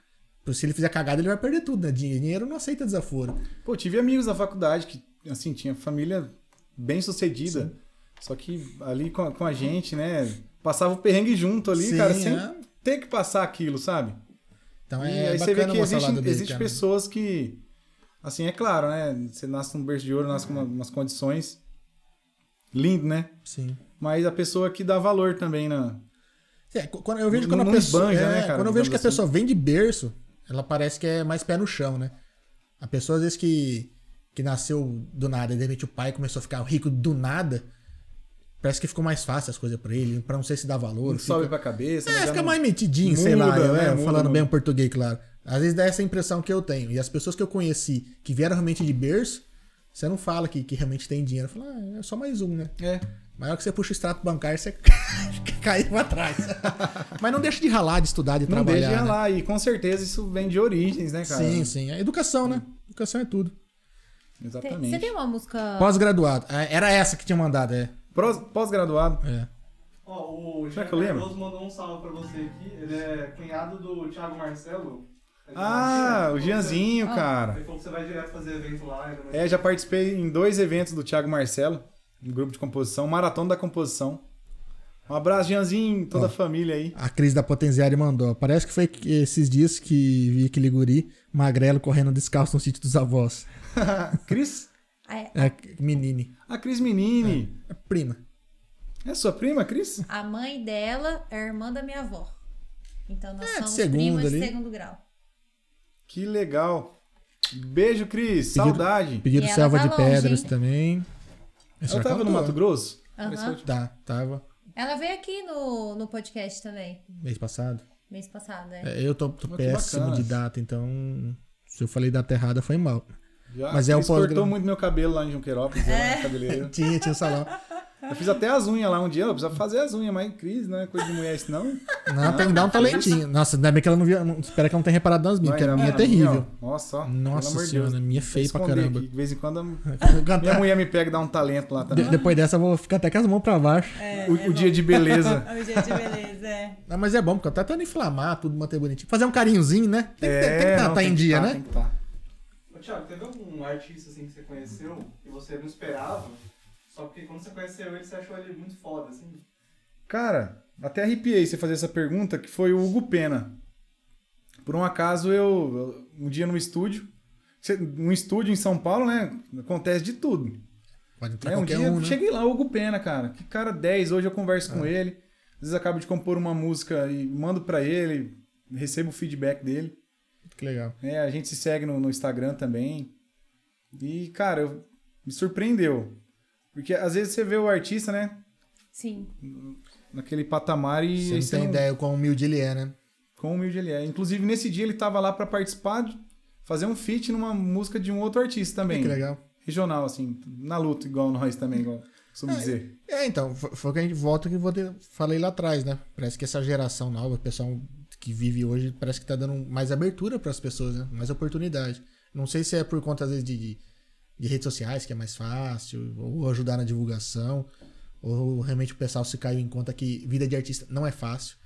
Speaker 2: Porque Se ele fizer cagada, ele vai perder tudo, né? Dinheiro não aceita desaforo.
Speaker 4: Pô, tive amigos da faculdade que, assim, tinha família bem sucedida. Só que ali com a, com a gente, né? Passava o perrengue junto ali,
Speaker 2: Sim,
Speaker 4: cara, sem
Speaker 2: é.
Speaker 4: ter que passar aquilo, sabe?
Speaker 2: Então
Speaker 4: E
Speaker 2: é
Speaker 4: aí você
Speaker 2: bacana
Speaker 4: vê que
Speaker 2: mostrar o lado
Speaker 4: existem
Speaker 2: dele,
Speaker 4: existe
Speaker 2: cara.
Speaker 4: pessoas que. Assim, é claro, né? Você nasce num berço de ouro, nasce com uma- umas condições. Lindo, né?
Speaker 2: Sim.
Speaker 4: Mas a pessoa que dá valor também na.
Speaker 2: É, qu- quando eu vejo
Speaker 4: Não-
Speaker 2: quando
Speaker 4: não
Speaker 2: a pessoa,
Speaker 4: esbanja,
Speaker 2: é,
Speaker 4: né, cara,
Speaker 2: quando eu vejo que a
Speaker 4: digamos
Speaker 2: pessoa vem de berço, ela parece que é mais pé no chão, né? A pessoa às vezes que que nasceu do nada, e de repente o pai começou a ficar rico do nada, parece que ficou mais fácil as coisas pra ele, pra não sei se dá valor,
Speaker 4: Não
Speaker 2: fica-
Speaker 4: sobe pra cabeça.
Speaker 2: é,
Speaker 4: já
Speaker 2: fica
Speaker 4: não-
Speaker 2: mais metidinho, sei
Speaker 4: Muda,
Speaker 2: lá, eu,
Speaker 4: né?
Speaker 2: é,
Speaker 4: Muda,
Speaker 2: falando
Speaker 4: muda.
Speaker 2: bem o português, claro. Às vezes dá essa impressão que eu tenho. E as pessoas que eu conheci que vieram realmente de berço, você não fala que, que realmente tem dinheiro. Fala, ah, é só mais um, né?
Speaker 4: É.
Speaker 2: Maior que você puxa o extrato bancário, você cai pra trás. Mas não deixa de ralar, de estudar, de
Speaker 4: Não
Speaker 2: trabalhar.
Speaker 4: deixa
Speaker 2: né?
Speaker 4: lá. E com certeza isso vem de origens, né, cara?
Speaker 2: Sim, sim. É educação, né? Educação é tudo.
Speaker 1: Tem-
Speaker 4: Exatamente.
Speaker 1: Você tem uma música.
Speaker 2: Pós-graduado. Ah, Era essa que tinha mandado, é.
Speaker 4: Prós- Pós-graduado.
Speaker 2: é.
Speaker 3: Ó, o
Speaker 4: Será
Speaker 3: Jean
Speaker 4: que eu lembro?
Speaker 3: Cardoso mandou um salve pra você aqui. Ele é cunhado do Thiago Marcelo. É de
Speaker 4: Ah,
Speaker 3: Marília.
Speaker 4: o Gianzinho,
Speaker 1: Ah.
Speaker 4: cara.
Speaker 3: Ele falou que você vai direto fazer evento lá. ele vai-
Speaker 4: É, já participei em dois eventos do Thiago Marcelo, um grupo de composição, Maratona da Composição. Um abraço, Gianzinho, toda a família aí.
Speaker 2: A crise da Potenziari mandou. Parece que foi que- esses dias que vi aquele guri magrelo correndo descalço no sítio dos avós.
Speaker 4: Cris?
Speaker 1: É,
Speaker 2: É, menine.
Speaker 4: A Cris Menini.
Speaker 2: É prima.
Speaker 4: É sua prima, Cris?
Speaker 1: a mãe dela é irmã da minha avó. Então nós
Speaker 2: É, de
Speaker 1: somos
Speaker 2: segundo
Speaker 1: primas
Speaker 2: ali.
Speaker 1: de segundo grau.
Speaker 4: Que legal. Beijo, Cris. Saudade.
Speaker 2: Pediram
Speaker 1: E ela
Speaker 2: selva
Speaker 1: tá
Speaker 2: de
Speaker 1: longe,
Speaker 2: pedras
Speaker 1: hein?
Speaker 2: também.
Speaker 4: Ela tava no Mato Grosso?
Speaker 1: Aham.
Speaker 4: Essa-
Speaker 2: Tá, tava.
Speaker 1: Ela veio aqui no, no podcast também,
Speaker 2: Mês passado.
Speaker 1: mês passado, né?
Speaker 2: É, eu tô, tô
Speaker 4: Muito
Speaker 2: péssimo
Speaker 4: bacana.
Speaker 2: de data, então. Se eu falei data errada, foi mal.
Speaker 4: Já,
Speaker 2: Mas é o
Speaker 4: Cris
Speaker 2: pós-gra-
Speaker 4: cortou muito meu cabelo lá em Junquerópolis, é. cabeleireiro.
Speaker 2: Tinha, tinha salão.
Speaker 4: Eu fiz até as unhas lá um dia. Eu precisava fazer as unhas, mas Cris, não é coisa de mulher isso, não.
Speaker 2: Não, tem que dar um talentinho. Nossa, ainda bem que ela não viu. não- espero que ela não tenha reparado nas minhas, porque
Speaker 4: Olha,
Speaker 2: a minha é
Speaker 4: mano,
Speaker 2: terrível.
Speaker 4: ó. Nossa, ó,
Speaker 2: Nossa
Speaker 4: pelo amor de
Speaker 2: senhora,
Speaker 4: Deus.
Speaker 2: minha é
Speaker 4: Vou
Speaker 2: feia pra
Speaker 4: esconder
Speaker 2: caramba.
Speaker 4: aqui, De vez em quando a- minha
Speaker 2: Cantar-
Speaker 4: mulher me pega e dá um talento lá É. também.
Speaker 2: de- depois dessa, eu vou ficar até com as mãos pra baixo.
Speaker 4: o, o dia de beleza.
Speaker 1: Oi, gente, beleza. é.
Speaker 2: Não, mas é bom, porque eu até tentando inflamar, tudo manter bonitinho. Fazer um carinhozinho, né? Tem que estar
Speaker 4: não,
Speaker 2: tá
Speaker 4: tem
Speaker 2: em
Speaker 4: que
Speaker 2: dia,
Speaker 4: tá,
Speaker 2: né?
Speaker 4: tem que tá.
Speaker 3: Ô, Thiago, teve algum artista assim que você conheceu e você não esperava? Só porque quando você conheceu ele, você achou ele muito foda, assim.
Speaker 4: Cara, até arrepiei você fazer essa pergunta, que foi o Hugo Pena. Por um acaso, eu, eu- um dia no estúdio, Você- Um estúdio em São Paulo, né? Acontece de tudo.
Speaker 2: Pode entrar
Speaker 4: É, um
Speaker 2: qualquer
Speaker 4: dia
Speaker 2: um,
Speaker 4: eu
Speaker 2: né? É.
Speaker 4: cheguei lá, Hugo Pena, cara. Que cara 10, hoje eu converso com ele. Às vezes acabo de compor uma música e mando pra ele, recebo o feedback dele.
Speaker 2: Que legal.
Speaker 4: É, a gente se segue no, no Instagram também. E, cara, eu- me surpreendeu. Porque às vezes você vê o artista, né?
Speaker 1: Sim.
Speaker 4: Naquele patamar e.
Speaker 2: Você
Speaker 4: aí
Speaker 2: não tem ideia o quão humilde ele é, né?
Speaker 4: Quão humilde ele é. Inclusive, nesse dia ele tava lá pra participar, de, fazer um feat numa música de um outro artista também.
Speaker 2: Que legal.
Speaker 4: Regional, assim, na luta, igual nós também, igual costumo dizer.
Speaker 2: É, então, fo- foi o que a gente volta que eu vou ter- falei lá atrás, né? Parece que essa geração nova, o pessoal que vive hoje, parece que tá dando mais abertura para as pessoas, né? Mais oportunidade. Não sei se é por conta, às vezes, de, de, de redes sociais, que é mais fácil, ou ajudar na divulgação, ou realmente o pessoal se caiu em conta que vida de artista não é fácil.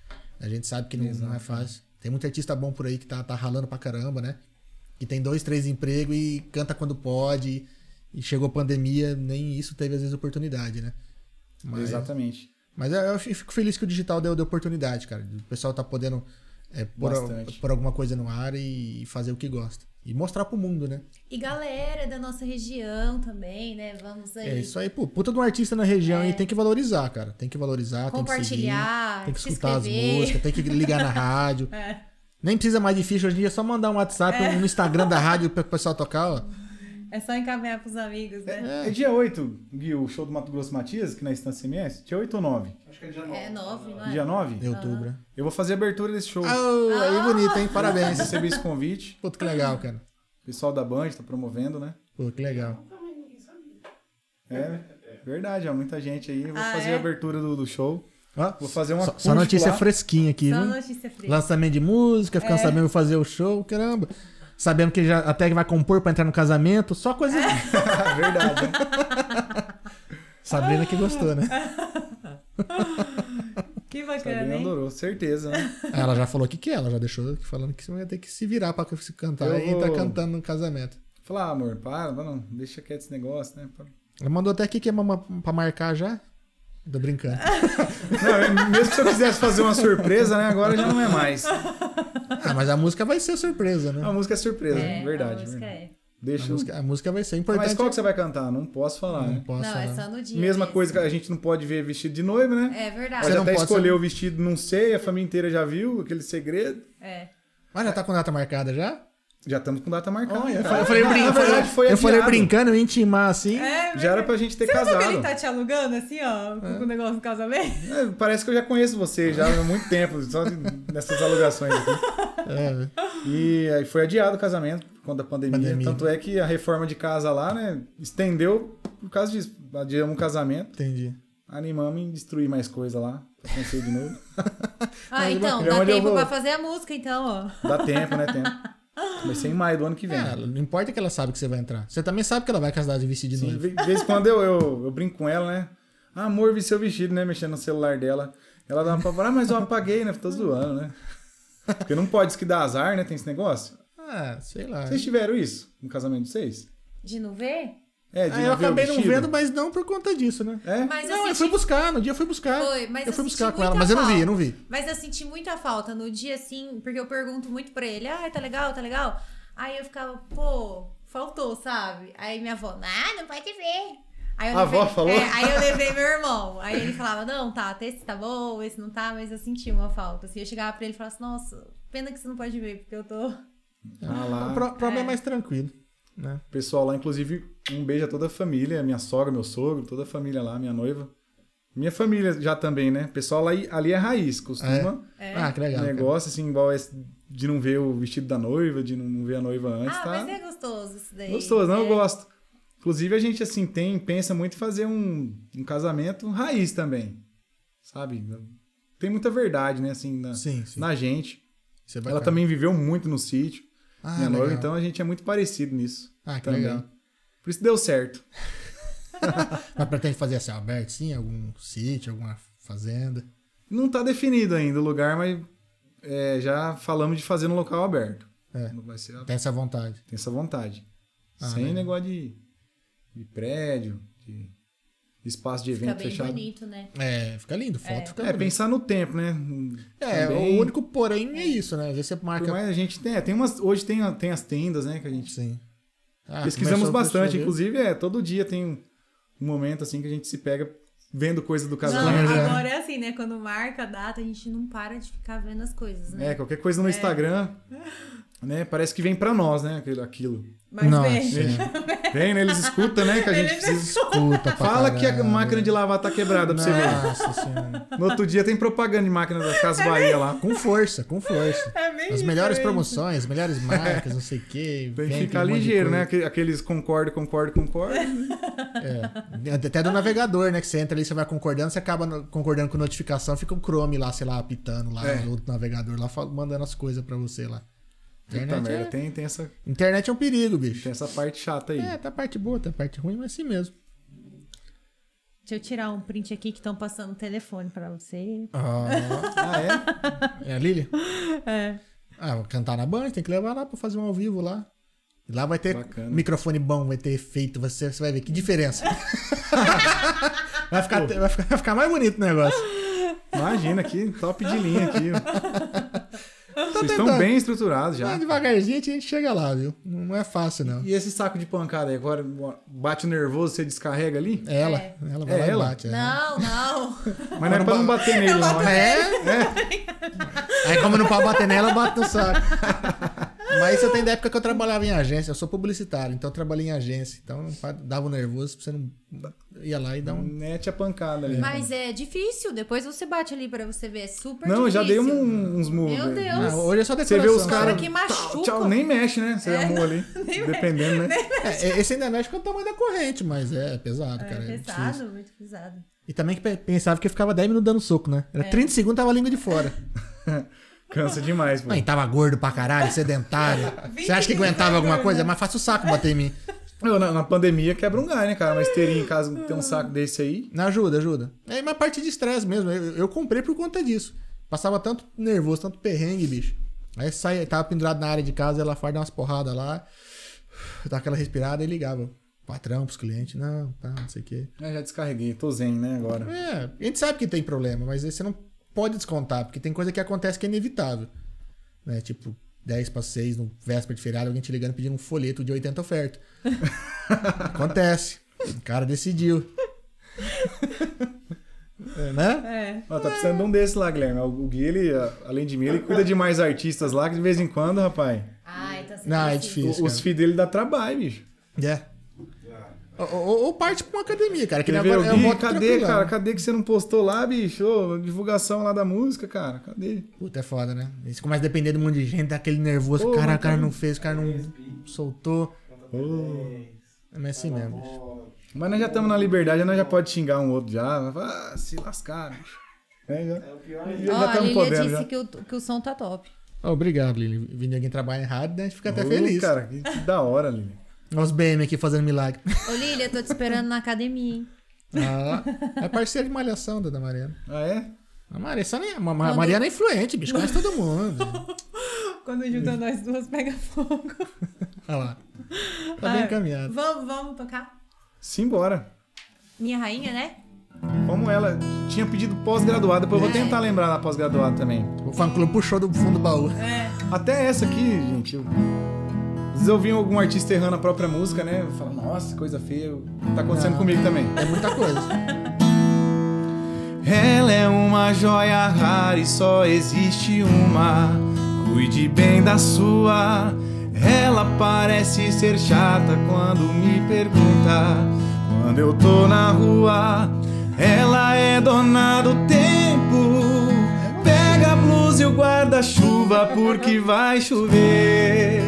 Speaker 2: A gente sabe que não, não é fácil. Tem muito artista bom por aí que tá, tá ralando pra caramba, né? Que tem dois, três empregos e canta quando pode. E chegou a pandemia, nem isso teve, às vezes, oportunidade, né? Mas-
Speaker 4: Exatamente.
Speaker 2: mas eu, eu fico feliz que o digital deu, deu oportunidade, cara. O pessoal tá podendo é, pôr,
Speaker 4: Bastante.
Speaker 2: pôr alguma coisa no ar e, fazer o que gosta. E mostrar pro mundo, né?
Speaker 1: E galera da nossa região também, né? Vamos aí É.
Speaker 2: É isso aí, pô. Puta de um artista na região e tem que valorizar, cara. Tem que valorizar, tem que seguir.
Speaker 1: compartilhar,
Speaker 2: Tem que
Speaker 1: se
Speaker 2: escutar as
Speaker 1: inscrever.
Speaker 2: músicas, tem que ligar na rádio.
Speaker 1: É.
Speaker 2: Nem precisa mais de ficha hoje em dia, é só mandar um WhatsApp um no Instagram da rádio pro pessoal tocar, ó.
Speaker 1: É só encaminhar pros amigos, né?
Speaker 4: É dia 8, Gui, o show do Mato Grosso Matias, que na instância MS. Dia 8 ou 9?
Speaker 3: Acho que é dia 9.
Speaker 1: É nove, não é?
Speaker 4: Dia 9?
Speaker 2: Em outubro. né?
Speaker 4: Eu vou fazer a abertura desse show.
Speaker 2: Ah, aí bonito, hein? Parabéns.
Speaker 4: Recebi esse convite.
Speaker 2: Puta que legal, cara.
Speaker 4: O pessoal da Band tá promovendo, né?
Speaker 2: Pô, que legal.
Speaker 4: É, verdade, ó, muita gente aí. Vou
Speaker 1: Ah,
Speaker 4: fazer
Speaker 1: é?
Speaker 4: a abertura do, do show.
Speaker 2: Ó,
Speaker 4: Vou fazer uma
Speaker 2: só, só notícia fresquinha aqui,
Speaker 1: Só
Speaker 2: viu?
Speaker 1: notícia É. fria.
Speaker 2: Lançamento de música, ficando sabendo fazer o show, caramba. Sabendo que já até que vai compor pra entrar no casamento, só coisa.
Speaker 1: É.
Speaker 4: Verdade, né?
Speaker 2: Sabrina que gostou, né?
Speaker 1: Que bacana,
Speaker 4: Sabrina
Speaker 1: hein?
Speaker 4: adorou, certeza, né?
Speaker 2: Ah, Ela já falou o que, que é, ela já deixou falando que você vai ter que se virar pra se cantar
Speaker 4: Eu
Speaker 2: e tá
Speaker 4: vou-
Speaker 2: cantando no casamento.
Speaker 4: Falar, ah, amor, para, para, não, deixa quieto esse negócio, né? Para.
Speaker 2: Ela mandou até aqui que é uma, pra marcar já. Tô brincando.
Speaker 4: Não, eu- mesmo se eu quisesse fazer uma surpresa, né? Agora já não é mais.
Speaker 2: Ah, mas a música vai ser surpresa, né?
Speaker 4: A música é surpresa,
Speaker 1: É,
Speaker 4: verdade.
Speaker 1: a música
Speaker 4: verdade.
Speaker 1: é.
Speaker 2: A
Speaker 4: Deixa eu...
Speaker 2: música, a música vai ser importante.
Speaker 4: Mas qual que você vai cantar? Não posso falar,
Speaker 2: Não
Speaker 4: né?
Speaker 2: posso.
Speaker 1: Não, é
Speaker 2: não.
Speaker 1: só no dia.
Speaker 4: Mesma
Speaker 1: mesmo.
Speaker 4: coisa que a gente não pode ver vestido de noiva, né?
Speaker 1: É verdade.
Speaker 4: Mas
Speaker 2: Você não
Speaker 4: até
Speaker 2: pode
Speaker 4: escolher o vestido, não sei, a família inteira já viu aquele segredo.
Speaker 1: É.
Speaker 2: Mas já tá com data marcada já?
Speaker 4: Já estamos com data marcada.
Speaker 2: Olha, eu
Speaker 4: cara.
Speaker 2: falei- eu falei, brin-
Speaker 4: na verdade, foi
Speaker 2: eu falei
Speaker 4: adiado.
Speaker 2: brincando, eu ia intimar assim.
Speaker 1: É,
Speaker 4: Já era pra gente ter
Speaker 1: Você não viu que
Speaker 4: casado.
Speaker 1: ele tá te alugando assim, ó, com o negócio do casamento?
Speaker 4: É, Parece que eu já conheço você já há muito tempo, só de- nessas alugações aqui.
Speaker 2: É.
Speaker 4: E aí foi adiado o casamento por conta da pandemia.
Speaker 2: Pandemia.
Speaker 4: Tanto é que a reforma de casa lá, né, estendeu por causa disso. Adiamos um casamento,
Speaker 2: Entendi.
Speaker 4: animamos em destruir mais coisa lá. pra acontecer de novo.
Speaker 1: Ah, então,
Speaker 4: é
Speaker 1: dá
Speaker 4: onde eu
Speaker 1: tempo
Speaker 4: vou.
Speaker 1: pra fazer a música, então, ó.
Speaker 4: Dá tempo, né? Tempo. Vai ser em maio do ano que vem.
Speaker 2: É, não importa que ela sabe que você vai entrar. Você também sabe que ela vai casar de vestido de
Speaker 4: Sim,
Speaker 2: noiva.
Speaker 4: de vez em quando eu, eu, eu brinco com ela, né? Ah, amor, vi seu vestido, né? Mexendo no celular dela. Ela dá uma palavra, ah, mas eu apaguei, né? Tô zoando, né? Porque não pode, isso que dá azar, né? Tem esse negócio.
Speaker 2: Ah, sei lá.
Speaker 4: Vocês tiveram isso no casamento de vocês?
Speaker 1: De não ver?
Speaker 4: É,
Speaker 2: Ah,
Speaker 4: não
Speaker 2: eu
Speaker 4: ver o
Speaker 2: acabei não
Speaker 4: vestido?
Speaker 2: vendo, mas não por conta disso, né?
Speaker 4: É?
Speaker 1: Mas assim,
Speaker 2: não,
Speaker 1: eu
Speaker 2: eu
Speaker 1: senti-
Speaker 2: fui buscar, no dia eu fui buscar.
Speaker 1: Foi, mas
Speaker 2: eu fui
Speaker 1: eu
Speaker 2: buscar
Speaker 1: senti
Speaker 2: com ela,
Speaker 1: muita
Speaker 2: mas eu não vi,
Speaker 1: falta.
Speaker 2: eu não vi.
Speaker 1: Mas eu senti muita falta no dia, assim, porque eu pergunto muito pra ele, ah, tá legal, tá legal? Aí eu ficava, pô, faltou, sabe? Aí minha avó, ah, não pode ver. Aí eu
Speaker 4: A
Speaker 1: levei-
Speaker 4: avó falou?
Speaker 1: É, aí eu levei meu irmão. Aí ele falava, não, tá, até esse tá bom, esse não tá, mas eu senti uma falta. Assim, eu chegava pra ele e falava assim, nossa, pena que você não pode ver, porque eu tô...
Speaker 4: Ah, lá.
Speaker 2: O pro- problema é
Speaker 1: É.
Speaker 2: mais tranquilo, né?
Speaker 4: O pessoal lá, inclusive, um beijo a toda a família, minha sogra, meu sogro, toda a família lá, minha noiva. Minha família já também, né? O pessoal lá, ali é raiz, costuma.
Speaker 1: É.
Speaker 2: Ah, que legal. cara.
Speaker 4: negócio assim, igual esse de não ver o vestido da noiva, de não ver a noiva antes,
Speaker 1: ah,
Speaker 4: tá?
Speaker 1: mas é gostoso isso daí.
Speaker 4: Gostoso, não?
Speaker 1: É.
Speaker 4: Eu gosto. Inclusive, a gente, assim, tem, pensa muito em fazer um, um casamento raiz também. Sabe? Tem muita verdade, né, assim, na,
Speaker 2: Sim, sim.
Speaker 4: na gente.
Speaker 2: Isso é
Speaker 4: Ela
Speaker 2: bacana.
Speaker 4: também viveu muito no sítio,
Speaker 2: Ah,
Speaker 4: minha noiva,
Speaker 2: legal.
Speaker 4: então a gente é muito parecido nisso.
Speaker 2: Ah, que
Speaker 4: também.
Speaker 2: legal.
Speaker 4: Tá Por isso deu certo.
Speaker 2: Mas pretende fazer assim, aberto, sim? Algum sítio, alguma fazenda?
Speaker 4: Não tá definido ainda o lugar, mas é, já falamos de fazer no local aberto.
Speaker 2: É.
Speaker 4: Não vai ser a
Speaker 2: Tem essa vontade.
Speaker 4: Tem essa vontade.
Speaker 2: Ah,
Speaker 4: Sem
Speaker 2: legal.
Speaker 4: negócio de, de prédio, de espaço de
Speaker 1: Fica
Speaker 4: evento
Speaker 1: bem
Speaker 4: fechado.
Speaker 1: bonito, né?
Speaker 2: É, fica lindo, foto fica
Speaker 4: É,
Speaker 2: bonito.
Speaker 4: pensar no tempo, né?
Speaker 2: É,
Speaker 4: Também,
Speaker 2: o único porém é isso, né? Às vezes você marca...
Speaker 4: Por mais a gente tem, é, tem umas, hoje tem, a- tem as tendas, né? Que a gente
Speaker 2: Sim. Ah,
Speaker 4: Pesquisamos
Speaker 2: começou-
Speaker 4: bastante.
Speaker 2: começou a ver.
Speaker 4: Inclusive, é, todo dia tem um um momento assim que a gente se pega vendo coisa do
Speaker 1: Não,
Speaker 4: casamento.
Speaker 2: já.
Speaker 1: agora é assim, né? Quando marca a data, a gente não para de ficar vendo as coisas, né?
Speaker 4: É, qualquer coisa no Instagram, né? Parece que vem pra nós, né? aquilo- Aquilo.
Speaker 1: Mas
Speaker 2: Nossa,
Speaker 1: bem,
Speaker 4: é.
Speaker 2: gente,
Speaker 4: Vem, né? Eles escutam, né? Que a gente precisa.
Speaker 2: puta pra
Speaker 4: Fala que a
Speaker 2: caralho.
Speaker 4: máquina de lavar tá quebrada pra você ver.
Speaker 2: Nossa senhora.
Speaker 4: No outro dia tem propaganda de máquina da Casa Bahia lá.
Speaker 2: Com força, com força.
Speaker 1: é meio
Speaker 2: As melhores
Speaker 1: diferente.
Speaker 2: promoções, melhores marcas, não sei o quê.
Speaker 4: Tem que
Speaker 2: vem
Speaker 4: ficar
Speaker 2: aquele monte de
Speaker 4: ligeiro,
Speaker 2: coisa.
Speaker 4: né? Aqu- Aqueles concordo, concordo, concordo.
Speaker 2: É. Até do navegador, né? Que você entra ali, você vai concordando, você acaba no- concordando com notificação, fica o Chrome lá, sei lá, apitando lá,
Speaker 4: É.
Speaker 2: outro navegador lá, fal- mandando as coisas pra você lá.
Speaker 4: Puta
Speaker 2: Internet
Speaker 4: merda, um
Speaker 2: é,
Speaker 4: tem, tem, essa,
Speaker 2: internet é um perigo, bicho.
Speaker 4: tem essa parte chata aí.
Speaker 2: É, tá a parte boa, tá a parte ruim, mas assim mesmo.
Speaker 1: Deixa eu tirar um print aqui que estão passando o telefone pra você.
Speaker 2: Ah,
Speaker 4: Ah, é?
Speaker 2: é a Lili?
Speaker 1: É.
Speaker 2: Ah, vou cantar na banda, tem que levar lá pra fazer um ao vivo lá. E Lá vai ter
Speaker 4: Bacana.
Speaker 2: microfone bom, vai ter efeito, você, você vai ver que diferença. vai, ficar, vai, ficar, vai ficar mais bonito o negócio.
Speaker 4: Imagina aqui, top de linha aqui. Vocês estão
Speaker 2: tentando.
Speaker 4: bem estruturados já.
Speaker 2: Mas devagarzinho a gente chega lá, viu? Não é fácil, não.
Speaker 4: E esse saco de pancada aí, agora bate nervoso, você descarrega ali?
Speaker 2: É ela.
Speaker 1: É.
Speaker 2: Ela vai
Speaker 4: É
Speaker 2: lá
Speaker 4: ela?
Speaker 2: e bate. é.
Speaker 1: Não, não.
Speaker 4: Mas não é pra não bater nele, não. É?
Speaker 2: Mas
Speaker 4: né?
Speaker 2: É? Aí como não pode bater nela, eu bato no saco. Mas isso eu tenho da época que eu trabalhava em agência. Eu sou publicitário, então eu trabalhei em agência. Então não fa- dava um nervoso pra você não... Ia lá e dar um...
Speaker 4: Mete a pancada ali.
Speaker 1: Mas é difícil. Depois você bate ali pra você ver. É super
Speaker 4: Não, eu
Speaker 1: difícil.
Speaker 4: já dei um- uns murros.
Speaker 1: Meu
Speaker 4: velho.
Speaker 1: Deus. um
Speaker 2: Ah, hoje é só
Speaker 4: Você
Speaker 2: decoração.
Speaker 4: vê os
Speaker 2: sabe?
Speaker 4: caras.
Speaker 1: que machuca. É.
Speaker 4: Tchau, tchau, nem mexe, né? Você amou ali. Dependendo, né?
Speaker 2: É, esse ainda mexe com o tamanho da corrente, mas é pesado, cara.
Speaker 1: É
Speaker 2: é
Speaker 1: pesado,
Speaker 2: difícil.
Speaker 1: muito pesado.
Speaker 2: E também que pe- pensava que eu ficava 10 minutos dando soco, né? Era 30 segundos, tava a língua de fora.
Speaker 4: Cansa demais, pô.
Speaker 2: Mãe, tava gordo pra caralho, sedentário. Você acha que aguentava alguma coisa? É mais fácil o saco bater em mim.
Speaker 4: Eu, na, na pandemia quebra um galho, né, cara? Uma esteirinha em casa tem um saco desse aí.
Speaker 2: Não, ajuda, ajuda. É uma parte de estresse mesmo. Eu, eu comprei por conta disso. Passava tanto nervoso, tanto perrengue, bicho. Aí saía, tava pendurado na área de casa, ela farda umas porradas lá, dá aquela respirada e ligava. Patrão, pros clientes, não, tá, não sei o quê.
Speaker 4: Eu já descarreguei, tô zen, né, agora.
Speaker 2: É, a gente sabe que tem problema, mas aí você não pode descontar, porque tem coisa que acontece que é inevitável. Né? Tipo, 10 para 6, no véspera de feriado, alguém te ligando pedindo um folheto de 80 ofertas. acontece. O cara decidiu. É, né?
Speaker 1: É.
Speaker 4: Ó, tá precisando de um desse lá, Guilherme. O Gui, ele, a- além de mim, ele cuida de mais artistas lá, que de vez em quando, rapaz.
Speaker 1: Ai, tá sendo
Speaker 2: Não, é
Speaker 1: assim.
Speaker 4: o-
Speaker 2: difícil.
Speaker 4: os
Speaker 2: cara.
Speaker 4: filhos dele dá trabalho, bicho.
Speaker 2: É. Ou, ou- ou parte pra uma academia, cara. Que
Speaker 4: Quer
Speaker 2: nem
Speaker 4: ver
Speaker 2: agora
Speaker 4: o
Speaker 2: é um
Speaker 4: Gui?
Speaker 2: voto
Speaker 4: Cadê,
Speaker 2: tranquilão.
Speaker 4: cara? Cadê que você não postou lá, bicho? Ô, divulgação lá da música, cara. Cadê?
Speaker 2: Puta, é foda, né? Aí Você começa a depender de um monte de gente, daquele nervoso.
Speaker 4: Pô,
Speaker 2: cara,
Speaker 4: mas
Speaker 2: o cara
Speaker 4: tá-
Speaker 2: não fez, o cara não soltou.
Speaker 3: Oh.
Speaker 2: É assim mesmo. bicho.
Speaker 4: Mas nós já estamos na liberdade, nós já pode xingar um outro já. Vai falar, Ah, se lascar, bicho. É, já.
Speaker 3: É o pior é
Speaker 4: Já
Speaker 1: Ó, a
Speaker 2: tá
Speaker 4: tamo
Speaker 1: Lilia
Speaker 4: podendo,
Speaker 1: disse
Speaker 4: já.
Speaker 1: que o, que o som tá top.
Speaker 2: Ó, Ah, Obrigado, Lili. Vindo de alguém trabalhar errado, né? A gente fica até
Speaker 4: Ô,
Speaker 2: feliz.
Speaker 4: Cara, que que da hora, Lili.
Speaker 2: Olha os BM aqui fazendo milagre.
Speaker 1: Ô, Lilia, eu tô te esperando na academia, hein?
Speaker 2: Ah, é parceira de malhação, da Mariana.
Speaker 4: Ah, é?
Speaker 2: A Mariana, é- ma- ma- Mariana é influente, bicho. Conhece todo mundo.
Speaker 1: Quando junta nós duas, pega fogo.
Speaker 2: Olha lá. Tá bem encaminhado.
Speaker 1: Vamos, vamos tocar?
Speaker 4: Simbora.
Speaker 1: Minha rainha, né?
Speaker 4: Como ela tinha pedido pós-graduada, depois eu vou
Speaker 1: É.
Speaker 4: tentar lembrar na pós-graduada também.
Speaker 2: O fã-clube puxou do fundo do baú.
Speaker 1: É.
Speaker 4: Até essa aqui, gente. Eu... Às vezes eu vi algum artista errando a própria música, né? Eu falo, nossa, coisa feia. Tá acontecendo
Speaker 2: Não.
Speaker 4: comigo também.
Speaker 2: É muita coisa.
Speaker 4: Ela é uma joia rara e só existe uma. Cuide bem da sua. Ela parece ser chata quando me pergunta. Quando eu tô na rua, ela é dona do tempo. Pega a blusa e o guarda-chuva porque vai chover.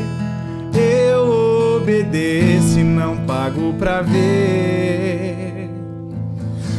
Speaker 4: Eu obedeço e não pago pra ver.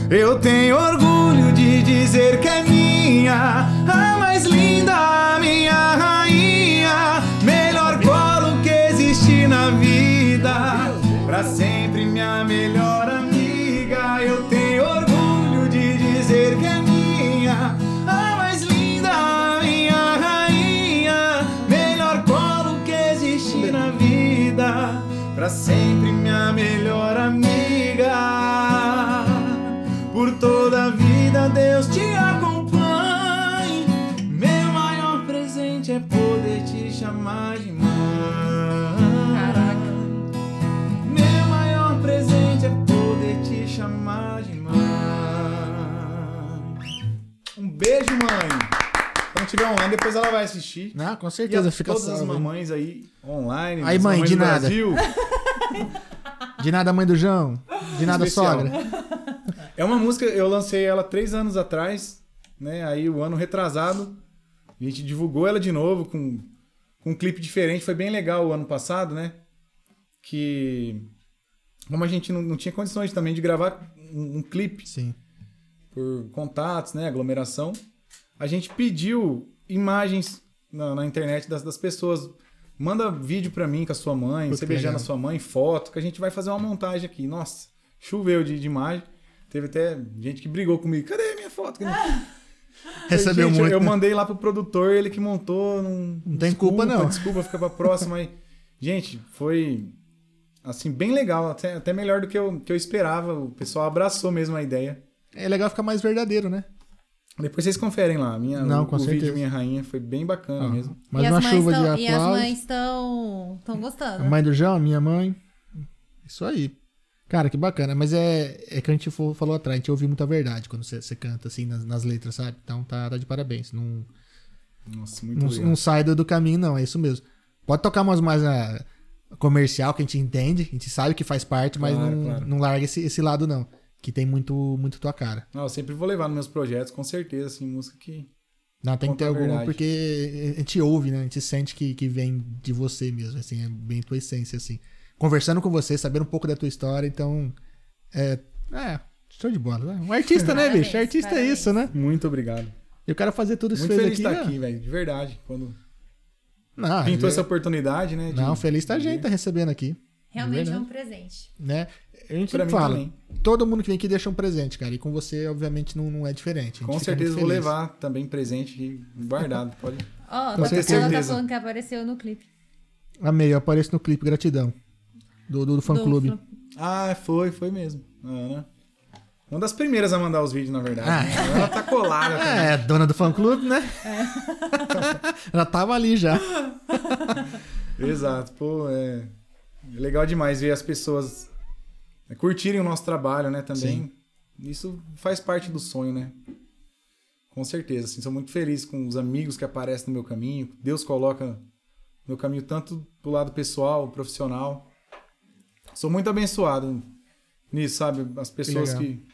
Speaker 4: Eu tenho orgulho de dizer que é minha, a mais linda, a minha rainha, melhor colo que existe na vida, pra sempre minha melhor amiga. Eu tenho orgulho de dizer que é minha, a mais linda, a minha rainha, melhor colo que existe na vida, pra sempre minha melhor amiga. Por toda a vida Deus te acompanhe. Meu maior presente é poder te chamar de mãe.
Speaker 1: Caraca.
Speaker 4: é Um beijo, mãe. Quando tiver online, depois ela vai assistir.
Speaker 2: Não, com
Speaker 4: E a
Speaker 2: certeza,
Speaker 4: todas
Speaker 2: fica
Speaker 4: as
Speaker 2: salvo.
Speaker 4: mamães aí online.
Speaker 2: Aí,
Speaker 4: as
Speaker 2: mãe,
Speaker 4: mamães
Speaker 2: de
Speaker 4: do
Speaker 2: nada.
Speaker 4: Brasil.
Speaker 2: De nada, mãe do João. De nada,
Speaker 4: Especial.
Speaker 2: sogra.
Speaker 4: É uma música, eu lancei ela três anos atrás, né? Aí o ano retrasado, a gente divulgou ela de novo com, com um clipe diferente. Foi bem legal o ano passado, né? Que. Como a gente não, não tinha condições também de gravar um, um clipe
Speaker 2: Sim.
Speaker 4: por contatos, né? Aglomeração, a gente pediu imagens na, na internet das, das pessoas. Manda vídeo pra mim com a sua mãe,
Speaker 2: Puta,
Speaker 4: você
Speaker 2: que
Speaker 4: beijando a
Speaker 2: legal.
Speaker 4: sua mãe, foto, que a gente vai fazer uma montagem aqui. Nossa, choveu de, de imagem. Teve até gente que brigou comigo. Cadê a minha foto? Que não-
Speaker 2: Recebeu
Speaker 4: Gente,
Speaker 2: muito.
Speaker 4: Eu mandei lá pro produtor, ele que montou. Não,
Speaker 2: Não tem culpa, não.
Speaker 4: Desculpa, fica pra próxima aí. Gente, foi assim, bem legal, até, até melhor do que eu, que eu esperava. O pessoal abraçou mesmo a ideia.
Speaker 2: É legal ficar mais verdadeiro, né?
Speaker 4: Depois vocês conferem lá. Minha,
Speaker 2: Não,
Speaker 4: o,
Speaker 2: com
Speaker 4: o vídeo
Speaker 2: certeza.
Speaker 4: Minha Rainha foi bem bacana
Speaker 2: Ah,
Speaker 4: É mesmo.
Speaker 2: Mais
Speaker 1: e
Speaker 2: uma
Speaker 1: as mães
Speaker 2: chuva
Speaker 1: tão-
Speaker 2: de
Speaker 1: E as
Speaker 2: aplausos.
Speaker 1: mães estão
Speaker 2: A
Speaker 1: gostando.
Speaker 2: mãe do João, minha mãe. Isso aí. Cara, que bacana. Mas é, é que a gente fo- falou atrás, a gente ouviu muita verdade quando você, você canta, assim, nas, nas letras, sabe? Então tá, tá de parabéns. Não,
Speaker 4: Nossa, muito
Speaker 2: não,
Speaker 4: legal.
Speaker 2: não sai do, do caminho, não. É isso mesmo. Pode tocar umas mais ah, comercial que a gente entende, a gente sabe que faz parte, mas
Speaker 4: Claro,
Speaker 2: não,
Speaker 4: claro.
Speaker 2: não larga esse, esse lado, não. Que tem muito, muito tua cara.
Speaker 4: Não, eu sempre vou levar nos meus projetos, com certeza, assim, música que.
Speaker 2: Não, tem que
Speaker 4: Conta
Speaker 2: ter
Speaker 4: a
Speaker 2: alguma,
Speaker 4: verdade.
Speaker 2: porque a gente ouve, né? A gente sente que, que vem de você mesmo, assim, é bem tua essência, assim. Conversando com você, sabendo um pouco da tua história, então. É. é show de bola. né? Um artista, né,
Speaker 1: Parabéns,
Speaker 2: bicho? Artista é
Speaker 1: parabéns.
Speaker 2: isso, né?
Speaker 4: Muito obrigado.
Speaker 2: E o cara fazer tudo isso
Speaker 4: Muito
Speaker 2: fez
Speaker 4: feliz
Speaker 2: aqui. né?
Speaker 4: de estar
Speaker 2: ó.
Speaker 4: aqui, velho. De verdade. Quando
Speaker 2: Não, eu-
Speaker 4: pintou essa oportunidade, né? de-
Speaker 2: não, feliz tá a gente tá recebendo aqui,
Speaker 1: Realmente é
Speaker 2: Verdade.
Speaker 1: um presente.
Speaker 2: né? A gente
Speaker 4: Pra
Speaker 2: sempre
Speaker 4: mim
Speaker 2: fala.
Speaker 4: também.
Speaker 2: Todo mundo que vem aqui deixa um presente, cara. E com você, obviamente, não, não é diferente. A gente
Speaker 4: Com
Speaker 2: fica
Speaker 4: certeza
Speaker 2: muito
Speaker 4: vou
Speaker 2: feliz.
Speaker 4: levar também presente e guardado. Pode.
Speaker 1: Ó,
Speaker 2: Com
Speaker 1: tá- ela tá
Speaker 4: certeza.
Speaker 1: falando que apareceu no clipe.
Speaker 2: Amei, eu apareço no clipe, gratidão. Do, do, do fã
Speaker 1: do
Speaker 2: clube.
Speaker 1: fã-
Speaker 4: Ah, foi, foi mesmo. A Ana. Uma das primeiras a mandar os vídeos, na verdade.
Speaker 2: Ah.
Speaker 4: né? Ela tá colada. cara.
Speaker 2: É, dona do fã clube, né? Ela tava ali já.
Speaker 4: Exato, pô, é é legal demais ver as pessoas né, curtirem o nosso trabalho, né, também. Isso faz parte do sonho, né? Com certeza, assim, sou muito feliz com os amigos que aparecem no meu caminho. Deus coloca no meu caminho tanto do lado pessoal, profissional. Sou muito abençoado nisso, sabe? As pessoas
Speaker 2: legal.
Speaker 4: que,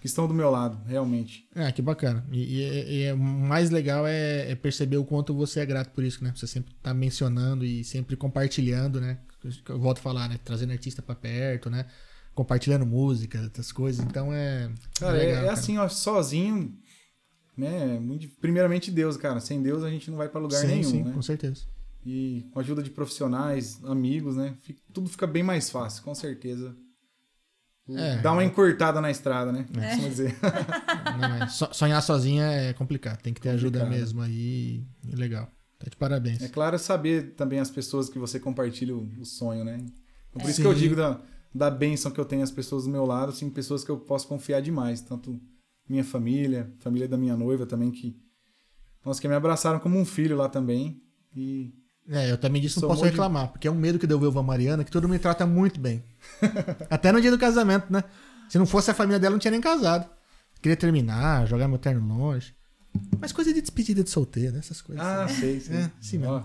Speaker 4: que estão do meu lado, realmente.
Speaker 2: Ah, que bacana. E, e é- e é- o mais legal é, é perceber o quanto você é grato por isso, né? Você sempre tá mencionando e sempre compartilhando, né? Eu volto a falar, né? Trazendo artista pra perto, né? Compartilhando música, essas coisas. Então é.
Speaker 4: Cara, é,
Speaker 2: legal,
Speaker 4: é assim, ó, sozinho, né? muito dif- Primeiramente Deus, cara. Sem Deus a gente não vai pra lugar
Speaker 2: sim,
Speaker 4: nenhum,
Speaker 2: sim,
Speaker 4: né?
Speaker 2: com certeza.
Speaker 4: E com a ajuda de profissionais, amigos, né? Fica- tudo fica bem mais fácil, com certeza.
Speaker 2: É.
Speaker 4: Dá uma encurtada na estrada, né? Costuma dizer.
Speaker 2: Não, é- so- sonhar sozinha é complicado. Tem que ter ajuda
Speaker 4: Complicado.
Speaker 2: mesmo aí. E Legal. Tá de parabéns.
Speaker 4: É claro saber também as pessoas que você compartilha o, o sonho, né? Então, por
Speaker 2: É.
Speaker 4: isso que eu
Speaker 2: Sim.
Speaker 4: digo da, da benção que eu tenho as pessoas do meu lado, assim, pessoas que eu posso confiar demais. Tanto minha família, família da minha noiva também, que. Nossa, que me abraçaram como um filho lá também. E.
Speaker 2: É, eu também disso não
Speaker 4: Sou
Speaker 2: posso
Speaker 4: muito-
Speaker 2: reclamar, porque é um medo que deu viúva Mariana, que todo mundo me trata muito bem. Até no dia do casamento, né? Se não fosse a família dela, eu não tinha nem casado. Queria terminar, jogar meu terno longe. Mas coisa de despedida de solteiro, né? Essas coisas.
Speaker 4: Ah,
Speaker 2: assim.
Speaker 4: sei, sei.
Speaker 2: É, sim mesmo.
Speaker 4: Ó,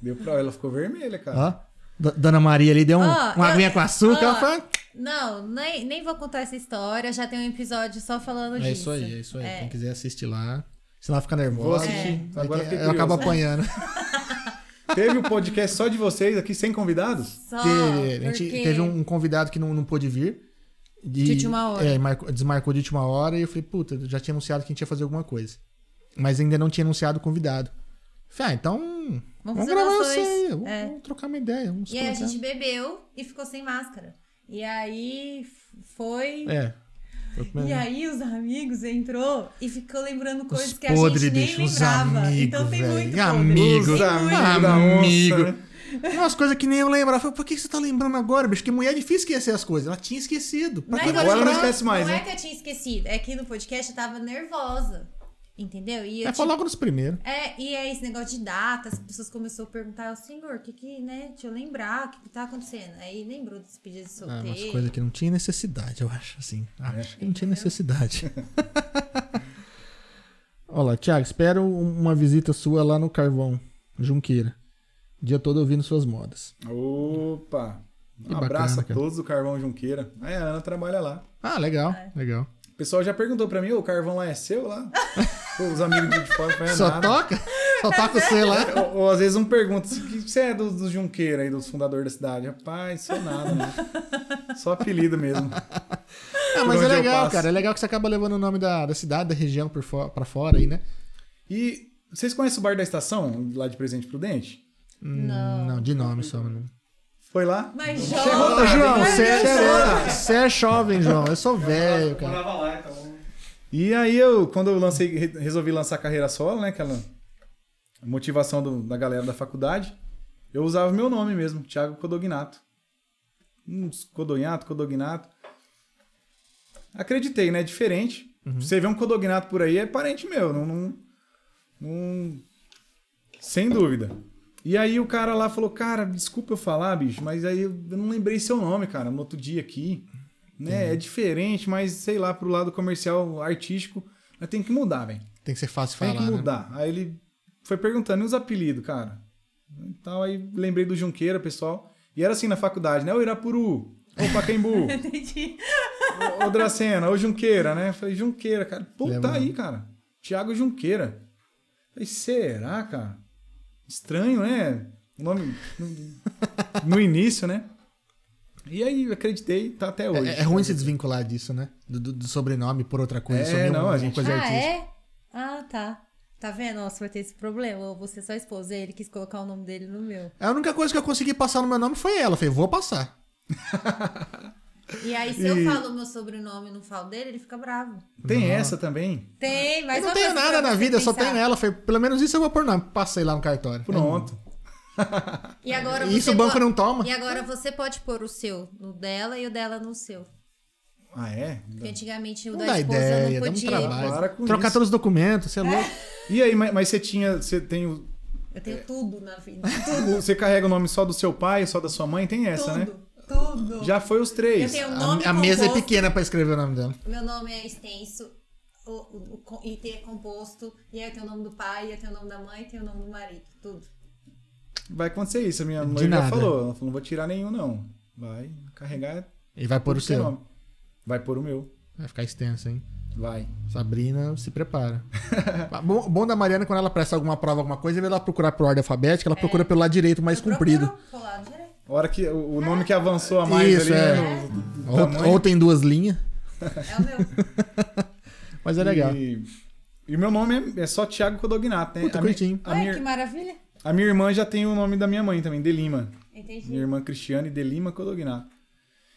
Speaker 4: deu pra ela, ficou vermelha, cara.
Speaker 2: Ó, D- Dona Maria ali deu um,
Speaker 1: Ó,
Speaker 2: uma
Speaker 1: eu-
Speaker 2: aguinha com açúcar.
Speaker 1: ó,
Speaker 2: ela fala, "Ah,
Speaker 1: Não, nem, nem vou contar essa história. Já tem um episódio só falando disso.
Speaker 2: é isso aí, é É. isso aí.
Speaker 1: É.
Speaker 2: Quem quiser assistir lá. Se ela fica nervosa,
Speaker 4: Vou assistir.
Speaker 2: vai
Speaker 4: Agora
Speaker 2: que-
Speaker 4: fiquei
Speaker 2: eu acabo
Speaker 4: curioso.
Speaker 2: apanhando.
Speaker 4: Teve o podcast só de vocês aqui, sem convidados?
Speaker 1: Só
Speaker 2: Teve, a gente
Speaker 1: porque-
Speaker 2: teve um convidado que não, não pôde vir. De,
Speaker 1: última hora.
Speaker 2: É, marcou- desmarcou de última hora e eu falei, puta, eu já tinha anunciado que a gente ia fazer alguma coisa. Mas ainda não tinha anunciado o convidado. Falei, ah, então. Vamos,
Speaker 1: fazer
Speaker 2: gravar
Speaker 1: nós
Speaker 2: isso
Speaker 1: dois.
Speaker 2: aí. Vamos,
Speaker 1: É.
Speaker 2: vamos trocar uma ideia. Vamos
Speaker 1: E aí a
Speaker 2: colocar.
Speaker 1: gente bebeu e ficou sem máscara. E aí f- foi.
Speaker 2: É. Foi o primeiro-
Speaker 1: E aí os amigos entrou e ficou lembrando coisas que a
Speaker 2: podre,
Speaker 1: gente nem
Speaker 2: bicho, os
Speaker 1: lembrava.
Speaker 2: amigos,
Speaker 1: então tem
Speaker 2: velho.
Speaker 1: muito
Speaker 2: E
Speaker 1: podre.
Speaker 2: amigos,
Speaker 1: Tem muito.
Speaker 2: amigos. amigo.
Speaker 4: né?
Speaker 2: Umas coisas que nem eu lembrava. Eu Falei, por que que você tá lembrando agora, bicho? Que mulher é difícil esquecer as coisas. Ela tinha esquecido. Pra
Speaker 1: Não é
Speaker 2: que
Speaker 1: que
Speaker 2: vai
Speaker 4: Agora
Speaker 1: eu
Speaker 4: não
Speaker 1: tinha-
Speaker 2: lembrar?
Speaker 4: esquece mais,
Speaker 1: Não
Speaker 4: né?
Speaker 1: é que eu tinha esquecido, é que no podcast eu tava nervosa. Entendeu? E eu
Speaker 2: É, foi logo nos primeiros.
Speaker 1: É, e é esse negócio de data, as pessoas começaram a perguntar, senhor, o que que, né, deixa eu lembrar, o que que tá acontecendo? Aí lembrou dos pedidos de
Speaker 2: Ah,
Speaker 1: solteiro.
Speaker 2: umas coisas que não tinha Ah, É. necessidade, eu acho, assim. Acho que não tinha necessidade. Olha lá, Thiago, espero um- uma visita sua lá no Carvão, Junqueira. O dia todo ouvindo suas modas.
Speaker 4: Opa! Um
Speaker 2: Que
Speaker 4: abraço
Speaker 2: bacana,
Speaker 4: a
Speaker 2: cara.
Speaker 4: todos do Carvão Junqueira. Aí a Ana trabalha lá.
Speaker 2: Ah, legal,
Speaker 1: É.
Speaker 2: legal.
Speaker 4: O pessoal já perguntou pra mim, ô, o carvão lá é seu lá? Pô, Os amigos de fora não é
Speaker 2: Só
Speaker 4: nada.
Speaker 2: toca? Só toca o C lá?
Speaker 4: Ou, ou às vezes um pergunta, "Se- que você é dos do Junqueira aí, dos fundadores da cidade? Rapaz, sou nada, né? Só apelido mesmo.
Speaker 2: Ah, mas
Speaker 4: Por onde
Speaker 2: é
Speaker 4: eu
Speaker 2: legal,
Speaker 4: passo.
Speaker 2: cara. É legal que você acaba levando o nome da, da cidade, da região por fo- pra fora aí, né?
Speaker 4: E vocês conhecem o Bar da Estação, lá de Presidente Prudente?
Speaker 1: Não.
Speaker 2: Hum, Não, de nome só. Não.
Speaker 4: Foi lá?
Speaker 1: Mas
Speaker 4: Você é
Speaker 1: jovem,
Speaker 2: Ô,
Speaker 4: rodado,
Speaker 2: João,
Speaker 4: hein?
Speaker 2: você é,
Speaker 1: Meu
Speaker 2: jovem. Você é jovem, João. Eu sou velho,
Speaker 3: Eu
Speaker 2: cara.
Speaker 3: morava lá, então.
Speaker 4: E aí eu, quando eu lancei, re- resolvi lançar a carreira solo, né? Aquela motivação do- da galera da faculdade, eu usava o meu nome mesmo, Thiago Codognato. Uns Codognato, Codognato. Acreditei, né? Diferente. Você vê um Codognato por aí, é parente meu. Não, não, não- Sem dúvida. E aí o cara lá falou, cara, desculpa eu falar, bicho, mas aí eu eu não lembrei seu nome, cara, no outro dia aqui né?
Speaker 2: Uhum.
Speaker 4: É diferente, mas sei lá, pro lado comercial, artístico, mas tem que mudar, velho.
Speaker 2: Tem que ser fácil
Speaker 4: Tem
Speaker 2: falar,
Speaker 4: que
Speaker 2: né?
Speaker 4: mudar. Aí ele foi perguntando, e os apelidos, cara? Então aí lembrei do Junqueira, pessoal. E era assim na faculdade, né? O Irapuru, o Pacaembu,
Speaker 1: Entendi.
Speaker 4: o- o Dracena, o Junqueira, né? Falei, Junqueira, cara. Pô,
Speaker 2: Lembra,
Speaker 4: tá aí, cara. Tiago Junqueira. Falei, será, cara? Estranho, né? O nome. no- No início, né? E aí, acreditei, tá até hoje.
Speaker 2: É, é ruim se desvincular disso, né? Do, do- do sobrenome por outra coisa.
Speaker 4: É,
Speaker 2: assumir
Speaker 4: não, a
Speaker 2: alguma
Speaker 4: gente-
Speaker 2: coisa
Speaker 1: Ah,
Speaker 2: artística.
Speaker 1: é? Ah, tá. Tá vendo? Nossa, vai ter esse problema. Ou você é só expôs ele, quis colocar o nome dele no meu.
Speaker 2: A única coisa que eu consegui passar no meu nome foi ela. Eu falei, vou passar.
Speaker 1: E aí, se eu falo o meu sobrenome e não falo dele, ele fica bravo.
Speaker 4: Tem essa também.
Speaker 1: Tem, mas
Speaker 2: eu não
Speaker 1: uma
Speaker 2: tenho
Speaker 1: coisa
Speaker 2: nada
Speaker 1: pra
Speaker 2: na
Speaker 1: você
Speaker 2: vida, eu só
Speaker 1: pensar.
Speaker 2: tenho ela. Eu falei, pelo menos isso eu vou pôr nome. Passei lá no cartório.
Speaker 4: Pronto.
Speaker 1: E agora
Speaker 2: E isso
Speaker 1: você
Speaker 2: o banco
Speaker 1: pode-
Speaker 2: não toma.
Speaker 1: E agora você pode pôr o seu no dela e o dela no seu.
Speaker 4: Ah, é?
Speaker 1: Porque antigamente o
Speaker 2: Não
Speaker 1: da
Speaker 2: dá
Speaker 1: esposa
Speaker 2: ideia,
Speaker 1: não
Speaker 2: dá um
Speaker 1: podia.
Speaker 2: trabalho.
Speaker 4: Para com
Speaker 2: Trocar
Speaker 4: isso.
Speaker 2: todos os documentos, você é louco.
Speaker 4: E aí, mas, mas você tinha. Você tem o.
Speaker 1: Eu
Speaker 2: É.
Speaker 1: tenho tudo na vida.
Speaker 4: o- Você carrega o nome só do seu pai, só da sua mãe? Tem essa, né?
Speaker 1: Tudo. Tudo.
Speaker 4: Já foi os
Speaker 1: Eu
Speaker 4: três.
Speaker 1: tenho o um nome
Speaker 2: A, a mesa é
Speaker 1: composto.
Speaker 2: pequena pra escrever o nome dela.
Speaker 1: Meu nome é extenso, o, o, o co- e tem composto, e aí tem o nome do pai, e aí tem o nome da mãe, e tem o nome do marido, tudo.
Speaker 4: Vai acontecer isso. A minha
Speaker 2: De
Speaker 4: mãe já
Speaker 2: nada.
Speaker 4: falou. Ela falou: não vou tirar nenhum, não. Vai carregar
Speaker 2: E vai pôr o
Speaker 4: seu
Speaker 2: seu.
Speaker 4: nome. Vai pôr o meu.
Speaker 2: Vai ficar extenso, hein?
Speaker 4: Vai.
Speaker 2: Sabrina, se prepara. bom, bom da Mariana, quando ela presta alguma prova, alguma coisa, em vez dela procurar por ordem alfabética, ela
Speaker 1: É.
Speaker 2: procura pelo lado direito, mais
Speaker 1: Eu
Speaker 2: comprido.
Speaker 1: procuro né? pro lado direito.
Speaker 4: A hora que o o nome que
Speaker 1: Ah.
Speaker 4: avançou a mais
Speaker 2: Isso,
Speaker 4: ali,
Speaker 2: é.
Speaker 4: né, no- do- do
Speaker 2: Ou,
Speaker 4: tamanho.
Speaker 2: ou tem duas linhas, Tá.
Speaker 1: É o meu.
Speaker 2: mas é legal.
Speaker 4: E, e o meu nome é, é só Thiago Codognato, né?
Speaker 2: Puta,
Speaker 4: a, mi-
Speaker 2: curtinho.
Speaker 4: a,
Speaker 1: Olha que
Speaker 4: minha,
Speaker 1: maravilha.
Speaker 4: a minha irmã já tem o nome da minha mãe também, de Lima. Minha
Speaker 1: Entendi.
Speaker 4: irmã Cristiane de Lima Codognato.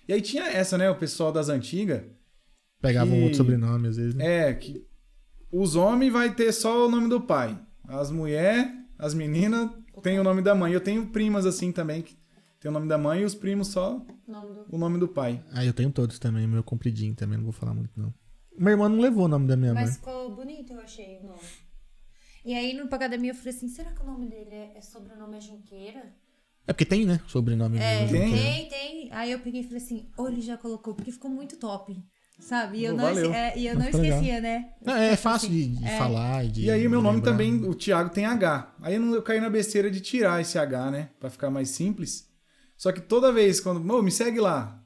Speaker 4: E aí tinha essa, né? O pessoal das antigas.
Speaker 2: Pegava um
Speaker 4: que-
Speaker 2: outro sobrenome, às vezes. né?
Speaker 4: É, que os homens vai ter só o nome do pai. As mulheres, as meninas, tem o nome da mãe. Eu tenho primas assim também, que tem o nome da mãe e os primos só
Speaker 1: O nome do...
Speaker 4: o nome do pai.
Speaker 2: Ah, eu tenho todos também, meu compridinho também, não vou falar muito, não. Minha irmã não levou o nome da minha
Speaker 1: Mas
Speaker 2: mãe.
Speaker 1: ficou bonito, eu achei o nome. E aí, no Pacademia, eu falei assim, será que o nome dele é, é sobrenome é Junqueira?
Speaker 2: É porque tem, né? Sobrenome
Speaker 1: É,
Speaker 2: mesmo.
Speaker 4: Tem?
Speaker 1: tem, tem. Aí eu peguei e falei assim, ou ele já colocou, porque ficou muito top. Sabe? E eu
Speaker 4: Oh,
Speaker 1: não,
Speaker 4: valeu.
Speaker 1: esque- é, e eu não
Speaker 2: Mas tá legal.
Speaker 1: esquecia, né?
Speaker 2: Não, é fácil de, de falar. de
Speaker 4: E aí meu nome
Speaker 2: lembrar.
Speaker 4: também, o Thiago tem H. Aí eu, não- eu caí na besteira de tirar esse H, né? Pra ficar mais simples. Só que toda vez quando, ô, me segue lá.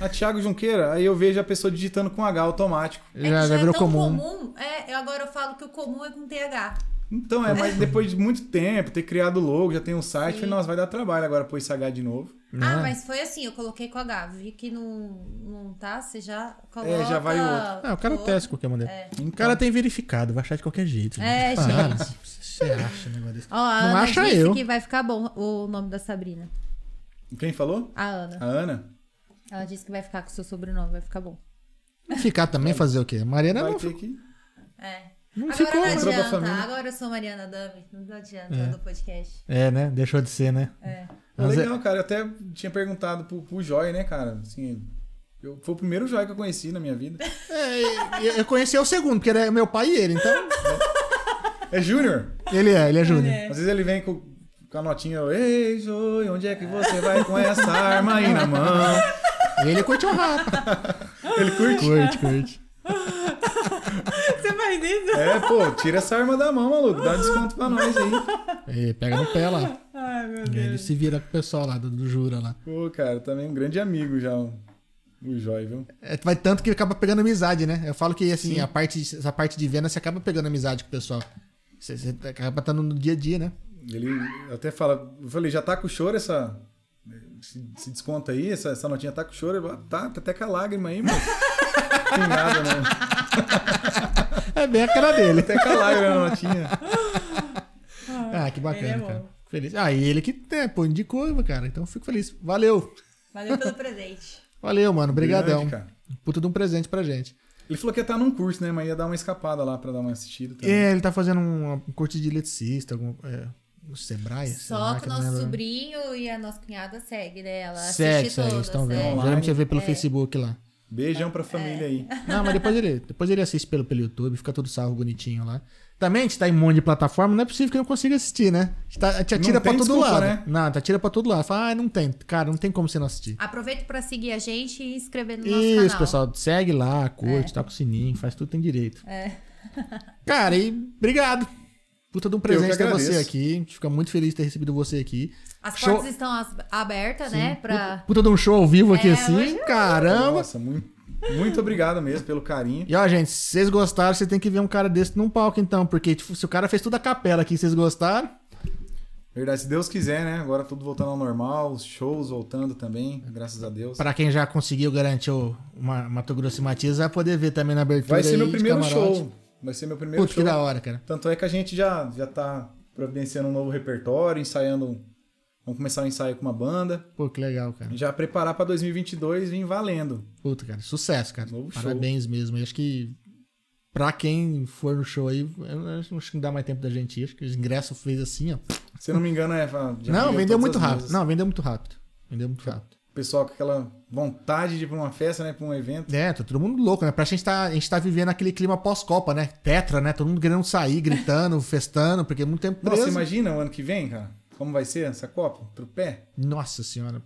Speaker 4: A Thiago Junqueira, aí eu vejo a pessoa digitando com H automático.
Speaker 1: É que
Speaker 2: Já, já virou
Speaker 1: é tão
Speaker 2: comum.
Speaker 1: é, eu agora eu falo que o comum é com TH.
Speaker 4: Então, é, mas depois de muito tempo, ter criado o logo, já tem um site, falei, nossa, vai dar trabalho agora pôr esse H de novo.
Speaker 1: Ah,
Speaker 2: Ah.
Speaker 1: mas foi assim, eu coloquei com H. Vi que não, não tá, você já coloca...
Speaker 4: É, já vai outro.
Speaker 2: Ah, o cara
Speaker 1: outro.
Speaker 2: testa qualquer maneira.
Speaker 4: Então,
Speaker 2: O cara tem verificado, vai achar de qualquer jeito.
Speaker 1: É,
Speaker 2: Ah,
Speaker 1: gente.
Speaker 2: Você acha um negócio desse?
Speaker 1: Ó, a
Speaker 2: Não
Speaker 1: Ana
Speaker 2: acha
Speaker 1: disse
Speaker 2: eu.
Speaker 1: que vai ficar bom o nome da Sabrina.
Speaker 4: Quem falou?
Speaker 1: A Ana.
Speaker 4: A Ana?
Speaker 1: Ela disse que vai ficar com o seu sobrenome, vai ficar bom.
Speaker 2: Ficar também fazer o quê? A Mariana
Speaker 4: Vai
Speaker 2: não
Speaker 4: ter que...
Speaker 1: É.
Speaker 2: Não
Speaker 1: agora
Speaker 2: ficou,
Speaker 1: não
Speaker 2: né?
Speaker 4: Entrou pra
Speaker 1: adianta,
Speaker 4: família.
Speaker 1: agora eu sou Mariana Dami, não adianta
Speaker 2: É.
Speaker 1: do podcast.
Speaker 2: É, né? Deixou de ser, né?
Speaker 1: É.
Speaker 4: Pô,
Speaker 2: Mas é-
Speaker 4: legal, cara. Eu até tinha perguntado pro, pro Joy, né, cara? Assim, eu, foi o primeiro Joy que eu conheci na minha vida.
Speaker 2: É, eu- eu conheci o segundo, porque era meu pai e ele, então.
Speaker 4: É Júnior.
Speaker 2: Ele é, ele é Júnior.
Speaker 1: É.
Speaker 4: Às vezes ele vem com, com a notinha, eu, ei, Joy, onde é que você vai com essa arma aí na mão?
Speaker 2: Ele curte o rapa.
Speaker 4: Ele curte.
Speaker 2: Curte, curte.
Speaker 1: Você vai nisso.
Speaker 4: É, pô, tira essa arma da mão, maluco. Dá um desconto pra nós aí.
Speaker 2: E pega no pé lá.
Speaker 1: Ai, meu
Speaker 2: E aí ele se vira com o pessoal lá do, do Jura lá.
Speaker 4: Pô, cara, também um grande amigo já, o o Joy, viu?
Speaker 2: É, vai tanto que acaba pegando amizade, né? Eu falo que assim, a parte, essa parte de venda você acaba pegando amizade com o pessoal. Você, você acaba estando no dia a dia, né?
Speaker 4: Ele até fala, eu falei, já tá com choro essa. Esse, esse desconto aí, essa, essa notinha tá com choro. Ele falou, tá, tá até com a lágrima aí, mano. Pingada, né?
Speaker 2: É bem a cara dele.
Speaker 4: Até com a lágrima na notinha.
Speaker 2: Ah, que bacana,
Speaker 1: Ele é bom.
Speaker 2: cara. Feliz. Ah, e ele que é, pô, indicou, cara. Então eu fico feliz. Valeu.
Speaker 1: Valeu pelo presente.
Speaker 2: Valeu, mano. Obrigadão.
Speaker 4: Grande, cara.
Speaker 2: Puta de um presente pra gente.
Speaker 4: Ele falou que ia estar num curso, né? Mas ia dar uma escapada lá pra dar uma assistida também.
Speaker 2: É, ele tá fazendo um, um curso de eletricista, algum, é, o Sebrae. sei lá,
Speaker 1: Só que o
Speaker 2: eu não é
Speaker 1: nosso
Speaker 2: lembro.
Speaker 1: sobrinho e a nossa cunhada segue, né? Ela
Speaker 2: Segue,
Speaker 1: assiste
Speaker 2: segue,
Speaker 1: todas,
Speaker 2: estão
Speaker 1: né?
Speaker 2: é, vendo.
Speaker 4: Online.
Speaker 2: Geralmente você vê pelo Facebook lá.
Speaker 4: Beijão pra família aí.
Speaker 2: Não, mas depois ele, depois ele assiste pelo, pelo YouTube, fica todo salvo, bonitinho lá. Também a gente tá em um monte de plataforma, não é possível que eu não consiga assistir, né? A gente, tá, a gente atira
Speaker 4: Não
Speaker 2: pra
Speaker 4: tem
Speaker 2: todo
Speaker 4: desculpa,
Speaker 2: lado.
Speaker 4: né?
Speaker 2: Não, tá atira pra todo lado. Fala, ah, não tem. Cara, não tem como você não assistir.
Speaker 1: Aproveita pra seguir a gente e inscrever Ah, no nosso
Speaker 2: Isso,
Speaker 1: canal. É.
Speaker 2: pessoal. Segue lá, curte, toca o sininho, faz tudo que tem direito. É. Cara, e obrigado. Puta de um presente ter
Speaker 4: agradeço.
Speaker 2: você aqui. A gente fica muito feliz de ter recebido você aqui.
Speaker 1: As
Speaker 2: Show-
Speaker 1: portas estão as- abertas, né? Pra...
Speaker 2: Puta de um show ao vivo aqui
Speaker 1: É,
Speaker 2: assim.
Speaker 1: hoje-
Speaker 2: Caramba.
Speaker 4: Nossa, muito, muito obrigado mesmo pelo carinho.
Speaker 2: E ó, gente, se vocês gostaram, vocês têm que ver um cara desse num palco, então, porque tipo, se o cara fez toda a capela aqui e vocês gostaram,
Speaker 4: Verdade, se Deus quiser, né? Agora tudo voltando ao normal, os shows voltando também, graças a Deus.
Speaker 2: pra quem já conseguiu garantir o Ma- Mato Grosso e Matias, vai poder ver também na abertura.
Speaker 4: Vai ser
Speaker 2: aí,
Speaker 4: meu
Speaker 2: de
Speaker 4: primeiro
Speaker 2: camarote.
Speaker 4: show. Vai ser meu primeiro
Speaker 2: Puta, que
Speaker 4: show.
Speaker 2: da hora, cara.
Speaker 4: Tanto é que a gente já, já tá providenciando um novo repertório, ensaiando. Vamos começar o ensaio com uma banda.
Speaker 2: Pô, que legal, cara.
Speaker 4: e Já preparar pra 2022 vir valendo.
Speaker 2: Puta, cara, sucesso, cara.
Speaker 4: Novo show.
Speaker 2: Parabéns mesmo. Eu acho que pra quem for no show aí, eu não- acho que não dá mais tempo da gente ir. Acho que os ingressos fez assim, ó.
Speaker 4: Se não me engano, é. já
Speaker 2: não, vendeu
Speaker 4: todas
Speaker 2: muito
Speaker 4: as
Speaker 2: rápido.
Speaker 4: mesas.
Speaker 2: Não, vendeu muito rápido. Vendeu muito rápido.
Speaker 4: O pessoal com aquela vontade de ir pra uma festa, né? Pra um evento.
Speaker 2: É, tá todo mundo louco, né? Pra gente tá, a gente tá vivendo aquele clima pós-copa, né? Tetra, né? Todo mundo querendo sair, gritando, festando, porque é muito tempo
Speaker 4: Nossa,
Speaker 2: preso.
Speaker 4: imagina o ano que vem, cara? Como vai ser essa Copa? Pro pé?
Speaker 2: Nossa senhora.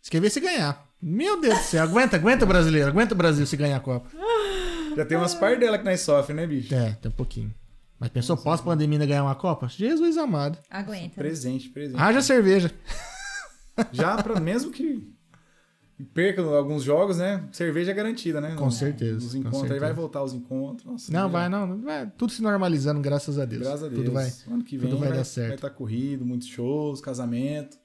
Speaker 2: Você quer ver se ganhar. Meu Deus do céu. Aguenta, aguenta, brasileiro. Aguenta o Brasil se ganhar a Copa.
Speaker 4: Já tem umas par dela que nós sofre, né, bicho?
Speaker 2: É, tem um pouquinho. Mas pensou, pós-pandemia ainda ganhar uma Copa? Jesus amado.
Speaker 1: Aguenta.
Speaker 4: Presente, presente.
Speaker 2: Haja cerveja.
Speaker 4: Já, pra, mesmo que perca alguns jogos, né? Cerveja é garantida, né?
Speaker 2: Com
Speaker 4: Os-
Speaker 2: certeza,
Speaker 4: Os
Speaker 2: com
Speaker 4: encontros aí vai
Speaker 2: certeza.
Speaker 4: voltar os encontros. Nossa,
Speaker 2: Não,
Speaker 4: já-
Speaker 2: vai, não. não Vai, tudo se normalizando, graças a Deus.
Speaker 4: é. Graças a Deus.
Speaker 2: Tudo vai.
Speaker 4: ano que vem
Speaker 2: tudo vai dar
Speaker 4: Vai
Speaker 2: certo.
Speaker 4: estar corrido, muitos shows, casamento.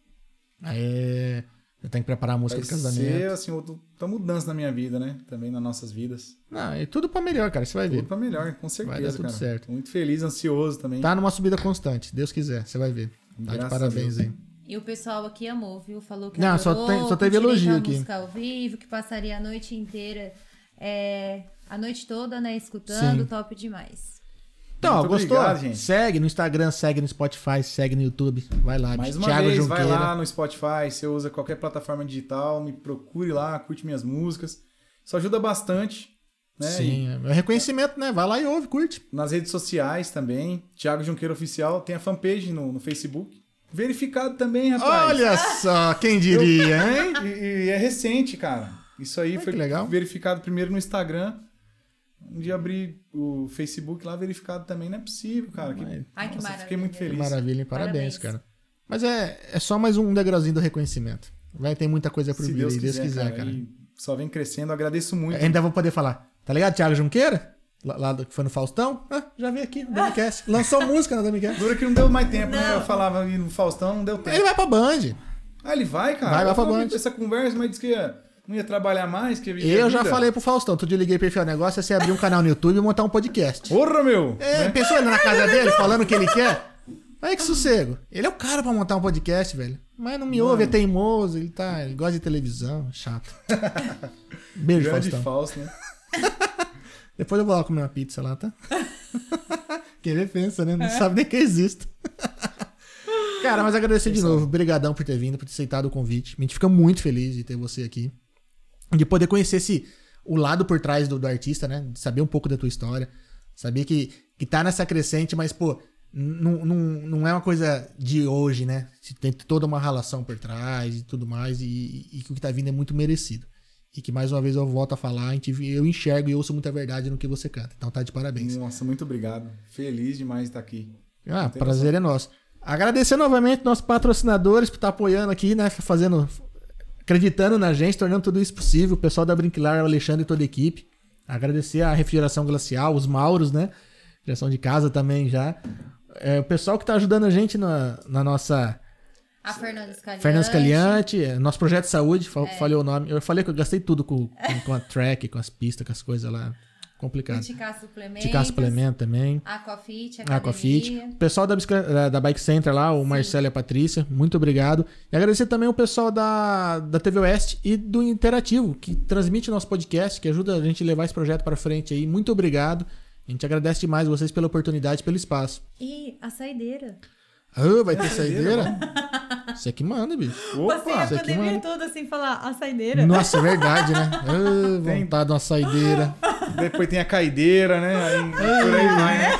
Speaker 2: Aê. Eu tenho que preparar a música
Speaker 4: Vai
Speaker 2: do casamento.
Speaker 4: ser, assim, outra outra mudança na minha vida, né? Também nas nossas vidas.
Speaker 2: Não, é tudo pra melhor, cara. Você vai
Speaker 4: Tudo
Speaker 2: ver.
Speaker 4: pra melhor, com certeza,
Speaker 2: dar tudo
Speaker 4: cara.
Speaker 2: certo.
Speaker 4: Tô muito feliz, ansioso também.
Speaker 2: Tá numa subida constante, Deus quiser. Você vai ver. Tá de
Speaker 4: Graças
Speaker 2: parabéns
Speaker 4: a Deus.
Speaker 2: aí.
Speaker 1: E o pessoal aqui amou, viu? Falou que
Speaker 2: Não, só
Speaker 1: adorou,
Speaker 2: tem- só
Speaker 1: que
Speaker 2: teve
Speaker 1: direito
Speaker 2: elogio
Speaker 1: à
Speaker 2: aqui.
Speaker 1: música ao vivo, que passaria a noite inteira, é, a noite toda, né? Escutando,
Speaker 2: Sim.
Speaker 1: top demais.
Speaker 2: Então, ó,
Speaker 4: Muito
Speaker 2: gostou?
Speaker 4: obrigado, gente.
Speaker 2: Segue no Instagram, segue no Spotify, segue no YouTube. Vai lá,
Speaker 4: Mais uma
Speaker 2: Thiago
Speaker 4: vez,
Speaker 2: Junqueira.
Speaker 4: vai lá no Spotify, você usa qualquer plataforma digital, me procure lá, curte minhas músicas. Isso ajuda bastante. Né?
Speaker 2: Sim, é é reconhecimento, né? Vai lá e ouve, curte.
Speaker 4: nas redes sociais também. Thiago Junqueira Oficial. Tem a fanpage no, no Facebook. Verificado também, rapaz.
Speaker 2: Olha só, quem diria, hein?
Speaker 4: E, e é recente, cara. Isso aí
Speaker 2: Ah,
Speaker 4: foi
Speaker 2: que legal.
Speaker 4: verificado primeiro no Instagram. Um dia abri o Facebook lá, verificado também. Não é possível, cara. Que,
Speaker 1: Ai, que
Speaker 4: Nossa, Fiquei
Speaker 1: maravilha.
Speaker 4: muito
Speaker 2: Que
Speaker 4: feliz.
Speaker 2: maravilha, hein?
Speaker 1: Parabéns.
Speaker 2: Parabéns, cara. Mas é, é só mais um degrauzinho do reconhecimento. Vai ter muita coisa por
Speaker 4: Se
Speaker 2: vir
Speaker 4: Deus
Speaker 2: aí,
Speaker 4: quiser,
Speaker 2: Deus quiser,
Speaker 4: cara.
Speaker 2: cara. É.
Speaker 4: E só vem crescendo. Agradeço muito.
Speaker 2: Ainda vou poder falar. Tá ligado, Thiago Junqueira? Lá, lá do- que foi no Faustão? Ah, já veio aqui no Demicast. Lançou música no Demicast.
Speaker 4: Dura que não deu mais tempo, né? Eu falava ali no Faustão, não deu tempo.
Speaker 2: Ele vai pra Band.
Speaker 4: Ah, ele vai, cara?
Speaker 2: Vai, vai
Speaker 4: Eu
Speaker 2: pra
Speaker 4: tava
Speaker 2: Band.
Speaker 4: Essa conversa, mas disse que ia- não ia trabalhar mais, que ia viver a
Speaker 2: Eu já
Speaker 4: é vida.
Speaker 2: falei pro Faustão. Outro dia eu liguei pra ele e falei, o negócio é você abrir um canal no YouTube e montar um podcast.
Speaker 4: Porra, meu!
Speaker 2: É, pensou ele na casa dele, falando o que ele quer? Aí que sossego. Ele é o cara pra montar um podcast, velho. Mas não me ouve, é teimoso, ele tá. Ele gosta de televisão, é chato. Beijo,
Speaker 4: Grande
Speaker 2: Faustão.
Speaker 4: falso, né?
Speaker 2: Depois eu vou lá comer uma pizza lá, tá? Quem vê pensa, né? Não sabe nem que eu existo. Cara, mas agradecer de novo. Obrigadão por ter vindo, por ter aceitado o convite. A gente fica muito feliz de ter você aqui. De poder conhecer esse, o lado por trás do, do artista, né? De saber um pouco da tua história. Saber que, que tá nessa crescente, mas, pô, não, não, não é uma coisa de hoje, né? Se Tem toda uma relação por trás e tudo mais. E, e que o que tá vindo é muito merecido. E que mais uma vez eu volto a falar, a gente- eu enxergo e ouço muita verdade no que você canta. Então tá de parabéns.
Speaker 4: Nossa, muito obrigado. Feliz demais de estar aqui.
Speaker 2: Ah,
Speaker 4: tem
Speaker 2: prazer é nosso. Agradecer novamente nossos patrocinadores por estar apoiando aqui, né? Fazendo. Acreditando na gente, tornando tudo isso possível. O pessoal da Brinquilar, o Alexandre e toda a equipe. Agradecer a refrigeração glacial, os Mauros, né? Já são de casa também já. É, o pessoal que está ajudando a gente na, na nossa.
Speaker 1: A Fernanda Scaliante.
Speaker 2: Fernando Scaliante, é, nosso projeto de saúde, fal- falei o nome. Eu falei que eu gastei tudo com, com, com a track, com as pistas, com as coisas lá. Complicado.
Speaker 1: Ticar suplementos.
Speaker 2: Ticar suplemento também.
Speaker 1: Aquafit, Ah, academia.
Speaker 2: Aquafit. O pessoal da, bicicleta- da- da Bike Center lá, o Marcelo e a Patrícia, muito obrigado. E agradecer também o pessoal da, da TV Oeste e do Interativo, que transmite nosso podcast, que ajuda a gente a levar esse projeto para frente aí. Muito obrigado. A gente agradece demais vocês pela oportunidade, pelo espaço.
Speaker 1: E a saideira.
Speaker 2: Ah, vai ter saideira? Você é que manda, bicho.
Speaker 1: Passei a
Speaker 2: isso aqui,
Speaker 1: é pandemia
Speaker 2: mano.
Speaker 1: toda sem assim, falar a saideira.
Speaker 2: Nossa, é verdade, né? Ah,
Speaker 4: Tem-
Speaker 2: vontade de uma saideira.
Speaker 4: Depois tem a caideira, né? Aí, por aí vai, né?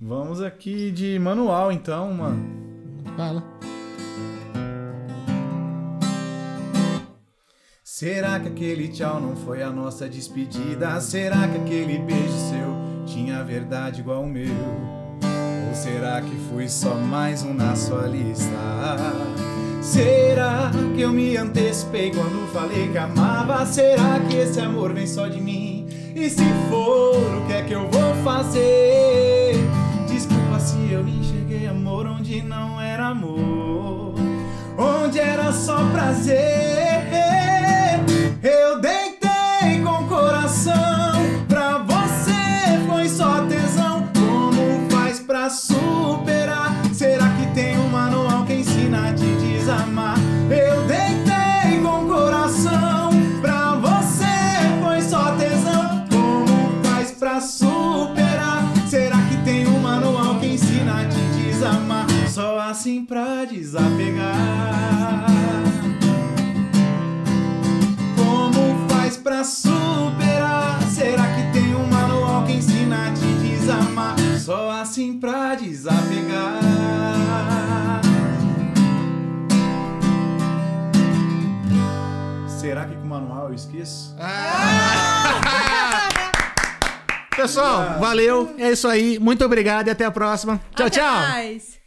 Speaker 4: Vamos aqui de manual, então, mano.
Speaker 2: Fala.
Speaker 4: Será que aquele tchau não foi a nossa despedida? Será que aquele beijo seu tinha verdade igual o meu? Ou será que fui só mais um na sua lista? Será que eu me antecipei quando falei que amava? Será que esse amor vem só de mim? E se for, o que é que eu vou fazer? Desculpa se eu enxerguei amor onde não era amor, onde era só prazer. Eu deitei com o coração, pra você foi só tesão. Como faz pra superar? Será que tem um manual que ensina a te desamar? Eu deitei com o coração, pra você foi só tesão. Como faz pra superar? Será que tem um manual que ensina a te desamar? Só assim pra desapegar. Como faz pra superar? Será que tem um manual que ensina a te desamar? Só assim pra desapegar. Será que com o manual eu esqueço?
Speaker 2: Pessoal, valeu. É isso aí. Muito obrigado e até a próxima. Tchau,
Speaker 1: Até
Speaker 2: tchau.
Speaker 1: mais.